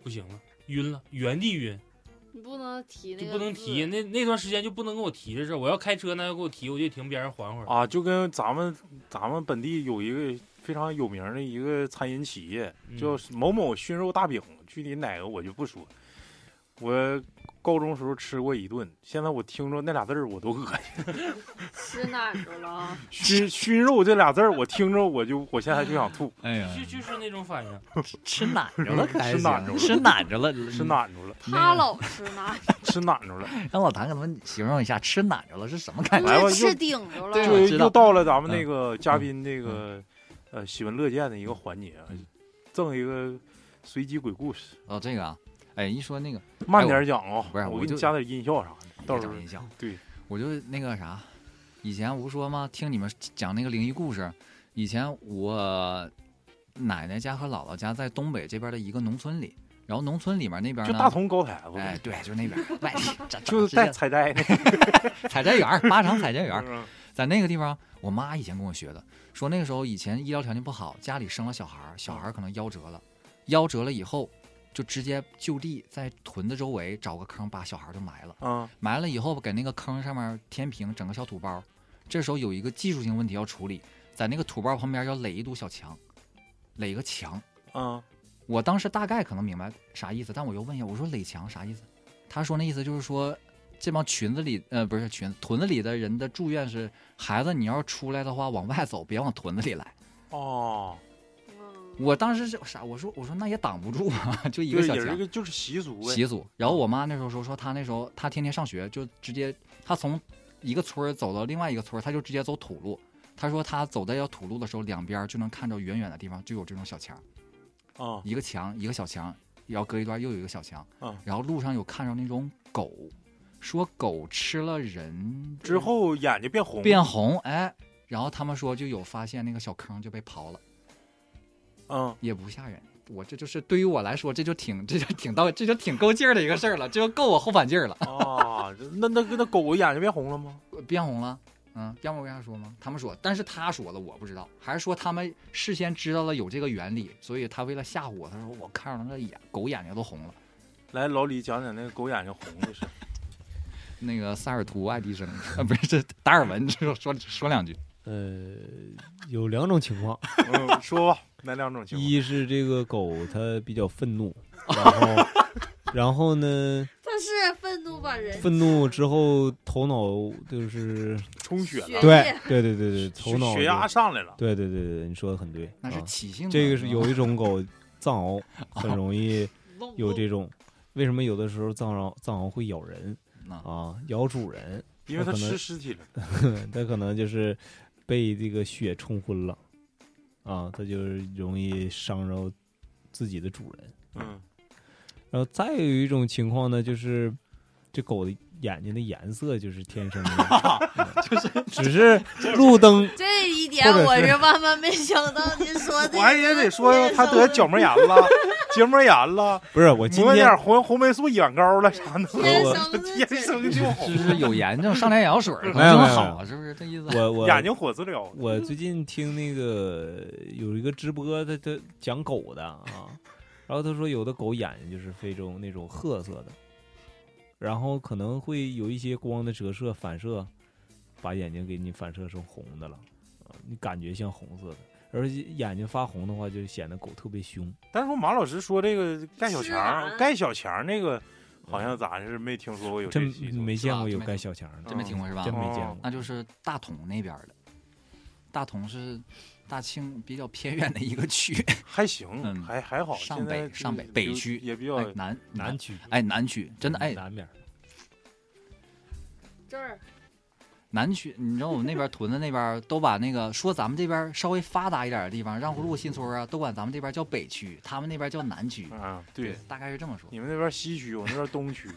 S6: 不行了，晕了，原地晕。
S5: 你不能提那
S6: 就
S5: 个
S6: 不能
S5: 字
S6: 提，那那段时间就不能跟我提这事儿。我要开车呢，要给我提，我就停边上缓会儿。
S3: 啊，就跟咱们咱们本地有一个非常有名的一个餐饮企业，
S6: 嗯
S3: 叫某某熏肉大饼，具体哪个我就不说。我高中时候吃过一顿，现在我听着那俩字儿我都恶心。
S5: 吃哪儿去了？
S3: 熏熏肉这俩字儿，我听着我就我现在就想吐，
S2: 哎呀，
S6: 就就是那种反应。
S2: 吃奶着了，可还
S3: 嗯吃奶
S2: 行吃奶着 了，
S3: 吃奶着了，
S2: 那
S5: 他
S2: 个
S5: 老吃哪儿？
S3: 吃奶着了。
S2: 嗯让老谭给他们形容一下，吃奶着了是什么感觉？
S3: 来吧
S5: 哎那
S3: 又
S5: 吃顶着
S2: 对
S5: 了，
S3: 就
S2: 我知道嗯
S3: 又到了咱们那个嘉宾这个呃喜闻乐见的一个环节啊
S2: 嗯，
S3: 赠一个随机鬼故事，
S2: 哦，这个啊，哎，一说那个
S3: 慢点讲啊，
S2: 不是哎我
S3: 我给
S2: 就
S3: 你加点音效啥的，到时候
S2: 讲音效，
S3: 对，
S2: 我就那个啥，以前不说吗？听你们讲那个灵异故事，以前我奶奶家和姥姥家在东北这边的一个农村里，然后农村里面那边
S3: 就
S2: 呢
S3: 大同高台子，
S2: 啊哎，对，就那边 儿，外地，这
S3: 就是带
S2: 在
S3: 彩带的，
S2: 采摘园儿，八厂采摘园儿，
S3: 嗯
S2: 在那个地方，我妈以前跟我学的，说那个时候以前医疗条件不好，家里生了小孩儿，小孩儿可能夭折了，夭折了以后就直接就地在屯子周围找个坑把小孩儿就埋了，
S3: 嗯
S2: 埋了以后给那个坑上面填平，整个小土包。这时候有一个技术性问题要处理，在那个土包旁边要垒一堵小墙，垒一个墙。
S3: 嗯，
S2: 我当时大概可能明白啥意思，但我又问一下，我说垒墙啥意思？他说那意思就是说，这帮群子里，呃，不是群子，屯子里的人的祝愿是，孩子你要出来的话，往外走，别往屯子里来。
S3: 哦，
S5: 嗯
S2: 我当时是啥？我说我说那也挡不住啊，就一
S3: 对，
S2: 个小
S3: 也是
S2: 墙
S3: 个就是习俗呗，
S2: 习俗。然后我妈那时候说说她那时候她天天上学，就直接她从一个村儿走到另外一个村儿，她就直接走土路。她说她走在要土路的时候，两边儿就能看着远远的地方就有这种小墙。
S3: 啊，
S2: 一个墙一个小墙，然后隔一段又有一个小墙，
S3: 嗯
S2: 然后路上有看着那种狗，说狗吃了人
S3: 之后眼睛变红，
S2: 变红，哎，然后他们说就有发现那个小坑就被刨了，
S3: 嗯，
S2: 也不吓人。我这就是对于我来说，这就挺这就挺到这就挺够劲儿的一个事儿了，这就够我后反劲儿了。
S3: 啊，那那那狗眼睛变红了吗？
S2: 变红了，嗯，要么我跟他说吗？他们说，但是他说了，我不知道，还是说他们事先知道了有这个原理，所以他为了吓唬我，他说我看着那个眼狗眼睛都红了。
S3: 来，老李讲讲那个狗眼睛红的 事，
S2: 那个萨尔图爱迪生， 啊，不是这达尔文，说说说两句。
S4: 呃，有两种情况，
S3: 嗯，说吧，哪两种情况？
S4: 一是这个狗它比较愤 怒，然后然后呢，
S5: 他是愤怒把人
S4: 愤怒之后头脑就是
S3: 充血了，
S4: 对对对对对，
S3: 血
S4: 头脑
S3: 血压
S4: 就
S3: 上来了，
S4: 对对对对，你说的很对，
S2: 那是
S4: 啊
S2: 起性的，哦
S4: 这个是
S2: 吧
S4: 有一种狗藏 獒很容易有这种，为什么有的时候藏獒藏獒会咬人
S2: 啊，
S4: 啊，咬主人，
S3: 因为它
S4: 可能
S3: 吃尸体了，
S4: 它可能就是被这个血冲昏了啊，它就是容易伤着自己的主人。
S3: 嗯，
S4: 然后再有一种情况呢，就是这狗的眼睛的颜色就是天生的， 就是只是路灯
S5: 这一点
S4: 或者
S5: 我
S4: 是
S5: 是万万没想到您说的。
S3: 我还也得说他得角膜炎了，结膜炎 了，
S4: 不是我今
S3: 抹
S4: 天
S3: 点红红霉素眼膏了啥的，
S5: 天
S4: 我
S5: 生的
S3: 天生就红
S2: 就， 是有炎症，上点眼药水儿可
S4: 没有嗯
S2: 能
S4: 没
S2: 就
S4: 有
S2: 好啊，是不是这意思？
S4: 我我
S3: 眼睛火治 疗，
S4: 我最近听那个有一个直播，他他讲狗的啊，然后他说有的狗眼睛就是非洲那种褐色的，然后可能会有一些光的折射反射，把眼睛给你反射成红的了，啊你感觉像红色的，而且眼睛发红的话，就显得狗特别凶。
S3: 但是说马老师说这个盖小强
S8: 是
S3: 儿，
S8: 啊
S3: 盖小强儿那个，好像咱是没听说过有这
S4: 真
S3: 习俗。
S4: 没见过
S2: 是
S4: 有
S2: 吧
S4: 盖小强的，啊
S2: 真没听过是吧
S4: 真？没见
S3: 哦
S4: 过。
S2: 那就是大同那边儿的，大同是大庆比较偏远的一个区，
S3: 还行，
S2: 嗯
S3: 还还好。
S2: 上
S3: 现在
S2: 北
S3: 就
S2: 上北
S3: 是
S2: 北
S3: 流
S2: 区
S3: 也比较
S2: 哎，南
S4: 南区
S2: 哎南区真的哎
S4: 南嗯面儿
S5: 这儿
S2: 南区，你知道我们那边屯子那边儿都把那个说咱们这边儿稍微发达一点儿的地方，让胡路新村啊，都管咱们这边儿叫北区，他们那边儿叫南区，
S4: 嗯
S3: 啊，对，
S2: 大概是这么说。
S3: 你们那边西区，我那边东区，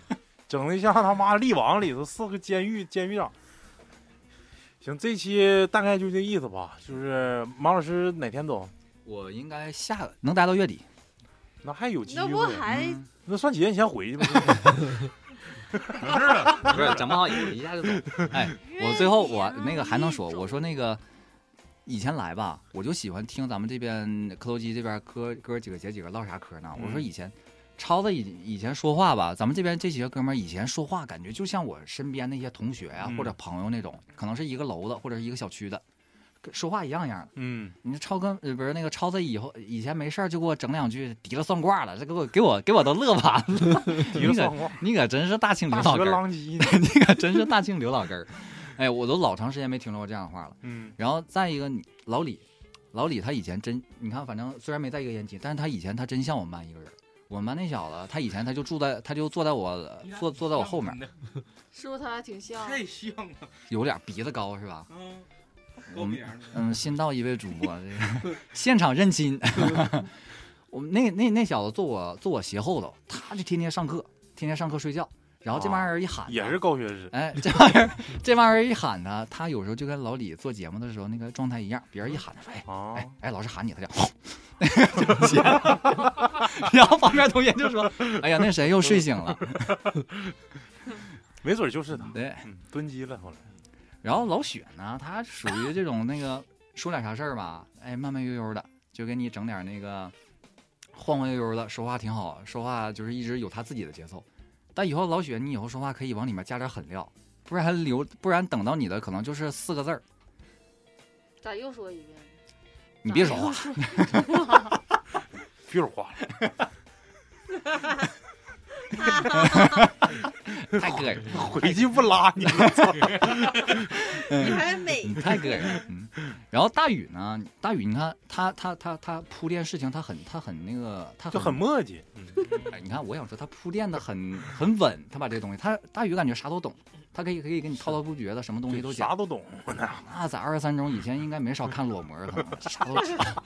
S3: 整的像他妈力王里头四个监狱监狱长。行，这期大概就这意思吧。就是马老师哪天走，
S2: 我应该下能待到月底，
S3: 那还有机
S8: 那不
S3: 会。
S8: 还
S2: 嗯
S3: 那算几天前回去吧。
S2: 不是整不好一下 就走。哎，我最后我那个还能说，我说那个以前来吧，我就喜欢听咱们这边磕头机这边哥哥几个姐几个唠啥嗑呢。我说
S3: 嗯
S2: 以前。超子以以前说话吧，咱们这边这几个哥们儿以前说话，感觉就像我身边那些同学呀、
S3: 嗯
S2: 或者朋友那种，可能是一个楼的或者是一个小区的，跟说话一样一样的。
S3: 嗯，
S2: 你这超哥呃不是那个超子以后以前没事儿就给我整两句提了算卦了，这给我给我给我都 乐完了。
S3: 提了算卦，
S2: 你可真是大庆刘
S3: 大
S2: 老
S3: 蛇
S2: 根儿，
S3: 狼藉呢。
S2: 你可 真是大庆刘老根儿。哎，我都老长时间没听说过这样的话了。
S3: 嗯
S2: 然后再一个，你老李，老李他以前真，你看，反正虽然没在一个年级，但是他以前他真像我们班一个人。我们班那小子，他以前他就住在，他就坐在我坐坐在我后面，
S5: 是不是他俩挺像？
S9: 太像了，
S2: 有点鼻子高是吧？
S9: 嗯，
S2: 我
S9: 高
S2: 们
S9: 鼻梁的，
S2: 嗯，新到一位主播， 这个现场认亲。 我们那那那小子坐我坐我斜后头，他就天天上课，天天上课睡觉，然后这帮人一喊他、
S3: 也是高学识。
S2: 哎，这玩意儿，这玩意儿一喊他，他有时候就跟老李做节目的时候那个状态一样，别人一喊他说，哎
S3: 啊，
S2: 哎哎，老师喊你，他就就 接了，然后旁边同学就说，哎呀，那谁又睡醒了？
S3: 没准就是他。
S2: 对，
S3: 嗯，蹲鸡了后来。
S2: 然后老雪呢，他属于这种那个说点啥事儿吧，哎，慢慢悠悠的，就给你整点那个晃晃悠悠的，说话挺好，说话就是一直有他自己的节奏。但以后老雪，你以后说话可以往里面加点狠料，不然留，不然等到你的可能就是四个字儿，
S5: 咋又说一遍？
S2: 你别说话。
S3: 别说话了，
S2: 太膈应了，
S3: 回去不拉你了。
S8: 你还美
S2: 你太膈应了。嗯，然后大宇呢？大宇，你看他他他他铺垫事情，他很他很那个，他
S3: 就很磨叽。
S2: 哎你看我想说，他铺垫的很很稳，他把这东西，他大宇感觉啥都懂，他可以可以跟你滔滔不绝的，什么东西都
S3: 对
S2: 讲
S3: 啥。都 懂，
S2: 那在二十三中以前应该没少看裸模，他妈啥都知道。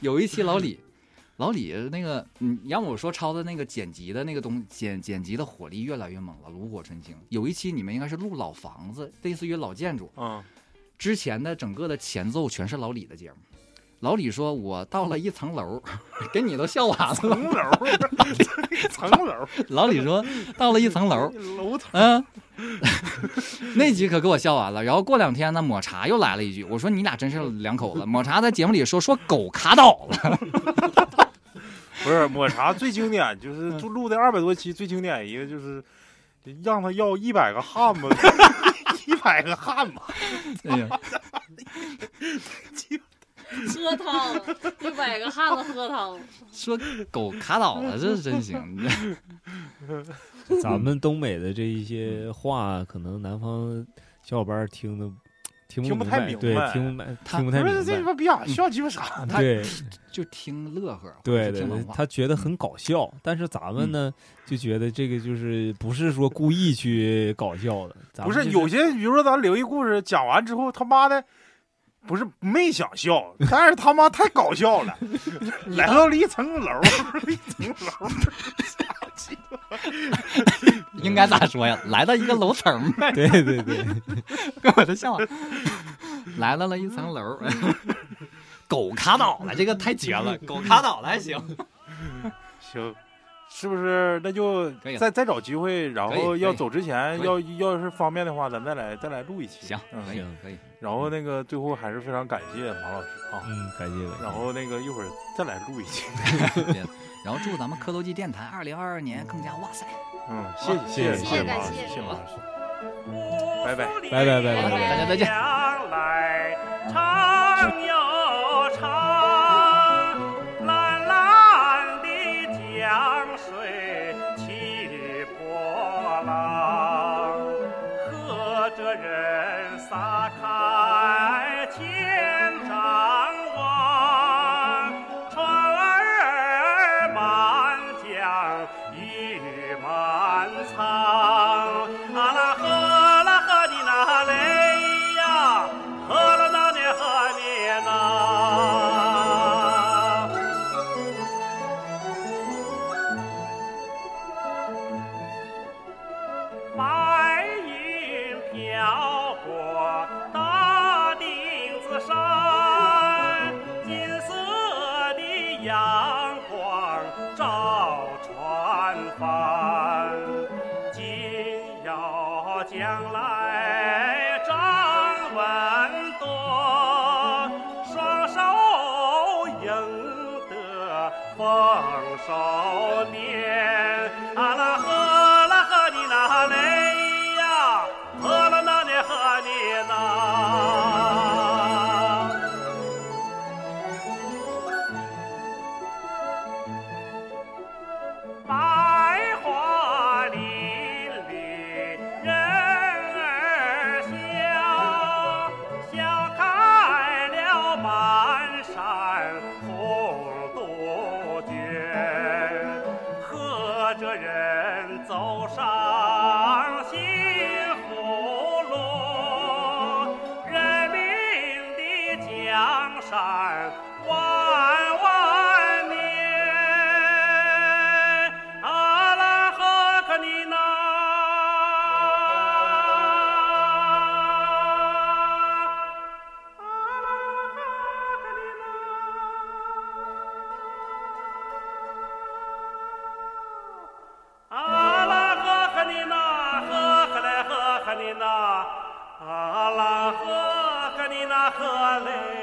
S2: 有一期老李，老李那个，嗯，你让我说超的那个剪辑的那个东剪剪辑的火力越来越猛了，炉火纯青。有一期你们应该是录老房子，类似于老建筑，
S3: 嗯，
S2: 之前的整个的前奏全是老李的节目。老李说：“我到了一层 楼，给你都笑完了。
S3: 层楼， 层楼，”
S2: 老李说：“到了一层 楼，
S3: 楼层，
S2: 嗯，那集可给我笑完了。然后过两天呢，抹茶又来了一句，我说你俩真是两口子。抹 茶在节目里说说狗卡倒了，
S3: 不是抹茶最经典，就是
S2: 嗯
S3: 就录的二百多期最经典一个就是。让他要一百个汉 子，一百个汉子，
S2: 哎呀，
S5: 喝汤，一百个汉子喝 汤。
S2: 说狗卡倒了，这是真行。
S4: 咱们东北的这一些话，可能南方小伙伴儿听的听
S3: 听不
S4: 不明
S3: 太
S4: 白
S3: 明
S4: 对
S3: 白，
S4: 听不明白，
S2: 他
S4: 听不太
S3: 不是
S4: 明
S3: 这鸡
S4: 白。
S3: 巴逼样，笑鸡巴啥？
S2: 他
S4: 对
S2: 就听乐呵，
S4: 对
S2: 就听
S4: 对
S2: 文，化。
S4: 他觉得很搞笑，但是咱
S3: 嗯
S4: 们呢就觉得这个就是不是说故意去搞笑的，咱
S3: 不
S4: 们
S3: 是
S4: 就
S3: 有些，比如说咱灵异故事讲完之后，他妈的，不是没想笑，但是他妈太搞笑 了，来到了一层楼， 一层楼，
S2: 应该咋说呀？来到一个楼 层呗，
S4: 对对对，
S2: 给我都笑完了。来到了一层楼， 狗卡倒了，这个太绝 了，狗卡倒了还行。
S3: 行，是不是？那就
S2: 可以了
S3: 再再找机会，然
S2: 可以
S3: 后
S2: 可以
S3: 要走之前，
S2: 可以
S3: 要要是方便的话，咱再来再来录一期。
S2: 行，可以
S3: 嗯。
S2: 可以，
S3: 然后那个最后还是非常感谢马老师啊，
S4: 嗯，感谢感谢
S3: 然后那个一会儿再来录一期。
S2: 然后祝咱们磕头机电台二零二二年更加哇塞。
S3: 嗯，谢谢谢
S4: 谢谢
S3: 谢马老师，
S5: 感谢
S3: 谢谢马老师。拜拜。
S5: 拜拜
S6: 哎
S5: 拜拜。
S2: 大家再见。
S7: 来唱又唱，蓝蓝的江水起波浪，和着人撒开千丈网，船儿满江鱼满仓。啊啦喝啦喝你那嘞呀，喝了那年喝你那。白云飘过大顶子山，金色的阳光照船帆，今要将来张文多，双手迎得丰收年，啊啦喝啦喝你那嘞呀，喝了那嘞喝你那。百花林里人儿笑，笑开了满山红杜鹃，和着人走上幸福路，人民的江山万万年。阿拉哈克尼那。阿拉哈克尼那阿拉哈克尼那哈克嘞哈克尼那阿拉哈克尼那哈嘞。